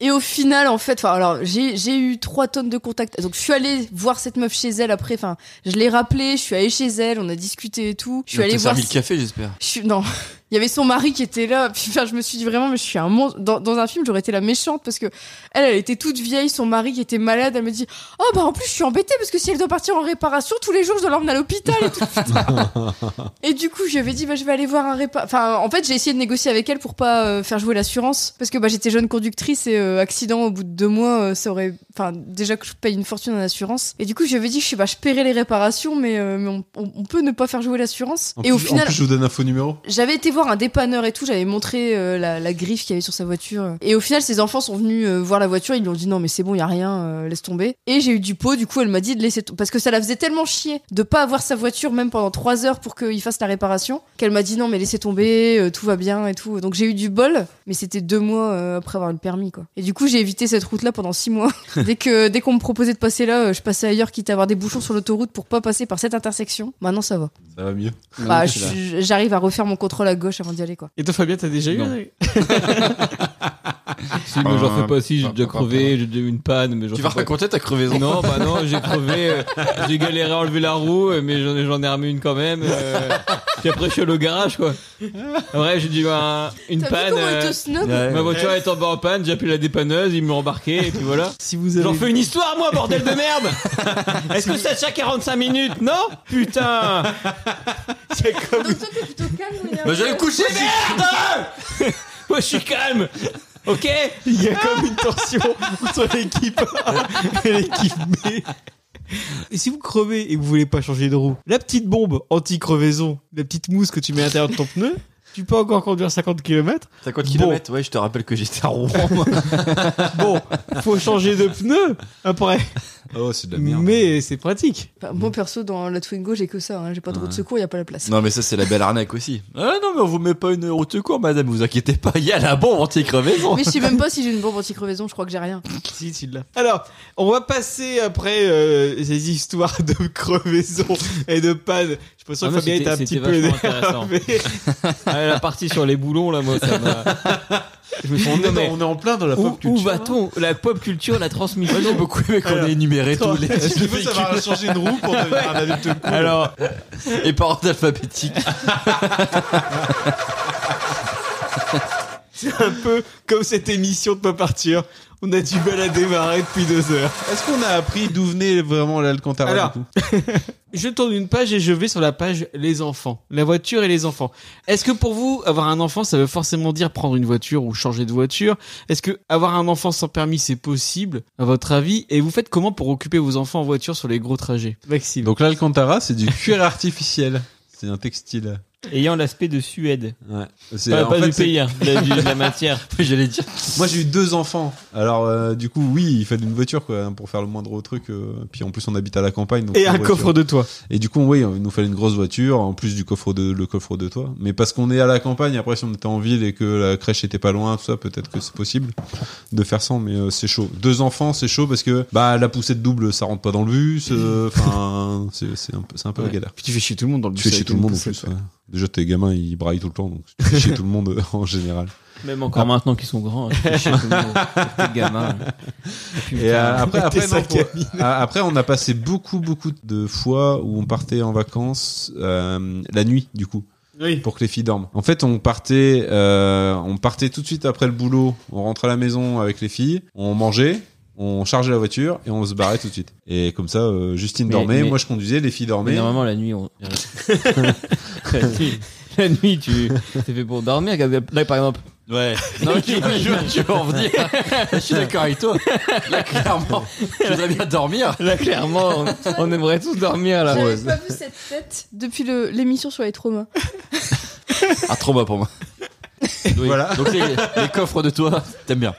Et au final, en fait, enfin, alors j'ai j'ai eu trois tonnes de contacts. Donc je suis allée voir cette meuf chez elle après. Enfin, je l'ai rappelée, je suis allée chez elle, on a discuté et tout. Je suis allée voir. servi le si- café, j'espère. je suis- Non, il y avait son mari qui était là. Puis enfin, je me suis dit vraiment, mais je suis un monstre. Dans, dans un film, j'aurais été la méchante parce que elle, elle était toute vieille, son mari qui était malade. Elle me dit, oh bah en plus, je suis embêtée parce que si elle doit partir en réparation tous les jours, je dois l'emmener à l'hôpital et tout. et du coup, je lui avais dit, bah je vais aller voir un répa. Enfin, en fait, j'ai essayé de négocier avec elle pour pas euh, faire jouer l'assurance parce que bah j'étais jeune conductrice et euh, accident au bout de deux mois, euh, ça aurait. Enfin, déjà que je paye une fortune en assurance. Et du coup, je lui avais dit, je suis bah je paierai les réparations, mais, euh, mais on, on- on peut ne pas faire jouer l'assurance. En Et au plus- final, En plus, je vous donne un faux numéro. j'avais été voir un dépanneur et tout, j'avais montré euh, la, la griffe qu'il y avait sur sa voiture. Et au final, ses enfants sont venus euh, voir la voiture, ils lui ont dit non mais c'est bon, y a rien, euh, laisse tomber. Et j'ai eu du pot, du coup elle m'a dit de laisser tomber. Parce que ça la faisait tellement chier de pas avoir sa voiture même pendant trois heures pour qu'il fasse la réparation, qu'elle m'a dit non mais laissez tomber, euh, tout va bien et tout. Donc j'ai eu du bol, mais c'était deux mois euh, après avoir eu le permis quoi. Et du coup j'ai évité cette route-là pendant six mois. dès que dès qu'on me proposait de passer là, euh, je passais ailleurs quitte à avoir des bouchons sur l'autoroute pour pas passer par cette intersection. Maintenant ça va. Ça va mieux. Bah, je- j'arrive à refaire mon contrôle à gauche avant d'y aller, quoi. Et toi, Fabien, t'as déjà eu Non. un- Si, mais j'en fais pas si, j'ai déjà crevé, j'ai déjà eu une panne, mais j'en Tu fais vas pas. raconter ta crevaison. Non, bah non, j'ai crevé, euh, j'ai galéré à enlever la roue, euh, mais j'en ai- j'en ai remis une quand même. euh, puis après, je suis allé au garage, quoi. Après, j'ai dû un- une T'as vu panne. comment il euh, te snob Bah, Ouais. Bah, ma voiture est tombée en panne, j'ai appelé la dépanneuse, ils m'ont embarqué, et puis voilà. Si vous J'en avez fais une histoire, moi, bordel de merde Est-ce que ça tient 45 minutes Non Putain Donc toi, t'es plutôt calme, mais... Bah, j'allais me coucher, merde Moi, je suis calme Ok Il y a comme une tension entre l'équipe A et l'équipe B. Et si vous crevez et que vous voulez pas changer de roue, la petite bombe anti-crevaison, la petite mousse que tu mets à l'intérieur de ton pneu, tu peux encore conduire 50 km. T'as quoi de kilomètres Ouais, je te rappelle que j'étais à Rouen. Bon, faut changer de pneu après. Oh, c'est de la merde. Mais c'est pratique. Enfin, Bah, moi, perso, dans la Twingo, j'ai que ça. hein. J'ai pas de roue de secours, y a pas la place. Non, mais ça, c'est la belle arnaque aussi. Ah non, mais on vous met pas une route de cours, madame, vous inquiétez pas, il y a la bombe anti-crevaison. Mais je sais même pas si j'ai une bombe anti-crevaison, je crois que j'ai rien. Si, tu l'as. Alors, on va passer après euh, ces histoires de crevaison et de panne. Je pense que Ah non, Fabien était c'était- un petit c'était peu vachement intéressant. énervé. Ah, La partie sur les boulons, là, moi, ça m'a... Je me suis dit, non, mais est en plein dans la où, où va-t-on La pop culture, la transmission... Moi, j'ai beaucoup aimé qu'on ait énuméré tous les Est-ce qu'il faut savoir changer une roue pour devenir un adulte cool Alors, et par ordre alphabétique. C'est un peu comme cette émission de pas partir. On a du mal à démarrer depuis deux heures. Est-ce qu'on a appris d'où venait vraiment l'Alcantara Alors, du coup Je tourne une page et je vais sur la page les enfants, la voiture et les enfants. Est-ce que pour vous avoir un enfant ça veut forcément dire prendre une voiture ou changer de voiture Est-ce que avoir un enfant sans permis c'est possible à votre avis Et vous faites comment pour occuper vos enfants en voiture sur les gros trajets Maxime. Donc l'Alcantara, c'est du cuir artificiel. C'est un textile. Ayant l'aspect de Suède. C'est- Pas, en pas fait, du c'est- pays, hein, de, la- du- de la matière. J'allais dire. Moi j'ai eu deux enfants. Alors euh, du coup oui, il fallait une voiture quoi hein, pour faire le moindre truc. euh, Puis en plus on habite à la campagne. Donc Et une un voiture. coffre de toit. Et du coup oui, il nous fallait une grosse voiture en plus du coffre de le coffre de toit. Mais parce qu'on est à la campagne, après si on était en ville et que la crèche était pas loin, tout ça, peut-être que c'est possible de faire sans. Mais euh, c'est chaud. Deux enfants, c'est chaud parce que bah la poussette double, ça rentre pas dans le bus. euh, Enfin c'est c'est un peu c'est un peu la galère. Puis tu fais chier tout le monde dans le Tu bus fais chez avec tout le une monde en poussette, plus. ouais. Déjà tes gamins ils braillent tout le temps donc tu fais chier tout le monde euh, en général. Même encore maintenant qu'ils sont grands, je fais chier tout le monde. T'es gamin. Putain. Et euh, après, après, T'es non, sale faut- a- après, on a passé beaucoup, beaucoup de fois où on partait en vacances euh, la nuit, du coup, Oui. pour que les filles dorment. En fait, on partait, euh, on partait tout de suite après le boulot. On rentrait à la maison avec les filles, on mangeait. On chargeait la voiture et on se barrait tout de suite. Et comme ça, euh, Justine Mais- dormait, mais- moi je conduisais, les filles Mais dormaient. normalement, la nuit, on. la, nuit, la nuit, tu. T'es fait pour dormir. Là, par exemple. Ouais. Non, je, je, je veux en venir. Je suis d'accord avec toi. Là, clairement, je voudrais bien dormir. Là, clairement, on, on aimerait tous dormir, là. J'avais pas vu cette tête depuis le- l'émission sur les traumas. Ah, trop bas pour moi. Voilà. Donc, les, les coffres de toi, t'aimes bien.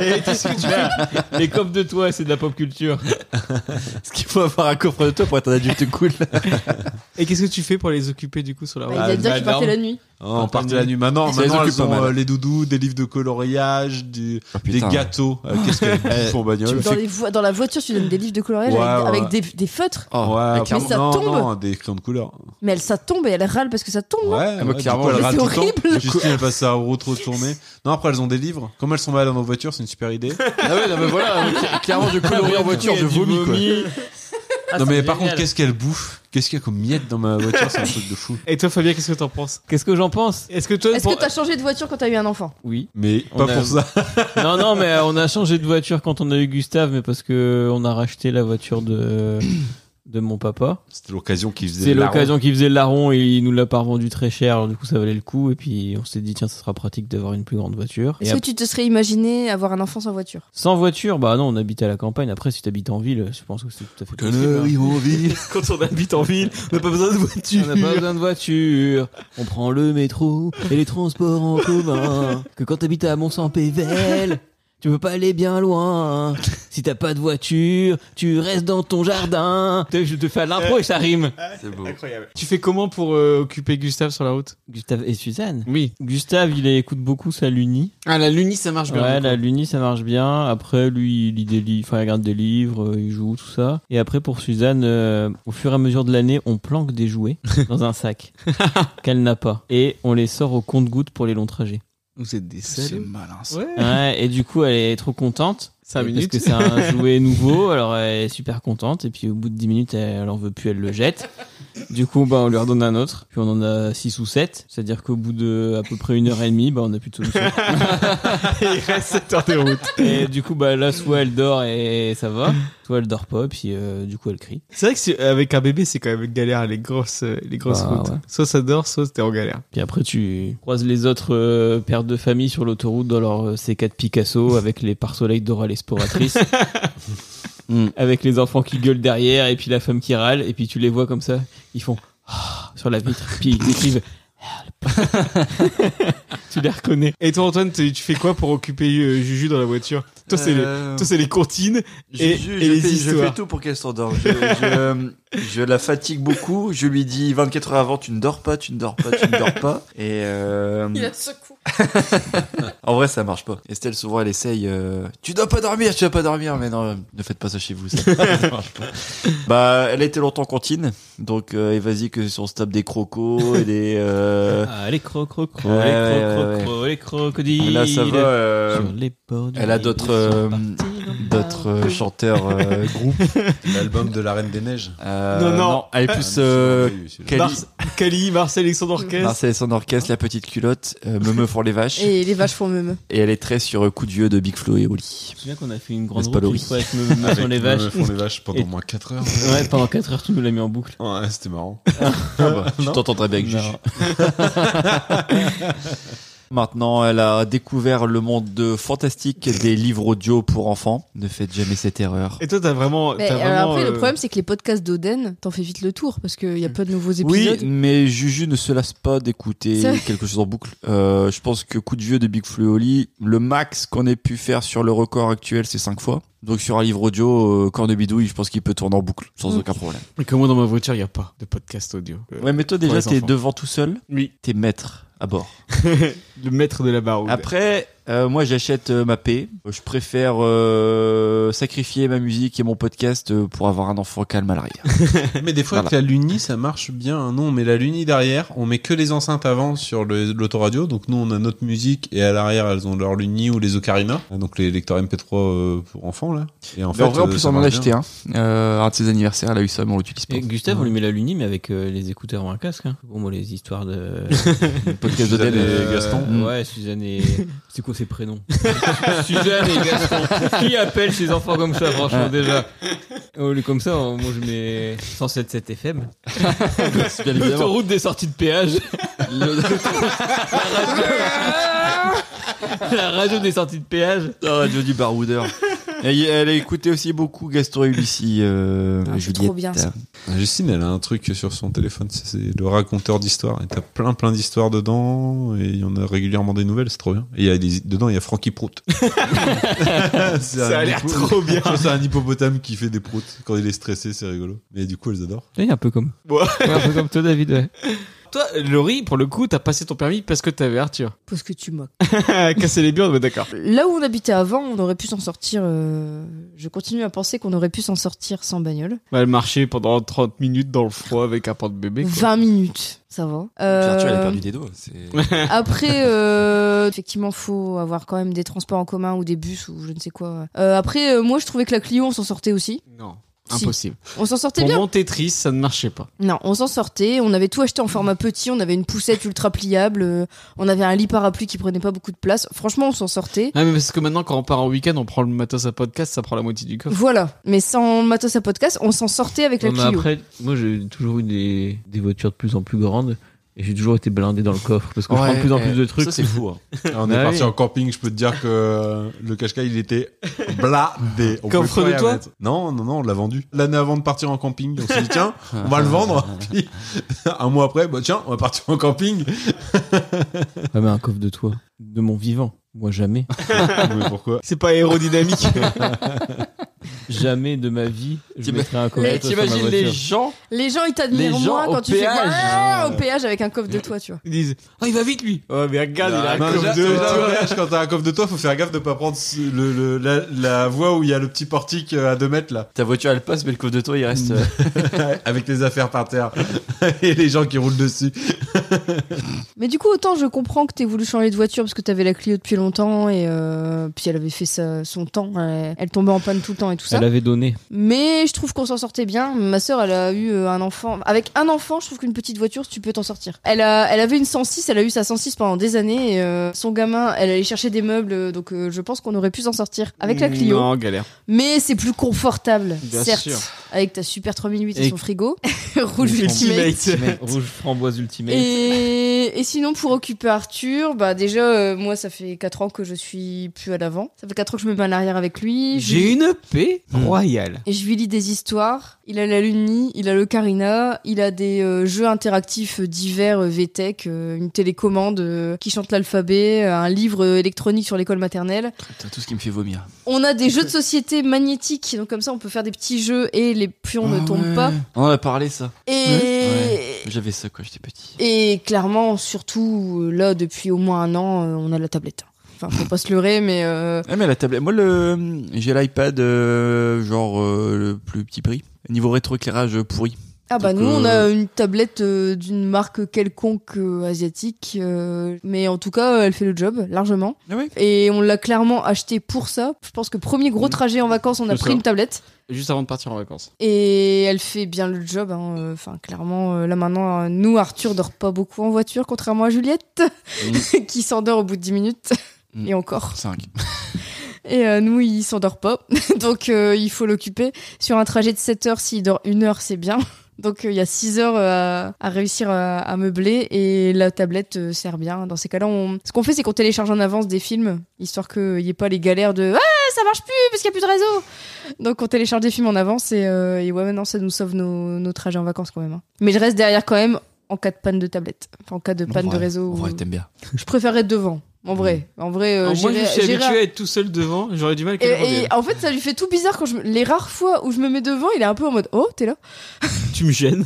Et qu'est-ce que tu fais Les copes de toi, c'est de la pop culture. Est-ce qu'il faut avoir un coffre de toi pour être un adulte cool Et qu'est-ce que tu fais pour les occuper du coup sur la Bah, route il a dit bah, que tu partais non. la nuit. Oh, on partait la nuit. Maintenant, Ça les maintenant occupe elles ont, pas mal. euh, les doudous, des livres de coloriage, du- des Oh, putain. gâteaux. Euh, Qu'est-ce qu'elles bouffent en bagnole Tu- dans, les vo- dans la voiture, tu donnes des livres de coloriage Ouais, avec, ouais. avec des, des feutres. Oh, ouais, clairement. Mais ça non, tombe. non, des crayons de couleur. Mais elle, ça tombe et elle râle parce que ça tombe. non Ouais, ah, bah, mais du clairement, coup, mais elles râlent c'est tout le temps. horrible. Justine, elle passe sa route retournée. Non, après, elles ont des livres. Comme elles sont malades dans nos voitures, c'est une super idée. Ah ouais, non, mais voilà, mais cla- clairement, je colorie en voiture, je vomis, quoi. non, mais par contre, qu'est-ce qu'elles bouffent Qu'est-ce qu'il y a comme miettes dans ma voiture C'est un truc de fou. Et toi Fabien, qu'est-ce que t'en penses Qu'est-ce que j'en pense Est-ce que toi Est-ce pour- que t'as changé de voiture quand t'as eu un enfant Oui. Mais On pas a- pour ça. Non, non, mais euh, on a changé de voiture quand on a eu Gustave, mais parce que euh, on a racheté la voiture de de mon papa. C'était l'occasion qu'ils faisaient C'est le larron. l'occasion qu'il faisait le larron et il nous l'a pas revendu très cher, alors du coup ça valait le coup. Et puis on s'est dit tiens, ça sera pratique d'avoir une plus grande voiture. Et Est-ce que tu te serais imaginé avoir un enfant sans voiture Sans voiture, bah non, on habitait à la campagne. Après, si t'habites en ville, je pense que c'est tout à fait possible. hein. Conneries, mon vie. quand on habite en ville, on n'a pas besoin de voiture On n'a pas besoin de voiture. On prend le métro et les transports en commun. Que quand t'habites à mont saint pével tu peux pas aller bien loin. Si t'as pas de voiture, tu restes dans ton jardin. T'as vu, Je te fais à l'impro et ça rime. C'est beau. Tu fais comment pour euh, occuper Gustave sur la route Gustave et Suzanne. Oui. Gustave, il écoute beaucoup sa Luni. Ah la Luni ça marche bien. Ouais, la Luni, ça marche bien. Après, lui, il lit des livres, enfin, il regarde des livres, euh, il joue, tout ça. Et après, pour Suzanne, euh, au fur et à mesure de l'année, on planque des jouets dans un sac qu'elle n'a pas. Et on les sort au compte-gouttes pour les longs trajets. Vous êtes des C'est sales. malin ça. Ouais. Ouais, et du coup, elle est trop contente. Cinq Parce minutes. que c'est un jouet nouveau, alors elle est super contente. Et puis au bout de 10 minutes, elle, elle en veut plus, elle le jette. Du coup, bah, on lui redonne un autre. Puis on en a 6 ou 7. C'est-à-dire qu'au bout de à peu près une heure et demie, bah, on a plus de solution. Il reste 7 heures de route. Et du coup, bah, là, soit elle dort et ça va, soit elle dort pas, puis euh, du coup, elle crie. C'est vrai que c'est- avec un bébé, c'est quand même une galère, les grosses, euh, les grosses Bah, routes. ouais. Soit ça dort, soit t'es en galère. Puis après, tu croises les autres euh, pères de famille sur l'autoroute dans leur euh, C4 Picasso avec les pare-soleils d'Oral Esporatrice. Mm. avec les enfants qui gueulent derrière et puis la femme qui râle, et puis tu les vois comme ça, ils font Ah sur la vitre, puis ils écrivent Tu les reconnais. Et toi, Antoine, tu tu fais quoi pour occuper euh, Juju dans la voiture Toi, c'est Euh. les, toi, c'est les comptines. Je, Et- je- et je les fais, je histoires. fais tout pour qu'elle s'endorme. Je, je- je la fatigue beaucoup. Je lui dis 24 heures avant, tu ne dors pas, tu ne dors pas, tu ne dors pas. Et euh, ce coup. en vrai, ça marche pas. Estelle, souvent, elle essaye. euh, tu dois pas dormir, tu dois pas dormir. Mais non, euh, ne faites pas ça chez vous. Ça, ça marche pas. Bah, elle a été longtemps cantine. Donc, euh, et vas-y que on se tape des crocos et des. euh, Ah, les crocs, crocs, crocs, Ouais, les ouais, ouais, crocs, crocs, crocs, les crocodiles. là, ça va. euh, Sur les bords du elle a Nil, d'autres, ils sont euh, partis d'autres euh, chanteurs euh, groupes. L'album de la Reine des Neiges. Ah, Non, Euh, non. Elle est plus. euh, Cali- Mars- Cali, Marcel et son orchestre. Marcel et son orchestre, la petite culotte, euh, Meumeu pour les vaches, et... Et les vaches font même. elle est très sur euh, coup de vieux de Big Flo et Oli. me souviens qu'on a fait une grande C'est pas route une Laurie. fois avec me, me Avec sur les le vaches. Fond Ah, les vaches pendant Et- au moins 4 heures. ouais, pendant 4 heures, tu nous l'as mis en boucle. Ouais, c'était marrant. Ah bah, tu t'entendrais bien avec Non. Juju. Maintenant, elle a découvert le monde de fantastique des livres audio pour enfants. Ne faites jamais cette erreur. Et toi, t'as vraiment. Mais t'as alors vraiment, après, euh, le problème, c'est que les podcasts d'Oden, t'en fais vite le tour parce qu'il y a pas de nouveaux Oui, épisodes. mais Juju ne se lasse pas d'écouter C'est vrai. quelque chose en boucle. Euh, je pense que coup de vieux de Big Flo et Oli, le max qu'on ait pu faire sur le record actuel, c'est 5 fois. Donc sur un livre audio, euh, Corne Bidouille, je pense qu'il peut tourner en boucle, sans Mm. aucun problème. Mais que moi, dans ma voiture, il n'y a pas de podcast audio. Ouais, mais toi déjà, les t'es enfants. devant tout seul, Oui. t'es maître à bord. Le maître de la baroude. Ah. Après, euh, moi j'achète euh, ma paix. Je préfère euh, sacrifier ma musique et mon podcast euh, pour avoir un enfant calme à l'arrière. Mais des fois, Voilà. avec la Luni, ça marche bien. hein. Nous, on met la Luni derrière, on met que les enceintes avant sur le- l'autoradio. Donc, nous, on a notre musique et à l'arrière, elles ont leur Luni ou les Ocarina. Donc, les lecteurs MP3 euh, pour enfants, là. Et en Mais en vrai, en euh, plus, ça on en a marche acheté un. Euh, un de ses anniversaires, elle a eu ça, mais on l'utilise pas. Et Gustave, on lui met la lunie, mais avec euh, les écouteurs ou un casque. hein. Bon, moi, les histoires de. Le podcast Suzanne d'Odell et est- Gaston. Mm. Ouais, Suzanne et. C'est quoi ses prénoms Suzanne et Gaston. Qui appelle ses enfants comme ça, franchement, déjà Oh, lui, Comme ça, on- moi je mets 107.7 FM. Bien évidemment. L'autoroute des sorties de péage. La radio des sorties de péage. La radio Ah, du baroudeur. Et elle a écouté aussi beaucoup Gaston et Lucie. Euh, Ah, c'est Juliette. trop bien, ça. Ah, Justine, elle a un truc sur son téléphone, c'est- c'est le raconteur d'histoires. Et t'as plein plein d'histoires dedans, et il y en a régulièrement des nouvelles, c'est trop bien. Et il y a des, dedans, il y a Frankie Prout. ça a l'air trop bien. C'est un hippopotame qui fait des proutes quand il est stressé, c'est rigolo. Mais du coup, elles adorent. un peu comme. Ouais. un peu comme toi, David. Toi, Laurie, pour le coup, t'as passé ton permis parce que t'avais Arthur. Parce que tu moques. Ah, Casser les biens, d'accord. Là où on habitait avant, on aurait pu s'en sortir. euh, Je continue à penser qu'on aurait pu s'en sortir sans bagnole. Elle marchait pendant 30 minutes dans le froid avec un porte-bébé. quoi. 20 minutes, ça va. Euh, Arthur, elle a perdu des doigts. c'est- Après, euh, effectivement, faut avoir quand même des transports en commun ou des bus ou je ne sais quoi. Euh, après, euh, moi, je trouvais que la Clio, on s'en sortait aussi. Non. Si. Impossible. On s'en sortait Pour bien. mon Tetris, ça ne marchait pas. Non, on s'en sortait. On avait tout acheté en format petit. On avait une poussette ultra pliable. euh, on avait un lit parapluie qui prenait pas beaucoup de place. Franchement, on s'en sortait. Ah, mais parce que maintenant, quand on part en week-end, on prend le matos à podcast, ça prend la moitié du coffre. Voilà. Mais sans matos à podcast, on s'en sortait avec la Ouais, mais Clio. après, moi j'ai toujours eu des, des voitures de plus en plus grandes et j'ai toujours été blindé dans le coffre parce que je prends de plus en Ouais, plus de trucs. Ça, c'est fou. hein. Ah, on est Ah parti oui. en camping, je peux te dire que euh, le cache-cache, il était bladé. On Coffre pouvait pas de y toi remettre. Non, non, non, on l'a vendu. L'année avant de partir en camping, on s'est dit, tiens, on va le vendre. Puis, un mois après, bah, tiens, on va partir en camping. Ah, mais un coffre de toi, de mon vivant. Moi jamais, Mais pourquoi C'est pas aérodynamique. jamais de ma vie, je T'im- mettrai un coffre de Eh, toi sur ma T'imagines voiture. les gens Les gens, ils Les t'admirent gens moins au quand tu fais péage. Ah, au péage avec un coffre de toi, tu vois. Ils disent Oh, Ah, il va vite lui Oh, mais regarde, il a un Non, coffre déjà- de déjà, au toi. voyage, quand t'as un coffre de toi, faut faire gaffe de pas prendre ce- le, le- la, la voie où il y a le petit portique euh, à 2 mètres là, Ta voiture, elle passe, mais le coffre de toi, il reste. euh, avec les affaires par terre et les gens qui roulent dessus. Mais du coup, autant je comprends que t'aies voulu changer de voiture parce que t'avais la Clio depuis longtemps et euh, puis elle avait fait sa- son temps, elle, elle tombait en panne tout le temps et tout ça. Elle avait donné. Mais je trouve qu'on s'en sortait bien. Ma sœur, elle a eu euh, un enfant. Avec un enfant, je trouve qu'une petite voiture, tu peux t'en sortir. Elle, a, elle avait une 106, elle a eu sa 106 pendant des années. et, euh, son gamin, elle allait chercher des meubles, euh, donc euh, je pense qu'on aurait pu s'en sortir avec la Clio. Non, galère. Mais c'est plus confortable, Bien certes, sûr. avec ta super 3008 et, Et- son frigo. Rouge Ultimate. Rouge framboise ultimate. Et, et sinon, pour occuper Arthur, bah déjà, euh, moi, ça fait 4 ans que je suis plus à l'avant. Ça fait 4 ans que je me mets à l'arrière avec lui. Je, J'ai une paix royale. et je lui lis des histoires. Il a la Luni, il a le Carina, il a des euh, jeux interactifs divers, euh, VTech, euh, une télécommande euh, qui chante l'alphabet, euh, un livre euh, électronique sur l'école maternelle. Putain, tout ce qui me fait vomir. On a des jeux de société magnétiques, donc comme ça, on peut faire des petits jeux et les pions ne Ah tombent ouais. pas. On en a parlé, ça. Et... Ouais. J'avais ça quand j'étais petit. Et clairement, surtout euh, là, depuis au moins un an, euh, on a la tablette. Enfin, faut pas se leurrer, mais euh, Ah mais la tablette, moi le j'ai l'iPad euh, genre euh, le plus petit prix. Niveau rétroéclairage pourri. Ah bah Donc, nous on a euh, une tablette euh, d'une marque quelconque euh, asiatique, euh, mais en tout cas euh, elle fait le job largement. Ah ouais Et on l'a clairement acheté pour ça. Je pense que premier Mm. gros trajet en vacances on a C'est pris ça. une tablette Juste avant de partir en vacances. et elle fait bien le job. hein, euh, Enfin clairement euh, là maintenant euh, nous Arthur dort pas beaucoup en voiture contrairement à Juliette qui s'endort au bout de 10 minutes Mm. et encore. 5. Et euh, nous, il s'endort pas. Donc, euh, il faut l'occuper. Sur un trajet de 7 heures, s'il dort une heure, c'est bien. Donc, euh, il y a 6 heures euh, à, à réussir à, à meubler. Et la tablette euh, sert bien. Dans ces cas-là, on... ce qu'on fait, c'est qu'on télécharge en avance des films, histoire qu'il n'y ait pas les galères de Ah, ça marche plus parce qu'il n'y a plus de réseau. Donc, on télécharge des films en avance. Et, euh, et ouais, maintenant, ça nous sauve nos, nos trajets en vacances quand même. hein. Mais je reste derrière quand même en cas de panne de tablette. Enfin, en cas de panne de réseau. En ou- vrai, t'aimes bien. Je préférerais être devant. En vrai, en vrai, euh, Mm. Alors, moi, je j'irais- suis j'irais- habitué à être tout seul devant. J'aurais du mal et, qu'elle et revienne. en fait, ça lui fait tout bizarre quand je me- les rares fois où je me mets devant, il est un peu en mode oh t'es là. Tu me gênes.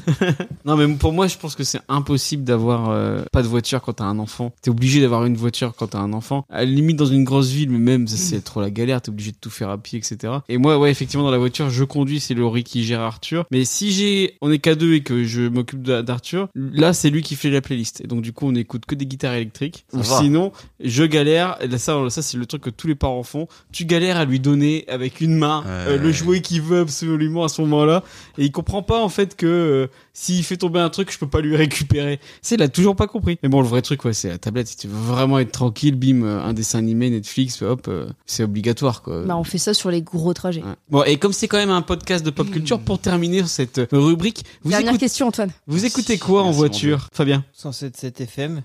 non, mais pour moi, je pense que c'est impossible d'avoir euh, pas de voiture quand t'as un enfant. T'es obligé d'avoir une voiture quand t'as un enfant. À la limite, dans une grosse ville, mais même, ça, Mm. c'est trop la galère. T'es obligé de tout faire à pied, etc. Et moi, ouais, effectivement, dans la voiture, je conduis, c'est Laurie qui gère Arthur. Mais si j'ai, on est qu'à deux et que je m'occupe de- d'Arthur, là, c'est lui qui fait la playlist. Et donc, du coup, on écoute que des guitares électriques. Ça Ou va. sinon, je galère. Et là, ça, ça c'est le truc que tous les parents font. Tu galères à lui donner avec une main euh, Ouais. le jouet qu'il veut absolument à ce moment-là et il comprend pas en fait que euh, s'il fait tomber un truc, je peux pas lui récupérer. C'est il a toujours pas compris. Mais bon, le vrai truc, ouais, c'est la tablette. Si tu veux vraiment être tranquille, bim, euh, un dessin animé, Netflix, hop, euh, c'est obligatoire quoi. Bah on fait ça sur les gros trajets. Ouais. Bon, et comme c'est quand même un podcast de pop culture, pour terminer cette euh, rubrique, vous, Dernière écoute- question Antoine. vous écoutez quoi en Merci, mon voiture, Fabien 107.7 FM.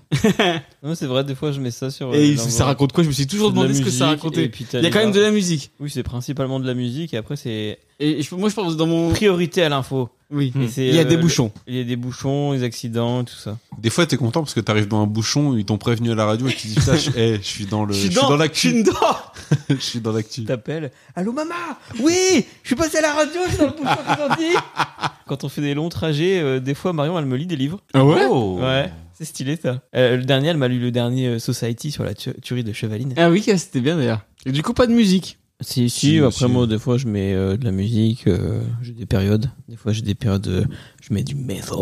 non, c'est vrai, des fois je mets ça sur. euh, Et l'envoi. ça raconte quoi Je me suis toujours C'est de la demandé ce que ça musique, et racontait. puis t'as Il y a les quand même rap- de la musique. Oui, c'est principalement de la musique et après c'est Et je- moi, je pense dans mon. priorité à l'info. Oui. Et c'est, Il y a euh, des le- bouchons. Il y a des bouchons, des accidents, tout ça. Des fois, t'es content parce que t'arrives dans un bouchon, ils t'ont prévenu à la radio et tu dis putain, je, eh, je suis dans le, je suis dans je l'actu, suis dedans. je suis dans l'actu. T'appelles. Allô maman Oui Je suis passé à la radio, je suis dans le bouchon tout entier. Quand on fait des longs trajets, euh, des fois Marion elle me lit des livres. Ah ouais Oh. Ouais. C'est stylé ça. Euh, le dernier, elle m'a lu le dernier euh, Society sur la tu- tuerie de Chevaline. Ah oui, c'était bien d'ailleurs. Et du coup, pas de musique. Si, si, Si, si. après moi, des fois, je mets euh, de la musique, euh, j'ai des périodes. Des fois, j'ai des périodes, euh, je mets du metal.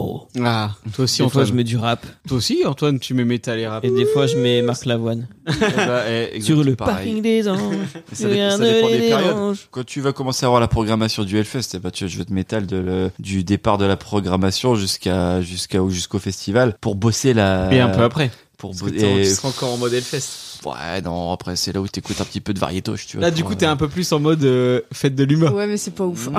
Ah, toi aussi, des fois, Antoine. je mets du rap. Toi aussi, Antoine, tu mets métal et rap. Et des fois, je mets Marc Lavoine. Eh ben, Sur le parking des anges, Mais Ça, dé- ça dépend des périodes. Quand tu vas commencer à avoir la programmation du Hellfest, eh ben, tu vas jouer de métal de le- du départ de la programmation jusqu'à jusqu'à ou jusqu'au festival pour bosser la. Et un peu après. Pour Euh, Parce bo- que t'es- et- tu seras encore en mode Hellfest. Ouais, non, après, c'est là où t'écoutes un petit peu de variétoche, tu vois. Là, du pour, coup, t'es euh, un peu plus en mode euh, fête de l'humain. Ouais mais c'est pas ouf. hein.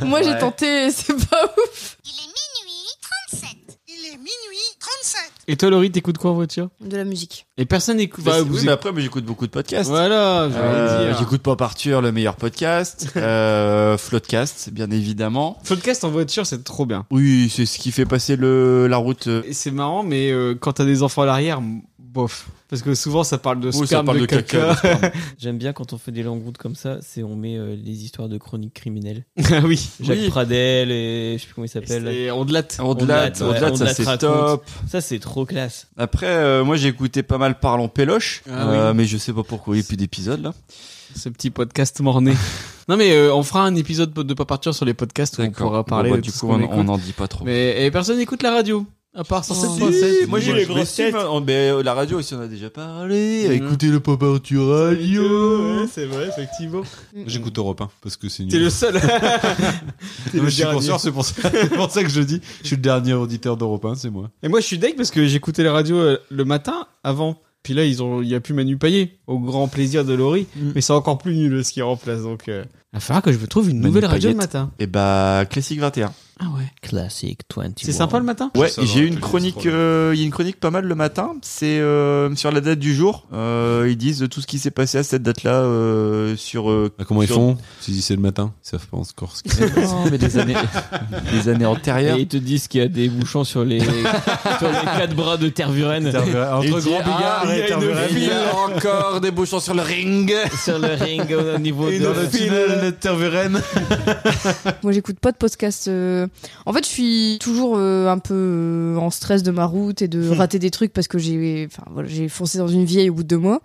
Moi j'ai Ouais. tenté, c'est pas ouf. Il est minuit 37. Il est minuit 37. Et toi, Laurie, t'écoutes quoi en voiture De la musique. Et personne n'écoute. bah, Bah, oui, vous mais écoutez- après, mais j'écoute beaucoup de podcasts. Voilà, j'allais Euh, dire. J'écoute Pop Arthur, le meilleur podcast. euh, Floodcast, bien évidemment. Podcast en voiture, c'est trop bien. Oui, c'est ce qui fait passer le, la route. euh, Et c'est marrant, mais euh, quand t'as des enfants à l'arrière, m- bof. Parce que souvent, ça parle de où ça sperme, parle de, caca. de sperme. J'aime bien quand on fait des longues routes comme ça, c'est on met euh, les histoires de chroniques criminelles. ah oui. Jacques Oui. Pradel et je sais plus comment il s'appelle. là. Et on de latte. On de là, On de latte, ouais, on de ça latte c'est raconte. top. Ça, c'est trop classe. Après, euh, moi j'ai écouté pas mal Parlons Péloche, Ah euh, mais je sais pas pourquoi il n'y a plus d'épisodes là. Ce petit podcast morné. non, mais euh, on fera un épisode de Pas Partir sur les podcasts où on pourra Bon, parler bah, de du tout ce coup, qu'on on écoute. on en dit pas trop. Mais et personne n'écoute la radio. À part Oh. 107.7. moi j'ai les les grosses têtes. hein, euh, la radio aussi on en a déjà parlé. Mhm. Écoutez le Pop Arthur radio. c'est vrai, effectivement. J'écoute Europe 1 parce que c'est T'es nul. Mmh. le seul. T'es Non, le mais je suis dernier. conscient, c'est pour, ça- c'est pour ça que je dis, je suis le dernier auditeur d'Europe 1, c'est moi. Et moi, je suis deg parce que j'écoutais la radio euh, le matin avant. Puis là, ils ont, il y a plus Manu Payet, au grand plaisir de Laurie. Mm. Mais c'est encore plus nul ce qui remplace. Donc, euh, il va falloir que je me trouve une Manu nouvelle radio le Payet. matin. Et bah classique 21. Ah ouais. Classic 21. C'est sympa le matin. Ouais, Ça, ça j'ai va, eu une tous les chronique, trois. euh, il y a une chronique pas mal le matin. C'est euh, sur la date du jour. Euh, ils disent tout ce qui s'est passé à cette date-là euh, sur. euh, Ah, comment sur- ils font Si c'est le matin, ils savent pas encore ce que Non, mais des années, des années antérieures. Et ils te disent qu'il y a des bouchons sur les, sur les quatre bras de Tervuren. Entre Grand Bigard et Tervuren. ah, Il y a Euh, encore des bouchons sur le ring. sur le ring au niveau Et de. dans le tunnel de Tervuren. Moi j'écoute pas de podcast. euh, En fait je suis toujours euh, un peu euh, Hmm. en stress de ma route et de rater des trucs parce que j'ai enfin, voilà, j'ai foncé dans une vieille au bout de deux mois.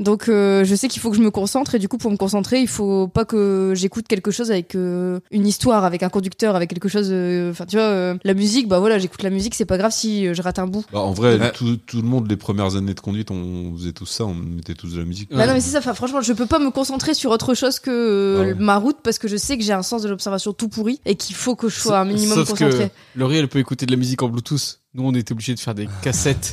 Donc euh, je sais qu'il faut que je me concentre et du coup pour me concentrer il faut pas que j'écoute quelque chose avec euh, une histoire, avec un conducteur, avec quelque chose. euh, Enfin tu vois, euh, la musique, bah voilà j'écoute la musique, c'est pas grave si euh, je rate un bout. Bah, en vrai, Ouais. tout, tout le monde, les premières années de conduite, on faisait tous ça, on mettait tous de la musique. Bah non mais c'est ça, enfin, franchement je peux pas me concentrer sur autre chose que euh, Ah ouais. ma route parce que je sais que j'ai un sens de l'observation tout pourri et qu'il faut que je sois un minimum Sauf concentré. que Laurie, elle peut écouter de la musique en Bluetooth. Nous, on était obligés de faire des cassettes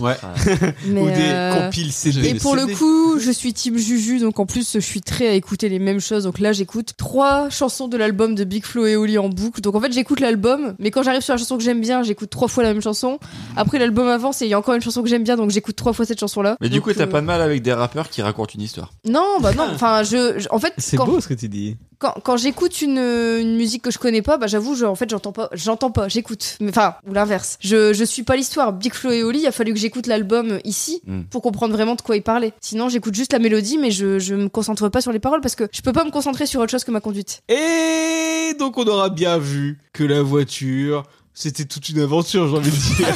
Mais, ou des euh, compiles CD. Et pour le CD. coup, je suis team Juju, donc en plus, je suis très à écouter les mêmes choses. Donc là, j'écoute trois chansons de l'album de Big Flo et Oli en boucle. Donc en fait, j'écoute l'album, mais quand j'arrive sur la chanson que j'aime bien, j'écoute trois fois la même chanson. Après, l'album avance et il y a encore une chanson que j'aime bien, donc j'écoute trois fois cette chanson-là. Mais du Donc, coup, t'as euh, pas de mal avec des rappeurs qui racontent une histoire. Non, bah non. Enfin, je, je- en fait, C'est quand, beau ce que tu dis. quand, quand j'écoute une, une musique que je connais pas, bah j'avoue, je- en fait, j'entends pas, j'entends pas, j'écoute. Mais Enfin, ou l'inverse. Je, je suis pas l'histoire. Big Flo et Oli, il a fallu que j'écoute l'album euh, ici Hmm. Mm. pour comprendre vraiment de quoi il parlait. Sinon, j'écoute juste la mélodie, mais je, je me concentre pas sur les paroles parce que je peux pas me concentrer sur autre chose que ma conduite. Et donc on aura bien vu que la voiture, c'était toute une aventure, j'ai envie de dire.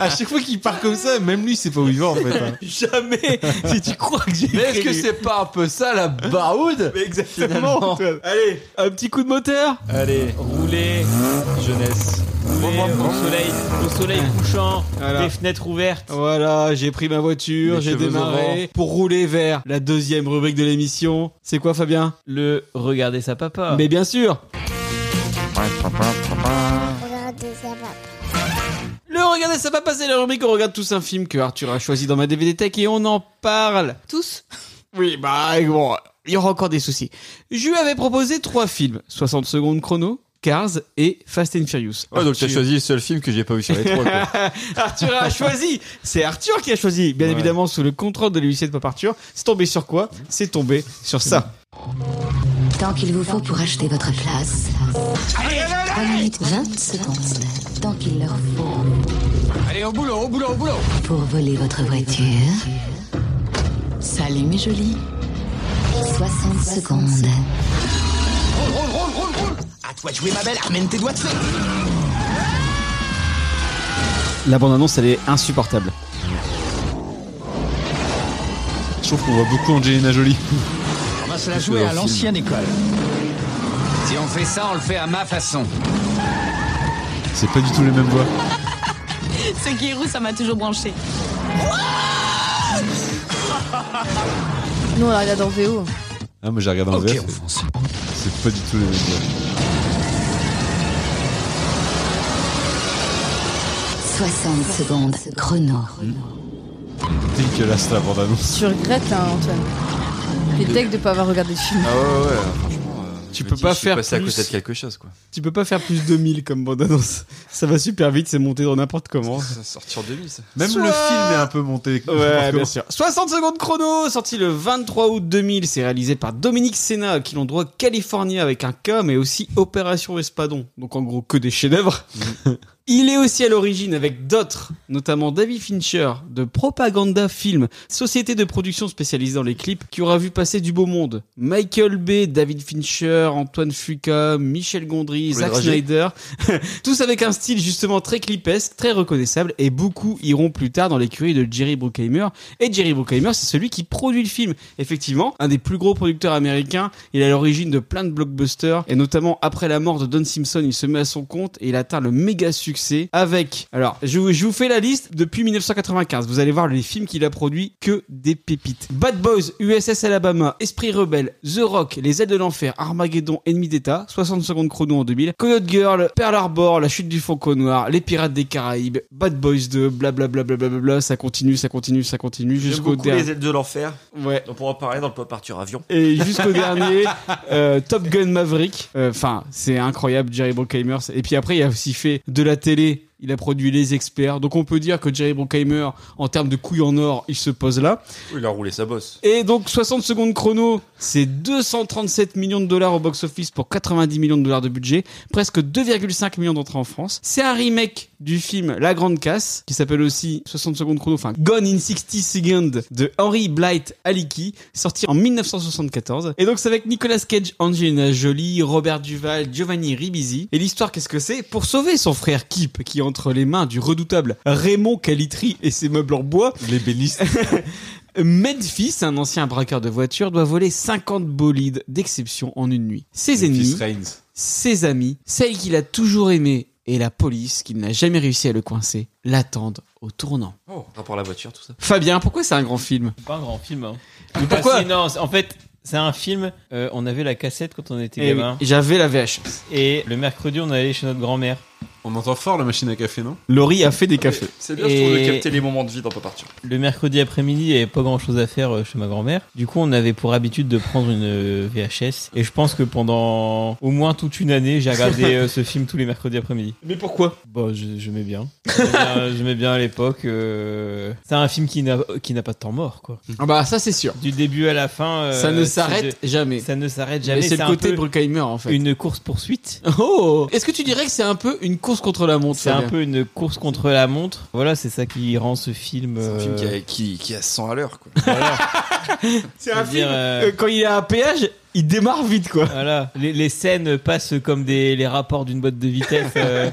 À chaque fois qu'il part comme ça, même lui, c'est pas où il va en fait. hein. Jamais si tu crois que j'ai Mais est-ce que écrit- c'est pas un peu ça la baroude Mais Exactement. finalement Antoine. Allez, un petit coup de moteur. Allez, roulez, jeunesse. Roulez au soleil, au soleil couchant, Voilà. des fenêtres ouvertes. Voilà, j'ai pris ma voiture, Les j'ai cheveux démarré pour rouler vers la deuxième rubrique de l'émission. C'est quoi Fabien Le regarder sa papa. Ah. Mais bien sûr, le regarder ça va passer la rubrique on regarde tous un film que Arthur a choisi dans ma DVD Tech et on en parle. Tous Oui, bah bon, il y aura encore des soucis. Je lui avais proposé trois films, 60 secondes chrono, Cars et Fast and Furious. Ouais, donc t'as Arthur- choisi le seul film que j'ai pas vu sur les trois. quoi. Arthur a choisi. C'est Arthur qui a choisi, bien évidemment, sous le contrôle de l'huissier de Pop Arthur. C'est tombé sur quoi C'est tombé sur ça. Tant qu'il vous faut pour acheter votre place. 3 minutes 20 secondes. Tant qu'il leur faut. Allez, au boulot, au boulot, au boulot Pour voler votre voiture. Salut, mes jolis. 60 secondes. La bande-annonce, elle est insupportable. Je trouve qu'on voit beaucoup Angelina Jolie. On va se la jouer à l'ancienne école. Si on fait ça, on le fait à ma façon. C'est pas du tout les mêmes voix. Ce qui est roux, ça m'a toujours branché. Non, on la regarde en VO. Ah, moi j'ai regardé en Ok, VF. on fonce. C'est pas du tout les mêmes voix. 60 secondes. Chrono. Dégueulasse la bande annonce. Tu regrettes, hein, Antoine. Ah, Les decks de pas avoir regardé le film. Ah ouais, ouais, franchement. euh, Tu je me peux dis, pas je suis faire passé à plus. côté de quelque chose, quoi. Tu peux pas faire plus de 1000 comme bande-annonce. Ça va super vite, c'est monté dans n'importe comment. Oh, Ça sortir de lui, ça. Même Soit- le film est un peu monté. Ouais, bien sûr. 60 secondes chrono, sorti le 23 août 2000. C'est réalisé par Dominique Senna, qui l'on droit California avec un K, mais aussi Opération Espadon. Donc en gros, que des chefs-d'œuvre. Il est aussi à l'origine avec d'autres, notamment David Fincher, de Propaganda Film, société de production spécialisée dans les clips, qui aura vu passer du beau monde. Michael Bay, David Fincher, Antoine Fuqua, Michel Gondry, Claude Zack Rager. Snyder, tous avec un style justement très clipesque, très reconnaissable, et beaucoup iront plus tard dans l'écurie de Jerry Bruckheimer. Et Jerry Bruckheimer, c'est celui qui produit le film. Effectivement, un des plus gros producteurs américains, il est à l'origine de plein de blockbusters, et notamment après la mort de Don Simpson, il se met à son compte et il atteint le méga succès avec. Alors, je, vous- je vous fais la liste depuis 1995. Vous allez voir les films qu'il a produits, que des pépites. Bad Boys, USS Alabama, Esprit Rebelle, The Rock, Les Ailes de l'Enfer, Armageddon, Ennemi d'État, 60 secondes chrono en 2000, Coyote Girl, Pearl Harbor, La Chute du Faucon Noir, Les Pirates des Caraïbes, Bad Boys 2, blablabla, ça continue, ça continue, ça continue, J'aime jusqu'au beaucoup les dernier. ailes de l'enfer. Ouais. On pourra en parler dans le pop Arthur Avion. Et jusqu'au dernier, euh, Top Gun Maverick. Euh, Enfin, c'est incroyable, Jerry Bruckheimer. Et puis après, il a aussi fait de la télé. Il a produit Les Experts. Donc on peut dire que Jerry Bruckheimer, en termes de couilles en or, il se pose là. Il a roulé sa bosse. Et donc 60 secondes chrono, c'est 237 millions de dollars au box-office pour 90 millions de dollars de budget, presque 2,5 millions d'entrées en France. C'est un remake du film La Grande Casse, qui s'appelle aussi 60 secondes chrono, enfin Gone in 60 Seconds de Henry Blight Alicki, sorti en 1974. Et donc c'est avec Nicolas Cage, Angelina Jolie, Robert Duval, Giovanni Ribisi. Et l'histoire, qu'est-ce que c'est Pour sauver son frère Kip, qui est entre les mains du redoutable Raymond Calitri et ses meubles en bois, Les bénistes. Memphis, un ancien braqueur de voitures, doit voler 50 bolides d'exception en une nuit. Ses Memphis ennemis, Reigns. ses amis, celle qu'il a toujours aimée et la police, qui n'a jamais réussi à le coincer, l'attendent au tournant. Oh, rapport à la voiture, tout ça. Fabien, pourquoi c'est un grand film C'est pas un grand film. Hein. Mais pourquoi Ah, si, non, c'est- En fait, c'est un film. euh, on avait la cassette quand on était Eh oui, gamin. J'avais la VHS. Et le mercredi, on allait chez notre grand-mère. On entend fort la machine à café, non Laurie a Ah, fait des cafés. C'est bien, je trouve, de Et- capter les moments de vie dans Partir. Le mercredi après-midi, il n'y avait pas grand-chose à faire euh, chez ma grand-mère. Du coup, on avait pour habitude de prendre une euh, VHS. Et je pense que pendant au moins toute une année, j'ai regardé euh, ce film tous les mercredis après-midi. Mais pourquoi Bon, je- j'aimais bien. J'aimais bien- J'aimais bien à l'époque. euh, C'est un film qui n'a qui n'a pas de temps mort, quoi. Ah bah ça c'est sûr. Du début à la fin. euh, ça ne c'est s'arrête jamais. de- Ça ne s'arrête Mais jamais. c'est le un côté peu Bruckheimer en fait. une course poursuite. Oh Est-ce que tu dirais que c'est un peu une course contre la montre C'est un Fabien peu une course contre la montre. Voilà, c'est ça qui rend ce film. C'est un film euh, qui a, qui, qui a 100 à l'heure, quoi. C'est un film. c'est-à-dire, euh, euh, quand il est à un péage, il démarre vite quoi. Voilà, les, les scènes passent comme des les rapports d'une boîte de vitesse. euh,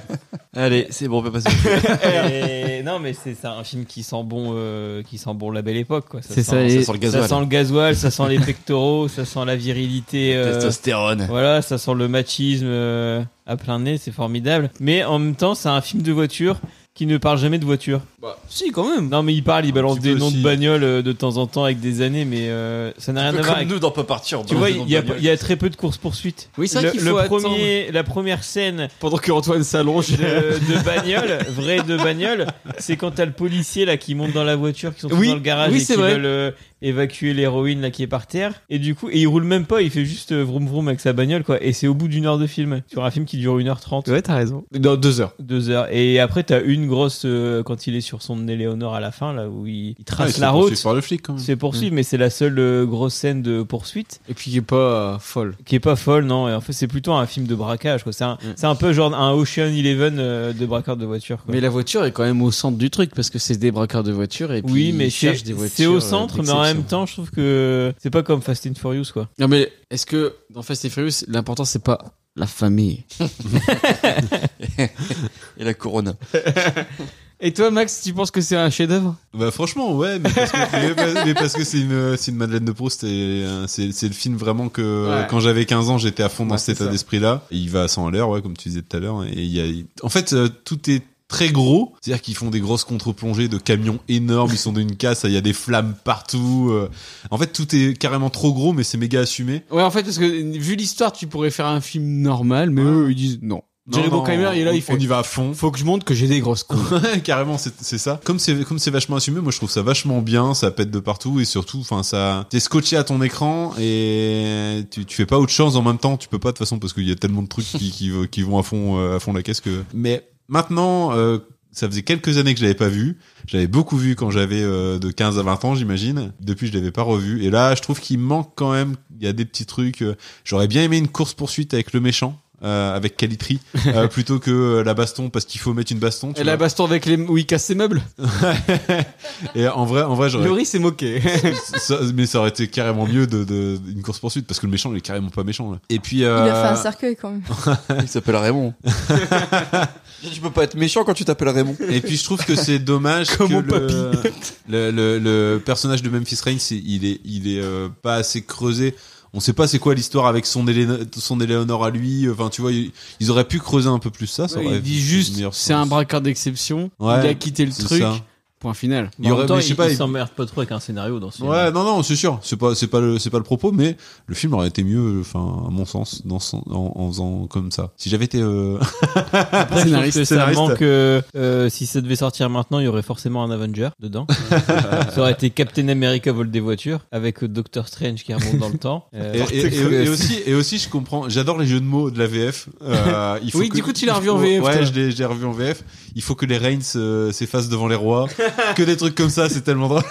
Allez, c'est bon, on peut passer. et- non, mais c'est c'est un film qui sent bon, euh, qui sent bon la belle époque. quoi. C'est sent- ça, et- ça sent le gasoil. Ça sent le gasoil, ça sent les pectoraux, ça sent la virilité. euh, Testostérone. voilà, ça sent le machisme euh, à plein nez, c'est formidable. Mais en même temps, c'est un film de voiture qui ne parle jamais de voiture. Si quand même. Non, mais il parle, il balance petit des peu noms aussi. de bagnoles euh, de temps en temps avec des années, mais euh, ça n'a rien à voir Comme avec. nous dans Pop Partir. Tu vois, il y, a- il y a très peu de courses-poursuites. Oui, c'est vrai Le- qu'il le faut premier, La première scène Pendant que Antoine s'allonge. de, de bagnole, vrai de bagnole, c'est quand t'as le policier là qui monte dans la voiture, qui sont tous Oui, dans le garage oui, et c'est qui vrai. veulent euh, évacuer l'héroïne là qui est par terre. Et du coup, et il roule même pas, il fait juste euh, vroom vroom avec sa bagnole quoi. Et c'est au bout d'une heure de film, sur un film qui dure 1h30, Ouais, t'as raison. Dans deux heures. deux heures. Et après t'as une grosse euh, quand il est sur son Éléonore à la fin là où il, Ah, il trace Ouais, c'est la route. poursuivi par le flic, quand même. C'est Mm. poursuivre, mais c'est la seule euh, grosse scène de poursuite Et puis il est pas euh, folle. qui est pas folle, non. Et en fait, c'est plutôt un film de braquage, quoi. C'est un, Mm. c'est un peu genre un Ocean Eleven euh, de braqueur de voiture, quoi. Mais la voiture est quand même au centre du truc parce que c'est des braqueurs de voitures et puis Oui, mais ils c'est cherchent des voitures. c'est au euh, centre, mais en même d'exception. temps, je trouve que c'est pas comme Fast and Furious, quoi. Non mais est-ce que dans Fast and Furious, l'important c'est pas la famille. Et la Corona. Et toi Max, tu penses que c'est un chef-d'œuvre Bah franchement ouais mais parce que, mais parce- mais parce que c'est une c'est une Madeleine de Proust et euh, c'est c'est le film vraiment que Ouais. quand j'avais 15 ans j'étais à fond dans Ouais, cet c'est état ça. d'esprit là il va à 100 à l'heure ouais comme tu disais tout à l'heure hein, et il y a en fait euh, tout est très gros c'est à dire qu'ils font des grosses contre-plongées de camions énormes ils sont d'une casse il y a des flammes partout euh. en fait tout est carrément trop gros mais c'est méga assumé Ouais, en fait parce que vu l'histoire, tu pourrais faire un film normal, mais eux ils disent non. Non, Jerry non, Bruckheimer, il est là, on- il fait. on y va à fond Faut que je montre que j'ai des grosses couilles. Ouais, carrément, c'est c'est ça. Comme c'est comme c'est vachement assumé, moi je trouve ça vachement bien, ça pète de partout et surtout, enfin ça, t'es scotché à ton écran et tu, tu fais pas autre chose en même temps. Tu peux pas de toute façon parce qu'il y a tellement de trucs qui, qui qui vont à fond euh, à fond la caisse que. Mais maintenant, euh, ça faisait quelques années que je l'avais pas vu. J'avais beaucoup vu quand j'avais euh, de 15 à 20 ans, j'imagine. Depuis, je l'avais pas revu. Et là, je trouve qu'il manque quand même. Il y a des petits trucs. euh, J'aurais bien aimé une course poursuite avec le méchant. euh, avec Calitri euh, plutôt que euh, la baston parce qu'il faut mettre une baston tu Et la vois. baston avec les. où il casse ses meubles. Et en vrai, en vrai, j'aurais. Laurie s'est moqué. ça- mais ça aurait été carrément mieux de, de- d'une course poursuite parce que le méchant il est carrément pas méchant là. Et puis Il euh, a fait un cercueil quand même. Il s'appelle Raymond. tu peux pas être méchant quand tu t'appelles Raymond. et puis je trouve que c'est dommage que Comme mon le, le, le- le personnage de Memphis Reigns c'est- il est il est euh, pas assez creusé. On sait pas c'est quoi l'histoire avec son Éléno- son Éléonore à lui. euh, Enfin tu vois ils, ils auraient pu creuser un peu plus ça. ça aurait il dit fait juste, meilleur c'est sens. un braqueur d'exception. Ouais, il a quitté le c'est truc. ça. Point final. Il y aurait- mais je sais pas, il- s'emmerde pas trop avec un scénario dans ce Ouais, non, non, c'est sûr. C'est pas, c'est pas le, c'est pas le propos, mais le film aurait été mieux, enfin, à mon sens, dans son- en, en faisant comme ça. Si j'avais été, euh, Après, je trouve Scénariste, que ça scénariste. manque. euh, euh, si ça devait sortir maintenant, il y aurait forcément un Avenger dedans. ça aurait été Captain America vole des voitures avec euh, Doctor Strange qui remonte dans le temps. Euh, et, et- et- et aussi, et aussi, je comprends. J'adore les jeux de mots de la VF. Euh, il faut Oui, que- du coup, tu l'as revu en Ouais, VF, toi. Ouais, je l'ai, je l'ai revu en VF. Il faut que les Reigns euh, s'effacent devant les rois. que des trucs comme ça, c'est tellement drôle.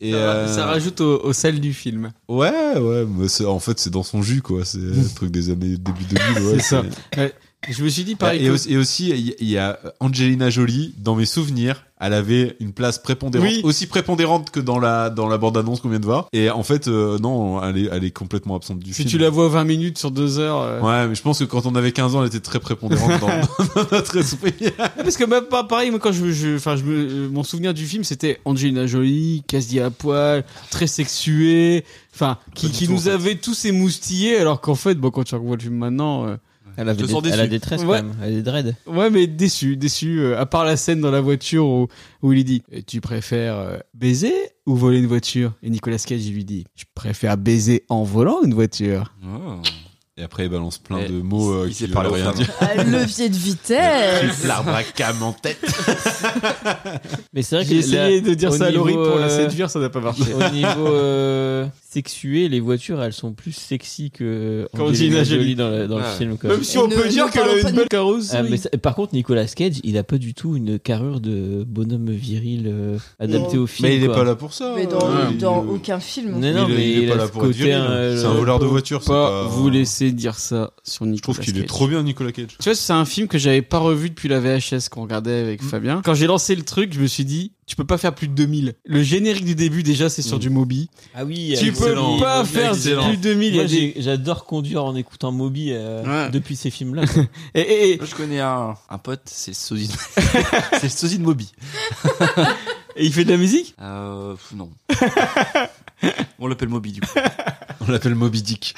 et Ça, euh, ça rajoute au, au sel du film. ouais, ouais. mais c'est- en fait, c'est dans son jus, quoi. C'est le truc des années début 2000. Ouais, C'est ça. Ouais. Bah, Et Je me suis dit, pareil. Et que- aussi, et aussi, il y- il y a Angelina Jolie, dans mes souvenirs, elle avait une place prépondérante, Oui. aussi prépondérante que dans la, dans la bande-annonce qu'on vient de voir. Et en fait, euh, non, elle est, elle est complètement absente du Si film. tu la vois 20 minutes sur 2 heures. euh, Ouais, mais je pense que quand on avait 15 ans, elle était très prépondérante dans, dans notre esprit. Ouais, Parce que bah, pas pareil, moi quand je, je, enfin, je me, euh, mon souvenir du film c'était Angelina Jolie, quasi à poil, très sexuée, enfin qui, Pas du qui tout, en nous fait. avait tous émoustillés, alors qu'en fait, bon, quand tu revois le film maintenant, euh, elle avait te sens déçu. Elle a des tresses, quand Ouais. même. Elle a des dreads. Ouais, mais déçu, déçu. euh, à part la scène dans la voiture où, où il lui dit Eh, Tu préfères euh, baiser ou voler une voiture Et Nicolas Cage, il lui dit Je préfère baiser en volant une voiture. Et après, elle balance plein Et de mots euh, il qui s'est ne parlé veulent aux rien femmes. dire. Ah, levier de vitesse L'arbre à cam en tête. Mais c'est vrai que J'ai essayé la- de dire au ça à Laurie niveau, pour la euh, séduire, ça n'a pas marché. Au niveau euh, sexué, les voitures, elles sont plus sexy que Angelina Angelina Jolie Jolie. dans le, dans le Ouais. film. Quand même. Même si on ne- peut ne dire qu'elle parlons a pas une de- belle carrosse. Ah, mais ça- par contre, Nicolas Cage, il a pas du tout une carrure de bonhomme viril euh, adapté Non. au film. Mais il est quoi. pas là pour ça. Mais dans, Ouais, il- dans aucun film. Mais non, il est- mais il est il pas a là ce pour être côté, viril. euh, C'est un le- voleur de voiture. c'est pas vous laissez laisser dire ça sur Nicolas Je trouve qu'il est Cage. trop bien, Nicolas Cage. Tu vois, c'est un film que j'avais pas revu depuis la VHS qu'on regardait avec Mm. Fabien. Quand j'ai lancé le truc, je me suis dit, tu peux pas faire plus de 2000. Le générique du début, déjà, c'est sur Mm. du Moby. Ah oui, tu peux excellent. pas Moby, faire excellent. plus de 2000. il y a Moi, des- j'ai- j'adore conduire en écoutant Moby euh, Ouais. depuis ces films-là. Et, et- et- Moi, je connais un, un pote, c'est le sosie de, c'est le sosie de Moby. et il fait de la musique Euh, pff, non. On l'appelle Moby, du coup. On l'appelle Moby Dick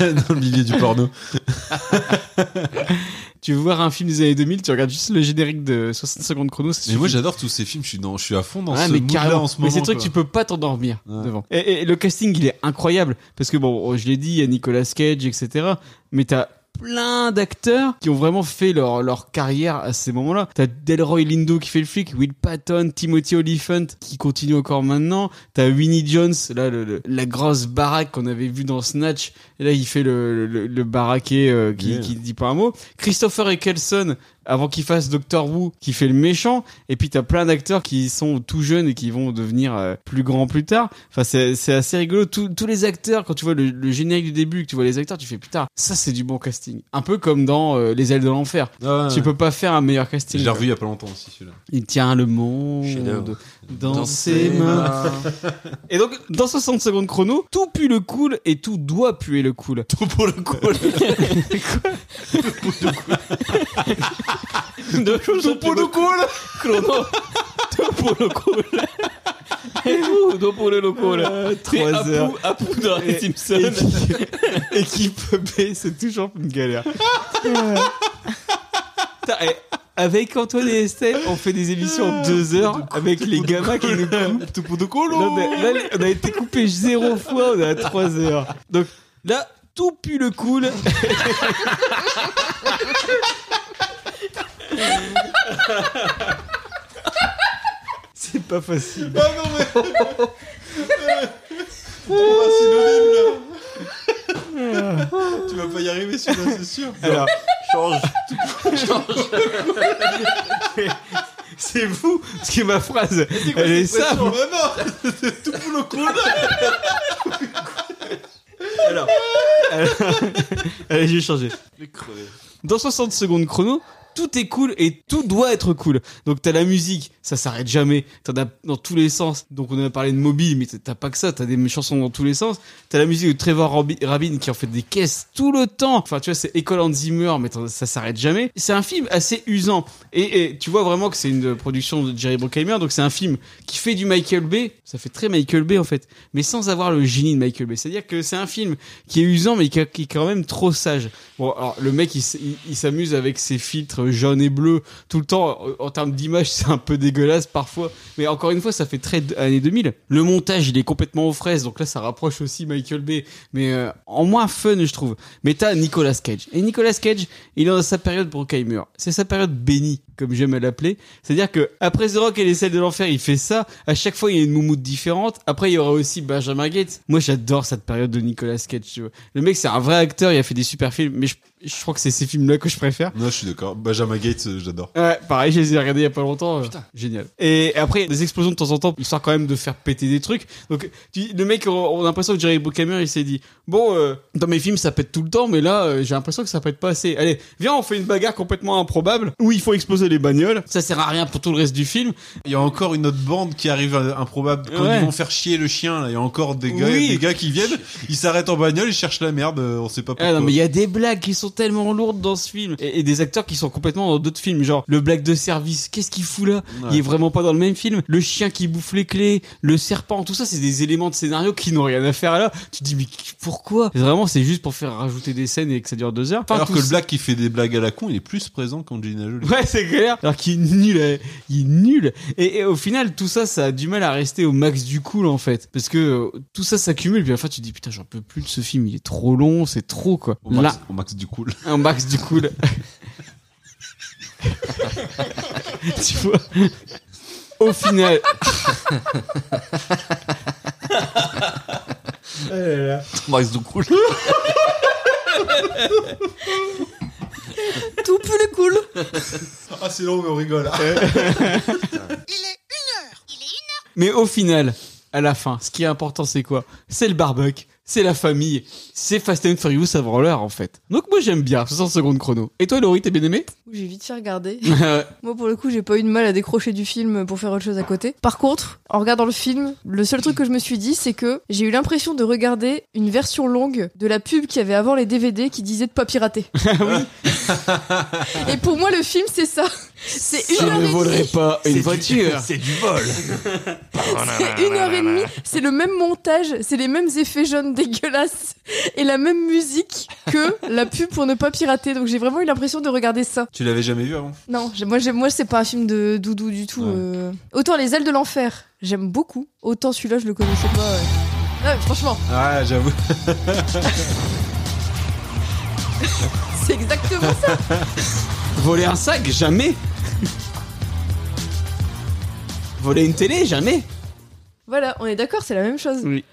dans le milieu du porno. Tu veux voir un film des années 2000, tu regardes juste le générique de 60 secondes chrono. ça Mais moi suffit. j'adore tous ces films, je suis, dans, je suis à fond dans Ouais, ce mais mood-là carrément. en ce mais moment. ces trucs, quoi. tu peux pas t'endormir Ouais. devant. Et, et le casting, il est incroyable. Parce que bon, oh, je l'ai dit, il y a Nicolas Cage, etc. Mais t'as plein d'acteurs qui ont vraiment fait leur, leur carrière à ces moments-là. T'as Delroy Lindo qui fait le flic, Will Patton, Timothy Oliphant qui continue encore maintenant. T'as Winnie Jones, là, le- le- la grosse baraque qu'on avait vue dans Snatch. Et là, il fait le, le, le baraquet euh, qui, Yeah. qui dit pas un mot. Christopher Eccleston, avant qu'il fasse Doctor Who, qui fait le méchant. Et puis t'as plein d'acteurs qui sont tout jeunes et qui vont devenir euh, plus grands plus tard. Enfin, c'est c'est assez rigolo. Tous- tous les acteurs, quand tu vois le, le générique du début, que tu vois les acteurs, tu fais putain, ça c'est du bon casting. Un peu comme dans euh, Les ailes de l'enfer. Ah, ouais. Tu peux pas faire un meilleur casting. Je l'ai revu il y a pas longtemps aussi celui-là. Il tient le monde Chef-d'œuvre. dans, ses mains. Et donc, dans 60 secondes chrono, tout pue le cool et tout doit puer le cool. Tout pour le cool. Tout pour le cool Chrono Tout pour le cool Et tout, tout pour le cool trois Euh, Trois heures. heures Apu dans les Et- Simpsons Équipe B, c'est toujours une galère. Putain, eh, Avec Antoine et Estelle, on fait des émissions en deux heures avec les gamins qui nous coupent. Tout pour de colo. Là, on a- là, on a été coupé zéro fois, on est à trois heures. Donc là, tout pue le cool. C'est pas facile. Oh, Tu vas pas y arriver celui-là, c'est sûr. Alors, Change. c'est vous, parce que ma phrase, elle est simple. Allez, je vais changer. Dans 60 secondes chrono, tout est cool et tout doit être cool. Donc t'as la musique, ça s'arrête jamais. T'en as dans tous les sens. Donc on a parlé de Moby, mais t'as- t'as pas que ça. T'as des chansons dans tous les sens. T'as la musique de Trevor Rabin- Rabin qui en fait des caisses tout le temps. Enfin tu vois, c'est École en Zimmer, mais t'en- ça s'arrête jamais. C'est un film assez usant. Et, et tu vois vraiment que c'est une euh, production de Jerry Bruckheimer. Donc c'est un film qui fait du Michael Bay. Ça fait très Michael Bay en fait, mais sans avoir le génie de Michael Bay. C'est-à-dire que c'est un film qui est usant mais qui, qui est quand même trop sage. Bon, alors le mec il, s- il- il s'amuse avec ses filtres jaunes et bleus tout le temps. En, en termes d'image, c'est un peu dégueulasse parfois, mais encore une fois, ça fait très d- années 2000. Le montage, il est complètement aux fraises, donc là, ça rapproche aussi Michael Bay, mais euh, en moins fun, je trouve. Mais t'as Nicolas Cage. Et Nicolas Cage, il est dans sa période Brockheimer. C'est sa période bénie, comme j'aime à l'appeler. C'est-à-dire que après The Rock et les salles de l'enfer, il fait ça. À chaque fois, il y a une moumoute différente. Après, il y aura aussi Benjamin Gates. Moi, j'adore cette période de Nicolas Cage. tu vois. Le mec, c'est un vrai acteur. Il a fait des super films. Mais je- je crois que c'est ces films-là que je préfère. Non, je suis d'accord. Benjamin Gates, euh, j'adore. Ouais, pareil, je les ai regardés il y a pas longtemps. euh, Génial. Et après, des explosions de temps en temps, histoire quand même de faire péter des trucs. Donc, tu- le mec, on- on a l'impression que Jerry Bruckheimer, il s'est dit Bon, euh, dans mes films, ça pète tout le temps, mais là, euh, j'ai l'impression que ça pète pas assez. Allez, viens, on fait une bagarre complètement improbable où il faut exploser les bagnoles. Ça sert à rien pour tout le reste du film. Il y a encore une autre bande qui arrive euh, improbable. Quand Ouais. ils vont faire chier le chien, là, il y a encore des gars, Oui. des gars qui viennent, ils s'arrêtent en bagnole, ils cherchent la merde, euh, on sait pas pourquoi. Ah non, mais il y a des blagues qui sont tellement lourdes dans ce film. Et, et des acteurs qui sont complètement dans d'autres films. Genre, le blague de service, qu'est-ce qu'il fout là Il est vraiment pas dans le même film. Le chien qui bouffe les clés, le serpent, tout ça, c'est des éléments de scénario qui n'ont rien à faire là. Tu te dis, mais pourquoi Vraiment, c'est juste pour faire rajouter des scènes et que ça dure deux heures. Enfin, Alors tout que le ça- black qui fait des blagues à la con, il est plus présent qu'Angelina Jolie. Ouais, c'est clair. Alors qu'il est nul, euh, il est nul. Et, et au final, tout ça, ça a du mal à rester au max du cool en fait, parce que euh, tout ça s'accumule. Puis à la fin, tu te dis putain, j'en peux plus de ce film. Il est trop long, c'est trop quoi. Au max, Là, au max du cool. un max du cool. tu vois. Au final. Max du cool. Tout plus le cool. Ah, c'est long, mais on rigole. Mais au final, à la fin, ce qui est important, c'est quoi C'est le barbecue, c'est la famille, c'est Fast and Furious avant l'heure, en fait. Donc moi, j'aime bien, 60 secondes chrono. Et toi, Laurie, t'es bien aimé J'ai vite fait regarder. Ouais. Moi, pour le coup, j'ai pas eu de mal à décrocher du film pour faire autre chose à côté. Par contre, en regardant le film, le seul truc que je me suis dit, c'est que j'ai eu l'impression de regarder une version longue de la pub qu'il y avait avant les DVD qui disait de pas pirater. Ah Et pour moi, le film, c'est ça. C'est une Je heure ne et volerai demie. pas une voiture. Ah, C'est du vol. C'est une heure et demie. C'est le même montage, c'est les mêmes effets jaunes dégueulasses et la même musique que la pub pour ne pas pirater. Donc j'ai vraiment eu l'impression de regarder ça. Tu l'avais jamais vu avant Non, j'ai- moi, j'ai- moi c'est pas un film de doudou du tout. Ouais. euh. Autant Les Ailes de l'Enfer, j'aime beaucoup. Autant celui-là, je le connaissais pas. ouais. Non, mais franchement, Ah, j'avoue. c'est exactement ça. Voler un sac, jamais. Voler une télé, jamais. Voilà, on est d'accord, c'est la même chose. Oui.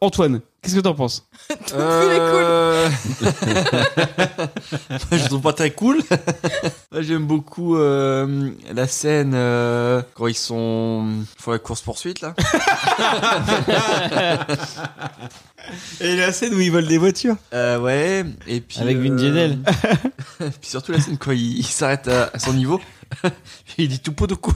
Antoine, qu'est-ce que t'en penses Euh... Moi, je trouve pas très cool. Moi, j'aime beaucoup euh, la scène euh, quand ils sont font la course poursuite là. Et la scène où ils volent des voitures. Euh, ouais. Et puis Avec Vin euh, Diesel. puis surtout la scène quand il, il s'arrête à, à son niveau. il dit tout pot de coup.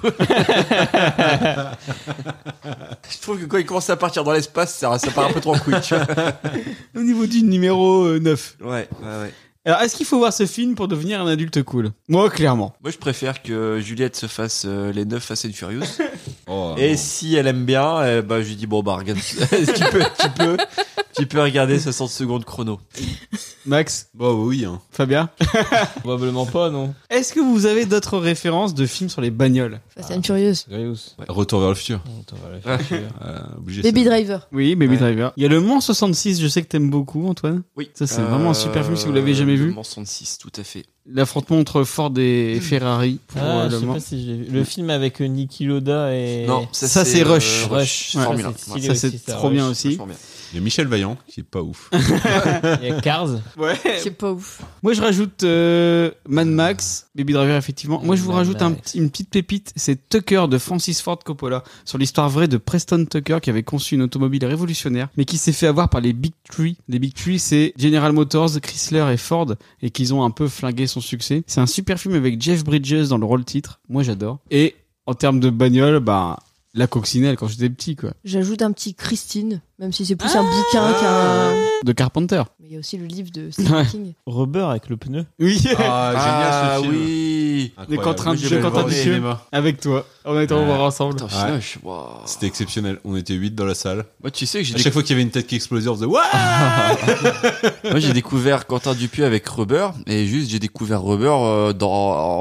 je trouve que quand il commence à partir dans l'espace, ça, ça part un peu trop en couille. tu vois. Au niveau du numéro euh, 9. Ouais, ouais, ouais. Alors, est-ce qu'il faut voir ce film pour devenir un adulte cool Moi, clairement. Moi, je préfère que Juliette se fasse euh, les 9 Fast and Furious. Oh, Et non. si elle aime bien, eh ben, je lui dis bon bah regarde, tu peux, tu peux, tu peux regarder 60 secondes chrono. Max, Bah oui, hein. Fabien, Probablement pas, non. est-ce que vous avez d'autres références de films sur les bagnoles Fast and Furious. Grius. Retour vers le futur. On t'en va la faire chier. Euh, obligé, Baby ça. Driver. Oui, Baby Ouais. Driver. Il y a le Mans 66, je sais que t'aimes beaucoup, Antoine. Oui. Ça, c'est vraiment un super film, si vous l'avez jamais vu. Le Mans 66, tout à fait. L'affrontement entre Ford et Ferrari pour Ah, euh, je le sais Mans. pas si je l'ai vu. Le film avec euh, Niki Loda et. Non, ça, ça, c'est euh, Rush. Rush. Ouais. Formule Ça, 1. c'est Ouais, stylé. Ça, c'est aussi, ça, trop ouais, bien je- aussi. vachement bien. Il y a Michel Vaillant, qui est pas ouf. Il y a Cars. Ouais. C'est pas ouf. Moi, je rajoute euh, Mad Max, Baby Driver, effectivement. Moi, je vous Ah. Mad rajoute un Max. petit- une petite pépite. C'est Tucker de Francis Ford Coppola sur l'histoire vraie de Preston Tucker qui avait conçu une automobile révolutionnaire, mais qui s'est fait avoir par les Big Three. Les Big Three, c'est General Motors, Chrysler et Ford, et qu'ils ont un peu flingué son succès. C'est un super film avec Jeff Bridges dans le rôle titre. Moi, j'adore. Et en termes de bagnole, bah la coccinelle quand j'étais petit, quoi. J'ajoute un petit Christine, même si c'est plus un bouquin qu'un. De Carpenter. Mais il y a aussi le livre de Stephen Ouais. King. Rubber avec le pneu. Oui. Ah, Ah génial ce film. oui. Incroyable. Les contraintes- Oui, les j'ai vu le voir contraintes au du cinéma. Avec toi. On était Ouais. Ah. au voir ensemble. Putain, Finoche, waouh. C'était exceptionnel. On était 8 dans la salle. Moi, tu sais que j'ai À chaque décou- fois qu'il y avait une tête qui explosait, on faisait What Moi, j'ai découvert Quentin Dupieux avec Rubber et juste j'ai découvert Rubber euh, dans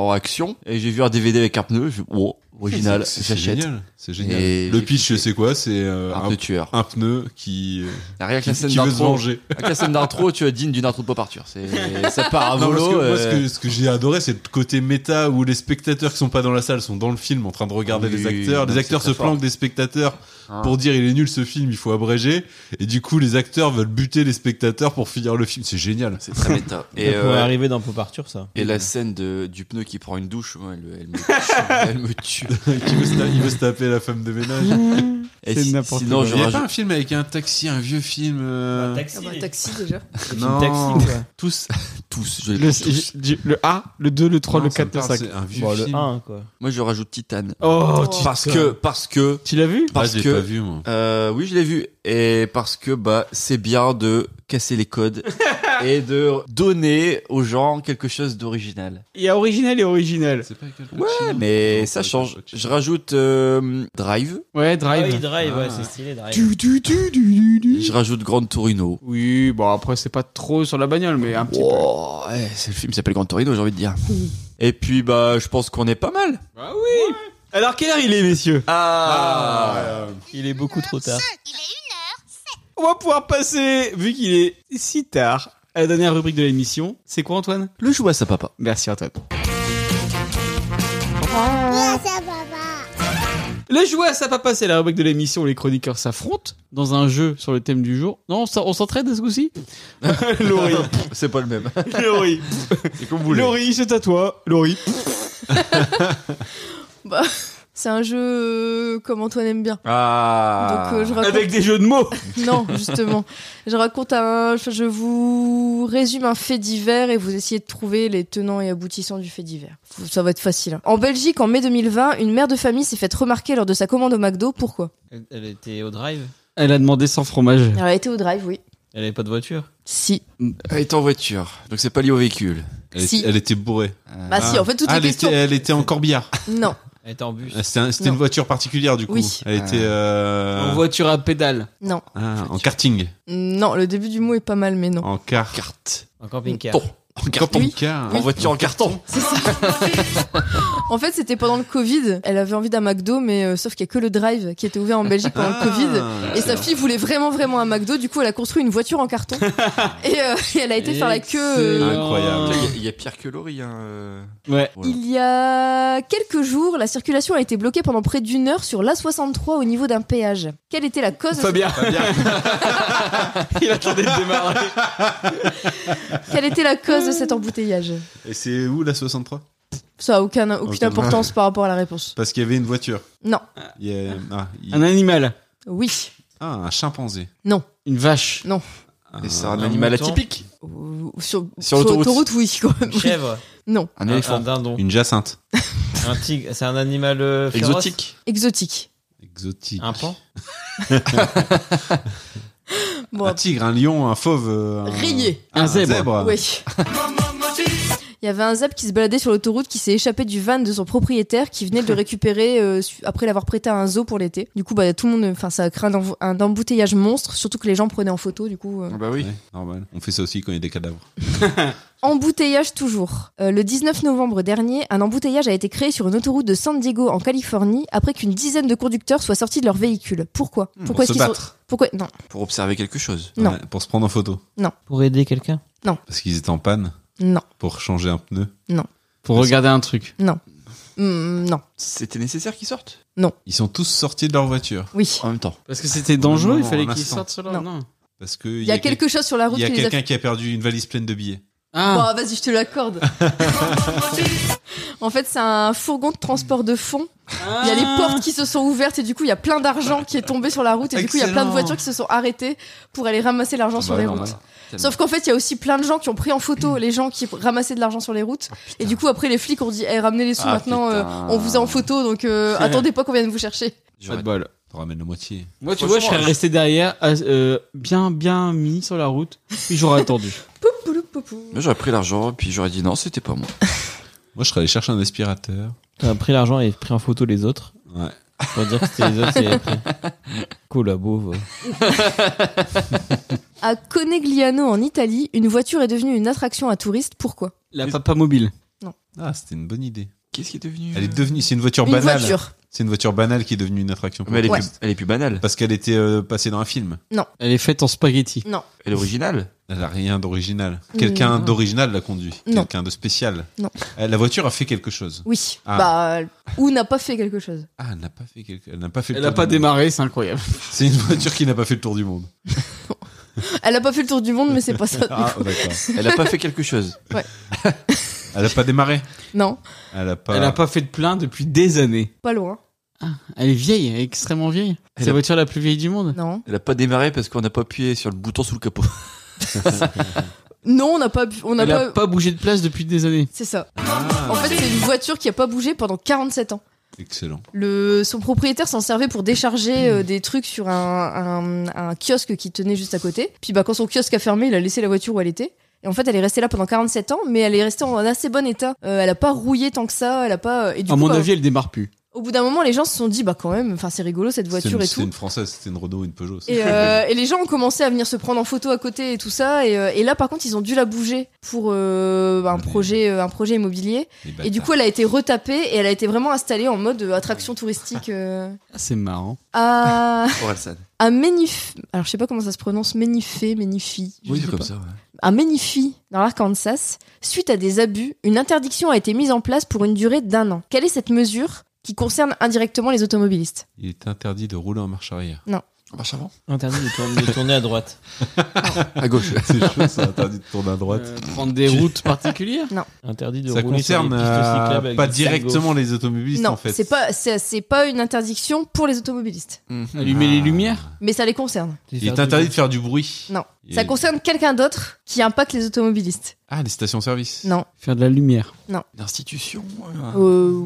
en action et j'ai vu un DVD avec un pneu. Je... Oh, original, C'est- c'est j'achète. génial, C'est génial. Et le j'ai pitch, kiffé. c'est quoi C'est euh, Un un, pneu tueur. un pneu qui, euh, Ah, Rien que qui, la scène qui veut se d'intro. venger. Rien que la scène d'intro, tu es digne d'une intro de Pop Arthur. C'est- Ça part à Non, parce que volo. moi, ce euh, que, ce que j'ai adoré, c'est le côté méta où les spectateurs qui sont pas dans la salle sont dans le film en train de regarder Oui, les acteurs. non, Les c'est acteurs très se fort. planquent des spectateurs Ah. pour dire il est nul ce film, il faut abréger. Et du coup, les acteurs veulent buter les spectateurs pour finir le film. C'est génial. C'est très méta. Et Et, ça euh, pourrait arriver dans Pop Arthur, ça. et la scène de, du pneu qui prend une douche, ouais, elle, elle me tue. elle me tue. Qui veut se ta- il veut se taper la femme de ménage. Et C'est si- n'importe sinon, quoi. je Il y a rajoute- pas un film avec un taxi, un vieux film. euh, Ah bah, taxi déjà. non. taxi, quoi. tous, tous, je les Le, prends tous. j'ai- le A, le 2, le 3, Non, le ça 4, me le parle, 5. c'est Un vieux Bon, film. le 1, quoi. Moi, je rajoute Titan. Oh, tu- Parce que, parce que, tu l'as vu parce Ah, je l'ai que, pas vu, moi. Euh, oui, je l'ai vu. Et parce que bah c'est bien de casser les codes et de donner aux gens quelque chose d'original. Il y a original et original. C'est pas avec Al Ouais, Pacino. mais Non, ça c'est pas avec change. Al Pacino. Je rajoute euh, Drive, Ouais, Ah oui, Drive. Drive, ouais, Ah. c'est stylé, Drive. Tu, tu, tu, du, du, du. je rajoute Grand Torino. Oui, bon après c'est pas trop sur la bagnole, mais un petit Oh, ouais, c'est le film qui s'appelle Grand Torino, j'ai envie de dire. Et puis bah je pense qu'on est pas mal. Ah Alors, quelle heure il est, messieurs Ah, euh, Il est beaucoup trop tard. Il est une heure. On va pouvoir passer, vu qu'il est si tard, à la dernière rubrique de l'émission. C'est quoi, Antoine le jouet à sa papa. Merci, Antoine. Ah, ça va pas. Le jouet à sa papa, c'est la rubrique de l'émission. émission où les chroniqueurs s'affrontent dans un jeu sur le thème du jour. Non, on s'en- on s'entraide à ce coup-ci Laurie, c'est pas le même. Laurie, C'est comme vous voulez. Laurie c'est à toi. Laurie. C'est un jeu euh, comme Antoine aime bien. Ah. Donc euh, je raconte. Avec des jeux de mots. Non, justement. je raconte un. Je vous résume un fait divers et vous essayez de trouver les tenants et aboutissants du fait divers. Ça va être facile. hein. En Belgique, en mai 2020, une mère de famille s'est faite remarquer lors de sa commande au McDo. Pourquoi Elle, elle était au drive. Elle a demandé sans fromage. Alors, Elle était au drive, oui. Elle avait pas de voiture. Si. Elle est en voiture, donc c'est pas lié au véhicule. Elle, était- Si. elle était bourrée. Bah si, en fait, toutes Ah, les elle questions. Était, elle était en corbillard. Non. Elle était en bus. Ah, C'était un- c'était une Non. voiture particulière, du coup. Oui. Elle était euh, En voiture à pédale. Non. ah, en karting. Non, le début du mot est pas mal, mais non. En car. Carte. En camping-car. Ton. En carton. Oui. Car. En voiture en carton. C'est ça. en fait, c'était pendant le Covid. Elle avait envie d'un McDo, mais euh, sauf qu'il n'y a que le drive qui était ouvert en Belgique pendant le Ah. Covid. Et sa fille voulait vraiment, vraiment un McDo. Du coup, elle a construit une voiture en carton. et, euh, et elle a été faire la queue. euh, Incroyable. Il y a- Il y a pire que Laurie. Hein. euh. Ouais. Voilà. Il y a quelques jours, la circulation a été bloquée pendant près d'une heure sur l'A63 au niveau d'un péage. Quelle était la cause de cette- Fabien. il attendait de démarrer. Quelle était la cause de cet embouteillage Et c'est où la 63 Ça a aucun, aucune Aucun. importance par rapport à la réponse. Parce qu'il y avait une voiture. Non. Il y a- ah, il- Un animal. Oui. ah, un chimpanzé. Une vache. Et c'est un Un animal mouton. atypique. Ou- Sur, Sur l'autoroute. l'autoroute, oui. Quand même. Une chèvre. Non. Un Un, un éléphant. dindon. Ah, Une jacinthe. Un tigre. C'est un animal euh, féroce. Exotique. Exotique. Exotique. Un pan. Bon, Un tigre, un lion, un fauve. euh, Un... Rayé. Un zèbre. Oui. Il y avait un zèbre qui se baladait sur l'autoroute qui s'est échappé du van de son propriétaire qui venait de le récupérer euh, su- après l'avoir prêté à un zoo pour l'été. Du coup, bah, tout le monde, enfin, ça a créé un, env- un embouteillage monstre, surtout que les gens prenaient en photo, du coup. euh. Ah bah oui. Ouais, normal. On fait ça aussi quand il y a des cadavres. Embouteillage toujours. Euh, le 19 novembre dernier, un embouteillage a été créé sur une autoroute de San Diego en Californie après qu'une dizaine de conducteurs soient sortis de leur véhicule. Pourquoi Hmm. pour Pourquoi se est-ce qu'ils sont- battre. Pourquoi Non. Pour observer quelque chose. Non. Ouais, pour se prendre en photo. Pour aider quelqu'un. Parce qu'ils étaient en panne. Non. Pour changer un pneu. Pour regarder un truc. Hmm, non. C'était nécessaire qu'ils sortent Ils sont tous sortis de leur voiture. Oui. En même temps. Parce que c'était dangereux, Non, il fallait un qu'ils instant. sortent sur leur- Non. non. Parce que Il y a quelque chose sur la route Il y a qui les a quelqu'un qui a perdu une valise pleine de billets. Ah, Bon, vas-y, je te l'accorde. en fait, c'est un fourgon de transport de fond. Il y a les portes qui se sont ouvertes et du coup, il y a plein d'argent qui est tombé sur la route et du coup, il y a plein de Excellent. voitures qui se sont arrêtées pour aller ramasser l'argent sur Bah, les normal. routes. Sauf qu'en fait, il y a aussi plein de gens qui ont pris en photo les gens qui ramassaient de l'argent sur les routes. et du coup, après, les flics ont dit Eh, ramenez les sous Ah, maintenant, euh, putain. on vous a en photo, donc euh, attendez pas qu'on vienne vous chercher. Pas de bol. T'en ramènes la moitié. moi tu vois, je serais resté derrière, à- euh, bien, bien mis sur la route, puis j'aurais attendu. Poup, poulou, poupou. Moi euh, j'aurais pris l'argent, puis j'aurais dit non, c'était pas moi. Moi, je serais allé chercher un aspirateur. T'as pris l'argent et pris en photo les autres. Ouais. Pour dire que c'était les autres qui avaient pris. Cool, la beauve. À Conegliano, en Italie, une voiture est devenue une attraction à touristes. Pourquoi La papa mobile. Ah, c'était une bonne idée. Qu'est-ce qui est devenu Elle est devenue. C'est une voiture Une banale. voiture. C'est une voiture banale qui est devenue une attraction. Mais elle est, Ouais. plus, elle est plus banale. Parce qu'elle était euh, passée dans un film. Non, Elle est faite en spaghetti. non, Elle est originale. Elle a rien d'original. Mm. Quelqu'un d'original l'a conduit. Non. Quelqu'un de spécial. Non. Euh, La voiture a fait quelque chose. oui. Ah. Bah, ou n'a pas fait quelque chose. Ah, elle n'a pas fait quelque... Elle n'a pas fait le Elle tour a pas du monde. démarré, c'est incroyable. C'est une voiture qui n'a pas fait le tour du monde. Elle a pas fait le tour du monde, mais c'est pas ça. du Ah, coup. d'accord. Elle a pas fait quelque chose. Elle a pas démarré. Non, Elle a pas. Elle a pas fait de plein depuis des années. pas loin. Elle est vieille, elle est extrêmement vieille. Elle C'est a- la voiture la plus vieille du monde. Non. Elle a pas démarré parce qu'on n'a pas appuyé sur le bouton sous le capot. Non, on n'a pas. pu- On n'a elle pas. a pas bougé de place depuis des années. C'est ça. Ah, En fait, c'est une voiture qui a pas bougé pendant 47 ans. Excellent. Le, son propriétaire s'en servait pour décharger euh, des trucs sur un, un, un kiosque qui tenait juste à côté. Puis bah, quand son kiosque a fermé, il a laissé la voiture où elle était. Et en fait, elle est restée là pendant 47 ans, mais elle est restée en assez bon état. Euh, elle a pas rouillé tant que ça, elle a pas. Et du à coup, mon bah, avis, elle démarre plus. au bout d'un moment, les gens se sont dit, bah quand même, enfin c'est rigolo cette voiture C'était et une- C'était tout. une française, c'était une Renault, une Peugeot. Et, euh, et les gens ont commencé à venir se prendre en photo à côté et tout ça. Et, euh, et là, par contre, ils ont dû la bouger pour euh, bah, un Mais- projet, euh, un projet immobilier. Les Et bâtards. du coup, elle a été retapée et elle a été vraiment installée en mode euh, attraction touristique euh, Ah, c'est marrant. à Orelsan. à Menif. Alors, je sais pas comment ça se prononce, Menifé, Menifi. je Oui, sais c'est comme pas. ça. ouais. À Menifee, dans l'Arkansas, suite à des abus, une interdiction a été mise en place pour une durée d'un an. Quelle est cette mesure qui concerne indirectement les automobilistes Il est interdit de rouler en marche arrière. On marche avant Interdit de tourner, de tourner à droite. À gauche. C'est chaud, c'est interdit de tourner à droite. Euh, prendre des routes particulières Interdit de ça rouler concerne sur les pistes euh, cyclables avec pas des sacs directement gauches. les automobilistes Non, en fait. c'est pas c'est c'est pas une interdiction pour les automobilistes, Mmh. Allumer les lumières mais ça les concerne. Il est interdit de faire du bruit. Non, Il ça est- concerne quelqu'un d'autre qui impacte les automobilistes. Ah, les stations-service. Non. Faire de la lumière. L'institution. Euh,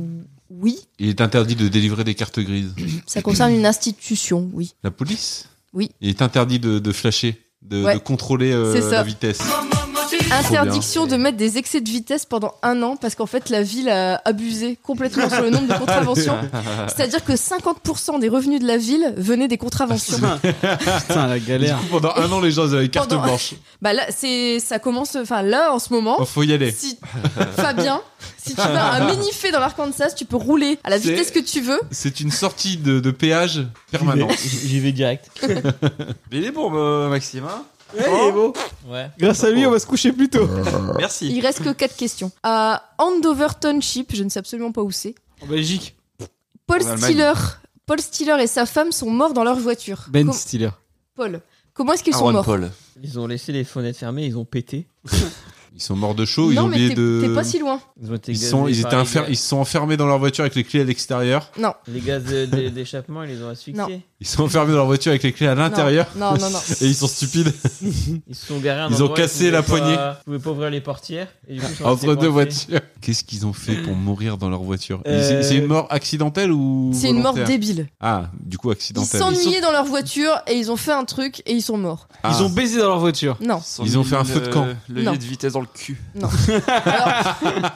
oui, Il est interdit de délivrer des cartes grises. ça concerne une institution, oui. La police Oui. Il est interdit de, de flasher, de, Ouais. de contrôler euh, C'est ça. la vitesse. Interdiction de mettre des excès de vitesse pendant un an parce qu'en fait la ville a abusé complètement sur le nombre de contraventions. C'est-à-dire que 50% des revenus de la ville venaient des contraventions. Putain, la Du galère. coup, pendant un an, les gens ils avaient carte Pendant- blanche. Bah là, c'est ça commence. Enfin là, en ce moment, Oh, faut y aller. si Fabien, si tu vas à Minifé dans l'Arkansas, tu peux rouler à la C'est- vitesse que tu veux. C'est une sortie de, de péage J'y permanente. vais- J'y vais direct. Mais il est bon, euh, Maxime. hein Ouais. Grâce à lui, on va se coucher plus tôt. Merci. Il reste que quatre questions. À Andover Township, je ne sais absolument pas où c'est. En Belgique. Paul En Allemagne. Stiller, Paul Stiller et sa femme sont morts dans leur voiture. Ben Com- Stiller. Paul, comment est-ce qu'ils sont Aaron morts Ah, Paul. Ils ont laissé les fenêtres fermées, ils ont pété. Ils sont morts de chaud, ils non, ont mais oublié t'es- de. t'es pas si loin. Ils ont été Ils sont, gazés ils par étaient les enfer- gaz- ils se sont enfermés dans leur voiture avec les clés à l'extérieur. Non, Les gaz de- de- d'échappement, ils les ont asphyxiés. Ils sont enfermés dans leur voiture avec les clés à l'intérieur. Non, non, non. Et ils sont stupides. Ils se sont garés à un Ils ont endroit cassé qu'ils pouvaient la pas- poignée. Ils pouvaient pas ouvrir les portières. Et du coup, ils sont restés Entre deux coincés. voitures. Qu'est-ce qu'ils ont fait pour mourir dans leur voiture Ils- Euh, C'est une mort accidentelle ou c'est une mort volontaire débile. Ah, du coup Ils accidentelle. s'ennuyaient dans leur voiture et ils ont fait un truc et ils sont morts. Ah. Ils ont baisé dans leur voiture. Non. Ils ont fait un feu de camp. Le Non. lieu de vitesse dans le cul. Alors,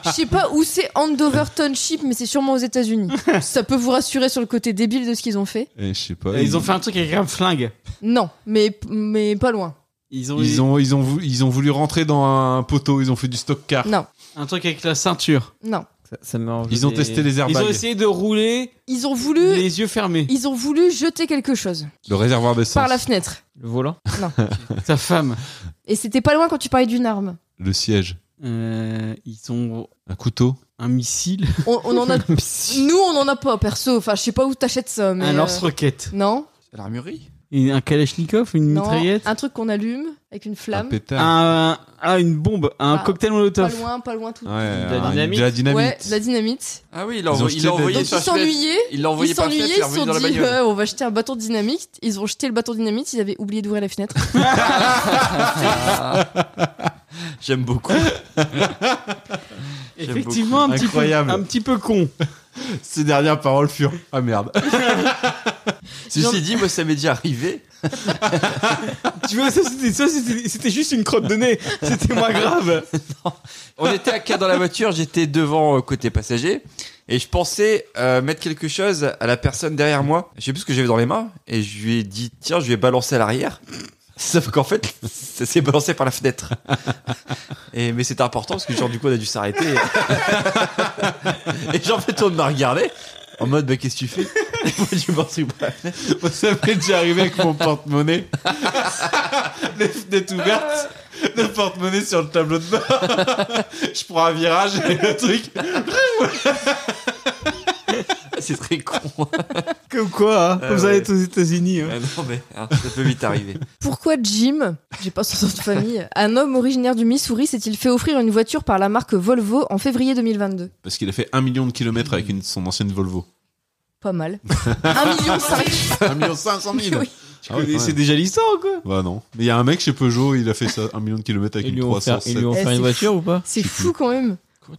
je sais pas où c'est Andover Township, mais c'est sûrement aux États-Unis. Ça peut vous rassurer sur le côté débile de ce qu'ils ont fait. Eh, je sais pas. Et Ils ont fait un truc avec un flingue. Non, mais, mais pas loin. Ils ont, Ils ont, ils ont, vou- ils ont voulu rentrer dans un poteau. Ils ont fait du stock car. Non, un truc avec la ceinture. non. Ça, ça m'a enlevé Ils ont des- testé les Ils ont airbags. essayé de rouler Ils ont voulu, les yeux fermés. ils ont voulu jeter quelque chose Le réservoir d'essence. par la fenêtre. Le volant. Sa femme. Et c'était pas loin quand tu parlais d'une arme. Le siège. Euh, ils ont Un couteau. un missile. On, on en a. Un missile. Nous, on en a pas, perso. Enfin, je sais pas où t'achètes ça, mais. Un euh, lance-roquette. Non, L'armurerie Et Un kalachnikov, une non. mitraillette. Un truc qu'on allume avec une Un flamme. pétard. Un, ah, une bombe. Un Ah, cocktail Pas molotov. loin, pas loin, tout. Ouais, un- dynamite. de la dynamite. Ouais, de la dynamite. Ah oui, il Ils l'a ont envoyé, jeté il l'a des- envoyé Donc sur ils la fenêtre. s'ennuyaient. Il l'a envoyé Ils par la fenêtre, s'ennuyaient, ils il l'a se envoyé sont dans la dit bagnole. ouais, on va jeter un bâton de dynamite. Ils ont jeté le bâton de dynamite, ils avaient oublié d'ouvrir la fenêtre. J'aime beaucoup. J'aime Effectivement, un petit, peu, Incroyable. un petit peu con. Ces dernières paroles furent. Ah merde. Ceci dit, moi, ça m'est déjà arrivé. tu vois, ça c'était, ça, c'était- c'était juste une crotte de nez. C'était moins grave. On était à quatre dans la voiture, j'étais devant euh, côté passager et je pensais euh, mettre quelque chose à la personne derrière moi. Je sais plus ce que j'avais dans les mains et je lui ai dit tiens, je vais balancer à l'arrière. Sauf qu'en fait, ça s'est balancé par la fenêtre. Et, mais c'était important parce que genre du coup on a dû s'arrêter. Et genre en fait on m'a regardé en mode bah qu'est-ce que tu fais Et Moi du morceau par la fenêtre. Moi, ça m'est déjà arrivé avec mon porte-monnaie. Les fenêtres ouvertes, le porte-monnaie sur le tableau de bord. Je prends un virage et le truc. Ah, C'est très con. Comme quoi, hein, Ah comme ça, ouais. être aux États-Unis. hein. Ah non mais hein, ça peut vite arriver. Pourquoi Jim, j'ai pas son nom de famille, un homme originaire du Missouri s'est-il fait offrir une voiture par la marque Volvo en février 2022 Parce qu'il a fait un million de kilomètres avec une- son ancienne Volvo. Pas mal. 1,5 million Un million cinq cent mille. Oui. Tu connais, C'est déjà l'histoire ou quoi Bah non. Mais il y a un mec chez Peugeot, il a fait ça, un million de kilomètres avec Ils une lui ont offert, ils 307. lui Eh, ont offert c'est une voiture ou pas C'est fou quand même.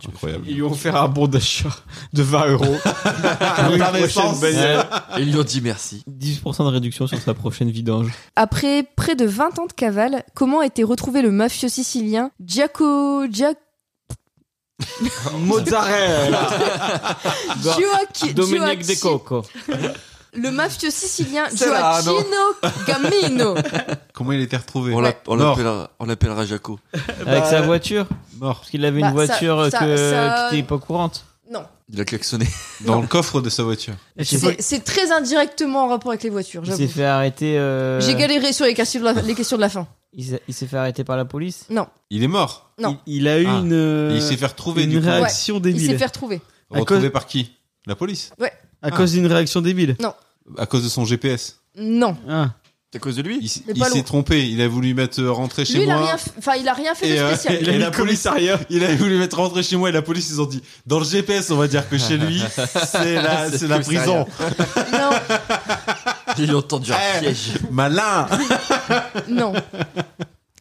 Incroyable. Ils lui ont offert un bon d'achat de 20 euros. Pour une prochaine bagnole. Ils lui ont dit merci. 10% de réduction sur sa prochaine vidange. Après près de 20 ans de cavale, comment a été retrouvé le mafieux sicilien Giaco... Giac... Mozzarella. Ah, bah, Gioacchi- Dominique Gioacchi- De Coco. Le mafieux sicilien C'est là, Gioacchino Gamino. Comment il a été retrouvé On l'a- on Mort. l'appellera- on l'appellera Jaco. Avec sa Bah, voiture Mort. Parce qu'il avait Bah, une ça- voiture ça- que- ça- qui n'était pas courante. Non, Il a klaxonné. Dans le coffre de sa voiture. Il s'est c'est c'est très indirectement en rapport avec les voitures, il s'est j'avoue. fait arrêter. euh, J'ai galéré sur les questions, de la, les questions de la fin. Il s'est- il s'est fait arrêter par la police. Il est mort. Non. Il, il a eu Ah. une, euh, Et il s'est fait retrouver une du coup. réaction Il s'est débile. fait retrouver. à Retrouvé cause- par qui La police. À cause Ah. d'une réaction débile. À cause de son GPS. Non. Ah. C'est à cause de lui Il, s- Mais il pas s'est loin. trompé. Il a voulu mettre euh, rentrer chez Lui, il a, moi. rien, f- enfin, il a rien fait Et, de euh, spécial. il a Et mis la le commissariat. Il a voulu mettre rentrer chez moi et la police ils ont dit dans le GPS on va dire que chez lui c'est la, c'est la prison. Non, Ils l'ont tendu un Eh. piège. Malin. non.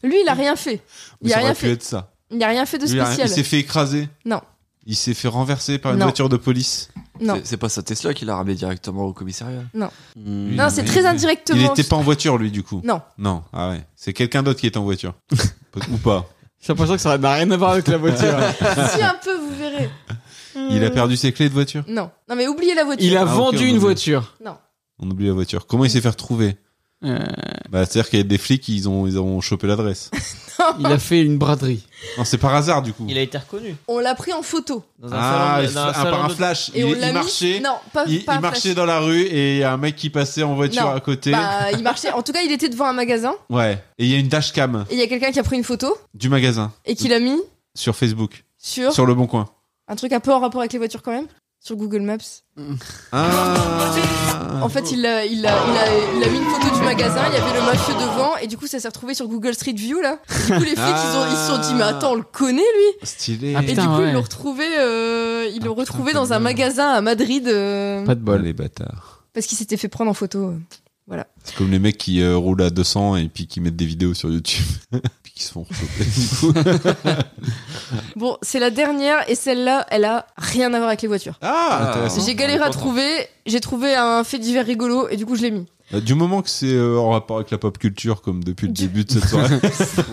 Lui, il a rien fait. Il a Mais ça rien aurait pu fait. être ça. Il a rien fait de Il a rien- spécial. Il s'est fait écraser. Non. Il s'est fait renverser par une Non. voiture de police. Non. C'est- C'est pas sa Tesla qui l'a ramené directement au commissariat. Non. Hmm. Non, c'est très indirectement. Il n'était pas en voiture lui du coup. Non. Non. Ah ouais. C'est quelqu'un d'autre qui était en voiture. Peut- Ou pas. J'ai l'impression que ça n'a rien à voir avec la voiture. Si un peu, vous verrez. Il a perdu ses clés de voiture. Non. Non, mais oubliez la voiture. Il a Ah, ok, vendu on une oublie. voiture. On oublie la voiture. Comment il s'est fait retrouver Euh, Bah c'est à dire qu'il y a des flics ils ont ils ont chopé l'adresse. il a fait une braderie. non c'est par hasard du coup. Il a été reconnu. On l'a pris en photo. Dans un Ah, salon de- il- dans un un- salon par un de- flash. Et il on il l'a mis. marchait. Non, pas, il, pas il marchait flash. dans la rue et il y a un mec qui passait en voiture Non. à côté. Bah, il marchait. En tout cas, il était devant un magasin. Ouais. Et il y a une dashcam Et il y a quelqu'un qui a pris une photo du magasin et qui l'a mis sur Facebook, sur sur le bon coin. un truc un peu en rapport avec les voitures quand même. Sur Google Maps. Ah. En fait, il a, il, a, il, a, il a mis une photo du magasin, il y avait le mafieux devant, et du coup, ça s'est retrouvé sur Google Street View, là. Du coup, les flics, ils, ont, ils se sont dit, mais attends, on le connaît, lui Stylé. Ah, Et putain, du coup, ouais. ils l'ont retrouvé, euh, ils l'ont Ah, putain, retrouvé pas dans un mal. magasin à Madrid, euh, Pas de Bon, bol. les bâtards. parce qu'il s'était fait prendre en photo. euh. C'est comme les mecs qui euh, roulent à 200 et puis qui mettent des vidéos sur YouTube. puis qui se font choper. du coup. Bon, c'est la dernière, et celle-là, elle a rien à voir avec les voitures. Ah, Hein, intéressant. J'ai galéré à trouver, j'ai trouvé un fait divers rigolo, et du coup, je l'ai mis. Euh, Du moment que c'est euh, en rapport avec la pop culture, comme depuis le début de cette soirée.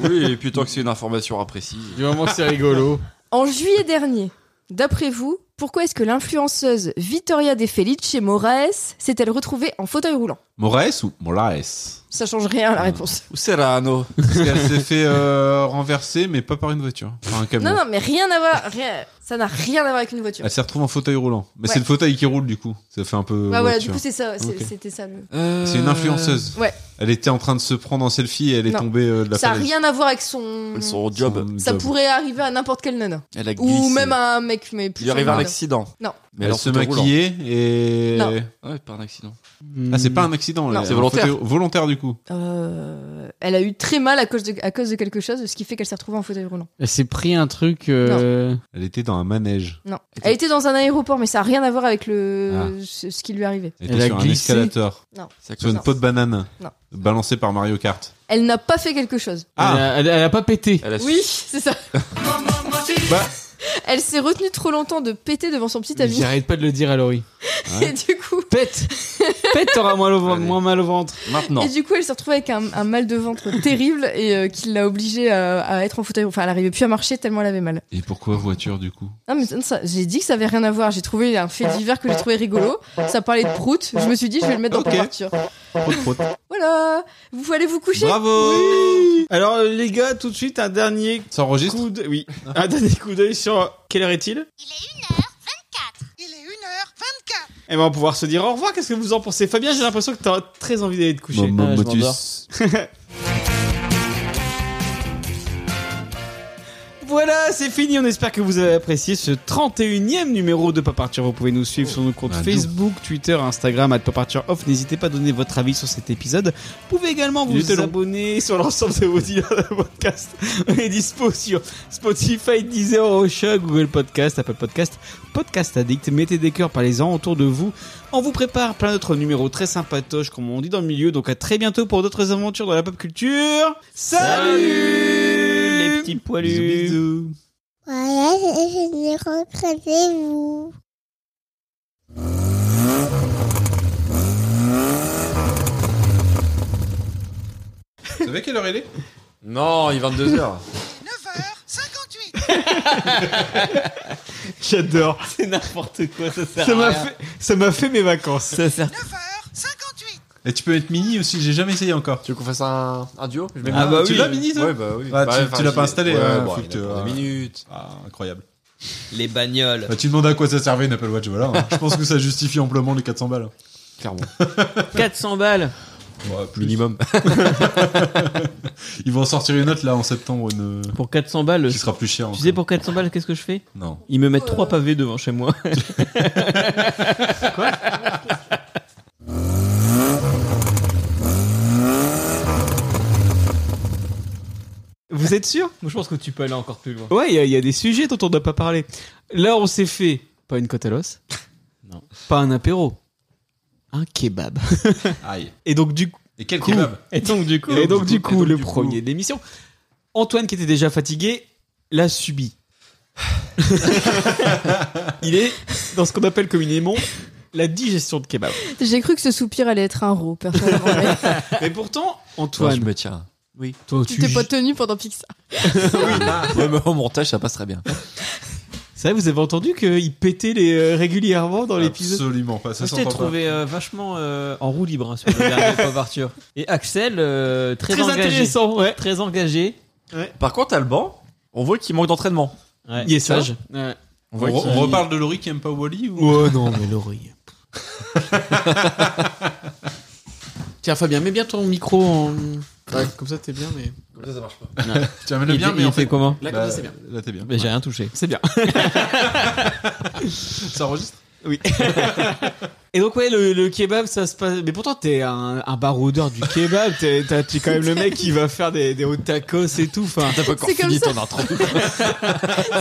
Oui, et puis tant que c'est une information imprécise. Du moment que c'est rigolo. En juillet dernier, d'après vous, pourquoi est-ce que l'influenceuse Vittoria De Felice Moraes s'est-elle retrouvée en fauteuil roulant Moraes ou Moraes Ça change rien à la réponse. Où c'est là, Anno Parce qu'elle s'est fait euh, renverser, mais pas par une voiture, hein. par un camion. Non, non, mais rien à voir. rien- Ça n'a rien à voir avec une voiture. Elle se retrouve en fauteuil roulant. Mais Ouais. c'est le fauteuil qui roule du coup. Ça fait un peu. Bah voilà, du voiture. coup, c'est ça. c'est- Ok. C'était ça. le- Euh, C'est une influenceuse. Ouais. Elle était en train de se prendre en selfie et elle est Non. tombée euh, de la Ça n'a falaise. rien à voir avec son. Son job. Son Ça job. pourrait arriver à n'importe quelle nana. Elle a glissé. Ou même à un mec, mais plus. Il lui arrive un sûrement, accident. Non. Mais elle alors, se fauteuil roulant. maquillait et. Non. Ouais, pas un accident. Ah, c'est pas un accident. Non. elle- C'est volontaire. fauteuil- Volontaire du coup. non. Euh, Elle a eu très mal à cause de, à cause de quelque chose, ce qui fait qu'elle s'est retrouvée en fauteuil roulant. Elle s'est pris un truc. euh, Elle était dans un manège. Non. Et Elle était dans un aéroport, mais ça n'a rien à voir avec le... ce, ce qui lui arrivait. Elle était Elle a sur un glissé. escalator. Ça Sur une Non. peau de banane. Non. Balancée par Mario Kart. Elle n'a Ah. pas fait quelque chose. Elle, a, elle- elle a pas pété. Elle a Oui, c'est ça. Bah. Elle s'est retenue trop longtemps de péter devant son petit ami. J'arrête pas de le dire à Laurie. Et du coup, Pète Pète, t'auras moins, le ven- moins mal au ventre. Maintenant. Et du coup, elle s'est retrouvée avec un, un mal de ventre terrible et euh, qui l'a obligée à, à être en fauteuil. Enfin, elle n'arrivait plus à marcher tellement elle avait mal. Et pourquoi voiture du coup Non, mais ça, j'ai dit que ça avait rien à voir. J'ai trouvé un fait divers que j'ai trouvé rigolo. Ça parlait de prout. Je me suis dit, je vais le mettre dans Ok. ta voiture. Prout, prout. Voilà. Vous allez vous coucher. Bravo Alors euh, les gars, tout de suite un dernier Ça enregistre coup d'œil. Oui, un dernier coup d'œil sur quelle heure est-il Il est 1h24. Et ben on va pouvoir se dire au revoir. Qu'est-ce que vous en pensez, Fabien J'ai l'impression que t'as très envie d'aller te coucher. Maman Ah, je Motus. m'endors. Voilà, c'est fini. On espère que vous avez apprécié ce 31e numéro de Pas Partir. Vous pouvez nous suivre sur nos comptes Bah, Facebook, Twitter, Instagram, à Pas Partir Off. N'hésitez pas à donner votre avis sur cet épisode. Vous pouvez également Il était vous long. abonner sur l'ensemble de vos dealers de podcast. On est dispo sur Spotify, Deezer, Rocha, Google Podcast, Apple Podcast, Podcast Addict. Mettez des cœurs, parlez-en autour de vous. On vous prépare plein d'autres numéros très sympatoches, comme on dit dans le milieu. Donc à très bientôt pour d'autres aventures dans la pop culture. Salut Les petits poilus. Voilà, je l'ai rencontré, vous. Vous savez quelle heure il est Non, il est 22h. 9h58. J'adore. C'est n'importe quoi, ça sert Ça à m'a rien. fait, ça m'a fait mes vacances. Ça sert 9h58. Et tu peux être mini aussi, j'ai jamais essayé encore. Tu veux qu'on fasse un, un duo Je mets Ah mon- bah oui. Ouais, Ouais, bah oui. Ah, tu- tu l'as je- pas installé, Ouais, hein, bon, faut il que a tu- pas ah. des minutes. Ah, incroyable. les bagnoles. Bah, tu demandes à quoi ça servait une Apple Watch, voilà. hein. Je pense que ça justifie amplement les 400 balles. hein. Clairement. 400 balles. Ouais, plus. Minimum. Ils vont en sortir une autre là en septembre, une... Pour 400 balles, qui sera plus chère. tu encore. sais pour 400 balles, qu'est-ce que je fais Non. Ils me mettent trois pavés devant chez moi. Vous êtes sûr Moi, je pense que tu peux aller encore plus loin. Ouais, il y a- il y, a des sujets dont on n'a pas parlé. Là, on s'est fait pas une côte à l'os, Non. pas un apéro, un kebab. Aïe. Et donc du coup, Et quel kebab Et donc, du coup, et donc, du coup et donc, le du coup- premier de l'émission, Antoine qui était déjà fatigué l'a subi. il est dans ce qu'on appelle communément la digestion de kebab. J'ai cru que ce soupir allait être un roux, personnellement. Mais pourtant, Toi, je Antoine, me tiens. toi, tu tu- t'es pas tenu pendant Pixar. Ah, Ouais, mais au montage, ça passe très bien. C'est vrai, vous avez entendu qu'il pétait les, euh, régulièrement dans l'épisode. Absolument pas, ça Moi, je t'ai s'entend pas. trouvé euh, vachement euh, en roue libre hein, sur le dernier Pop Arthur. Et Axel, euh, très, Très engagé. intéressant, ouais. Très engagé. Par contre, Alban, on voit qu'il manque d'entraînement. Ouais, Il est sage. On On, voit re- qu'il- on reparle de Laurie qui aime pas Wally ou Oh non, mais l'oreille. Tiens, Fabien, mets bien ton micro en. Comme ça, t'es bien, mais. Comme ça, ça marche pas. Tu amènes Il, le bien, il- mais il en fait fait. comment Là, Bah, comme ça, c'est bien. Là, t'es bien. Mais J'ai rien touché. C'est bien. Ça enregistre Et donc ouais, le, le kebab, ça se passe. Mais pourtant, t'es un, un baroudeur du kebab. T'es t'as- t'es quand même le mec qui va faire des, des hauts tacos et tout. Enfin, T'as pas encore C'est comme fini ça. ton intro.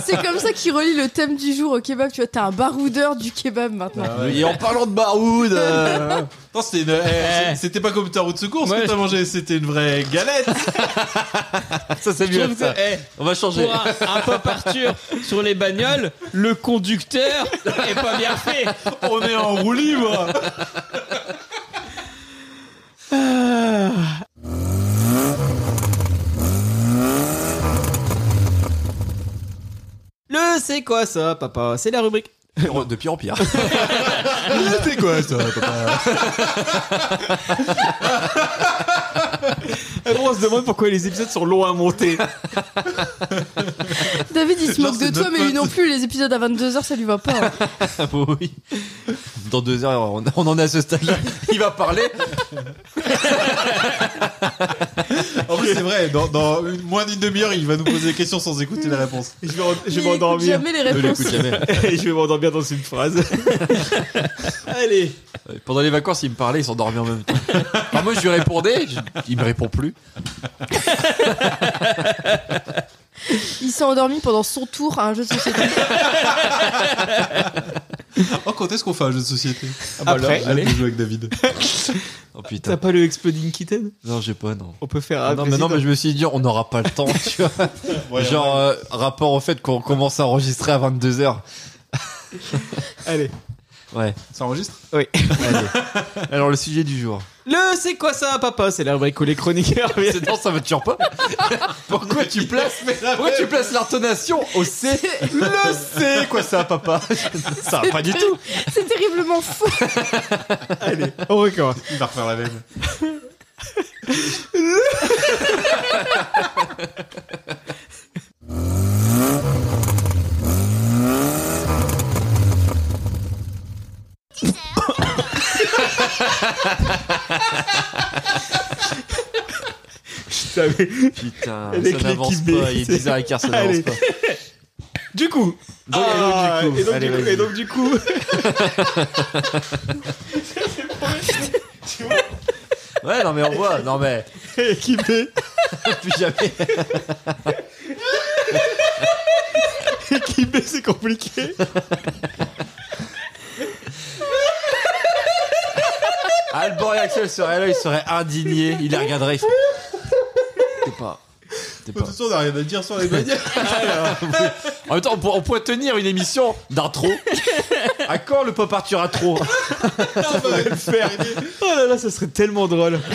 C'est comme ça qu'il relie le thème du jour au kebab. Tu vois, t'as un baroudeur du kebab maintenant. Bah, Et en parlant de Baroud, euh, Non, c'était une- eh, c'était pas comme ta route de secours ce que t'as mangé, c'était une vraie galette. ça c'est Je mieux. trouve Ça. que- eh, On va changer. pour un, un Pop Arthur sur les bagnoles, le conducteur est pas bien fait. On est en roue libre. Ah. le c'est quoi ça, papa C'est la rubrique. De pire en pire. C'était quoi ça papa Et bon, on se demande pourquoi les épisodes sont longs à monter. David, il se Genre, moque c'est de toi, notre mais lui non plus, les épisodes à 22h, ça lui va pas. hein. Ah, oui. Dans deux heures, on, on en est à ce stade-là. Il va parler. En plus, c'est vrai, dans, dans une- moins d'une demi-heure, il va nous poser des questions sans écouter les réponses. Je vais, en- je vais Il écoute m'endormir. jamais les Ne réponses. l'écoute jamais. Et je vais m'endormir dans une phrase. Allez. Ouais, Pendant les vacances, il me parlait, il s'endormait en même temps. Enfin, moi, je lui répondais, je- il me répond plus. Il s'est endormi pendant son tour à un jeu de société. Oh, quand est-ce qu'on fait un jeu de société Après, Allez, jouer avec David. On Oh putain. T'as pas le Exploding Kitten Non, j'ai pas, non. On peut faire Ah un non, mais président. non, mais je me suis dit, on n'aura pas le temps, tu vois. Ouais, Genre, euh, rapport au fait qu'on commence à enregistrer à 22h. Allez. Ouais. Ça enregistre Oui. Alors, le sujet du jour. Le c'est quoi ça, papa C'est la rubrique où les chroniqueurs viennent. Non, ça me tue pas. Pourquoi tu places, pourquoi tu places l'intonation au C Le C, quoi ça, papa Ça va pas du tout. C'est terriblement fou. Allez, on Oh, recommence. Il va refaire la même. Putain, Avec ça n'avance l'équipe B, pas. Il est c'est- 10h15, ça n'avance Allez. pas. Du coup. Ah, et donc, et du coup. donc, Allez, du coup- vas-y. et donc, du coup. Ouais, non, mais on voit. Non, mais. Équipé. Plus jamais. Équipé, c'est compliqué. Albor et Axel seraient là, ils seraient indignés. Ils les regarderaient. ils font- T'es pas. T'es De toute pas. façon, on n'a rien à dire sur les manières. En même temps, on pour- on pourrait, tenir une émission d'intro. À quand le pop Arthur intro On va le faire. Oh là là, ça serait tellement drôle.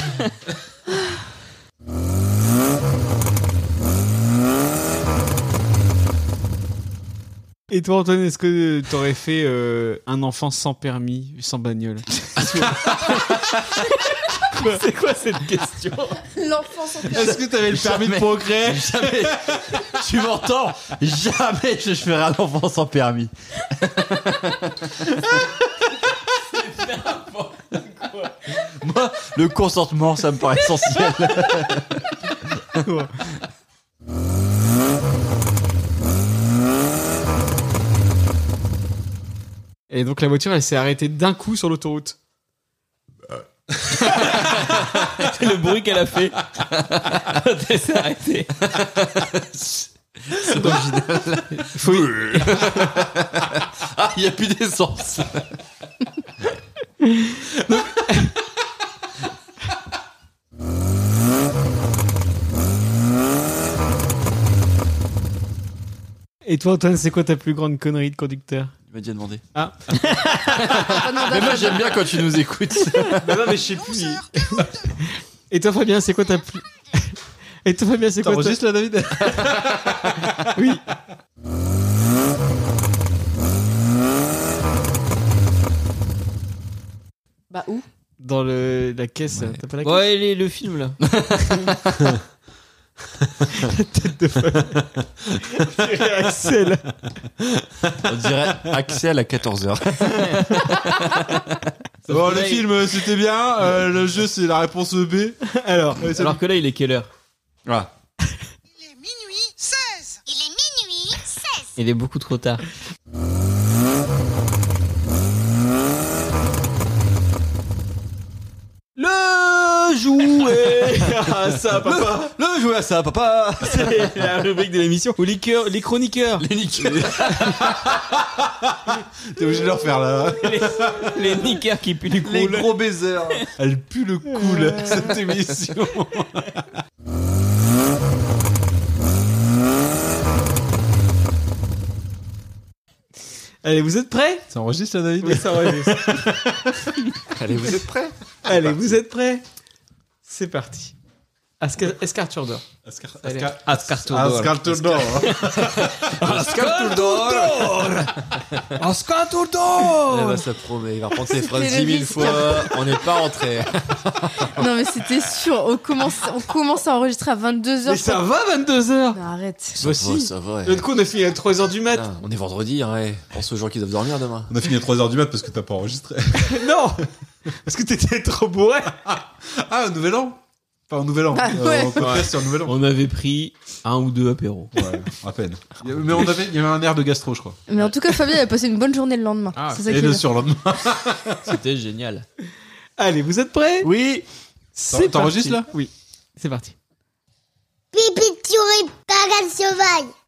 Et toi, Antoine, est-ce que t'aurais fait euh, un enfant sans permis, sans bagnole C'est quoi cette question L'enfant sans permis. Est-ce que t'avais le permis de progrès Jamais. Tu m'entends Jamais je ferai un enfant sans permis. Moi, le consentement, ça me paraît essentiel. Et donc la voiture, elle s'est arrêtée d'un coup sur l'autoroute. le bruit qu'elle a fait. Elle s'est arrêtée. Ah, il n'y a plus d'essence. Et toi, Antoine, c'est quoi ta plus grande connerie de conducteur Il m'a déjà demandé. Pas demandé Mais à moi, j'aime bien quand tu nous écoutes. Non, mais je sais plus. Et toi, Fabien, c'est quoi ta plus... Et toi, Fabien, c'est quoi ta... T'enregistres là, David Bah où Dans le... la caisse, t'as pas la caisse Ouais, les- le film là. Axel. On dirait Axel à 14h. Bon, le film, euh, c'était bien. Euh, le jeu, c'est la réponse E B. Alors, Alors que là, il est quelle heure Ah. Il est minuit 16. Il est minuit 16. Il est beaucoup trop tard. le jouet. Ah, ça, papa. Le jouer à ça, papa C'est la rubrique de l'émission où les, cœurs- les chroniqueurs, Les nickels. T'es obligé de le refaire là. Les nickers qui puent du cou. Les gros baisers. Elle pue le cool, Euh. cette émission. Allez, vous êtes prêts Ça enregistre là, David Oui, ça enregistre. Allez, vous êtes prêts Allez, vous êtes prêts C'est parti. Asca- Est-ce qu'Arthur dort Ascar- Allez. Ascar- Ascar Ascar Tudor. Eh Eh ben, ben, ça promet. Il va reprendre ses Oh. C'était phrases le 10 000 risque. fois. On n'est pas rentré. Non, mais c'était sûr. On commence, on commence à enregistrer à 22h. Mais ça va 22h Non, arrête. Ça va, ça va. ouais. L'autre coup, on est fini à 3h du mat. Putain, on est vendredi, hein, ouais. Pense aux gens qui doivent dormir demain. On a fini à 3h du mat parce que t'as pas enregistré. Non Parce que t'étais trop bourré. Ah, au nouvel an Pas au nouvel an. Ah, Euh, ouais. on podcast sur le nouvel an. On avait pris un ou deux apéros. Ouais, à peine. Il y avait- Mais on avait, il y avait un air de gastro, je crois. Mais en tout cas, Fabien a passé une bonne journée le lendemain. c'est ça Et qui le surlendemain. C'était génial. Allez, vous êtes prêts Oui. C'est T'enregistres, parti. Oui, c'est parti. Pipi, tu pas sauvage.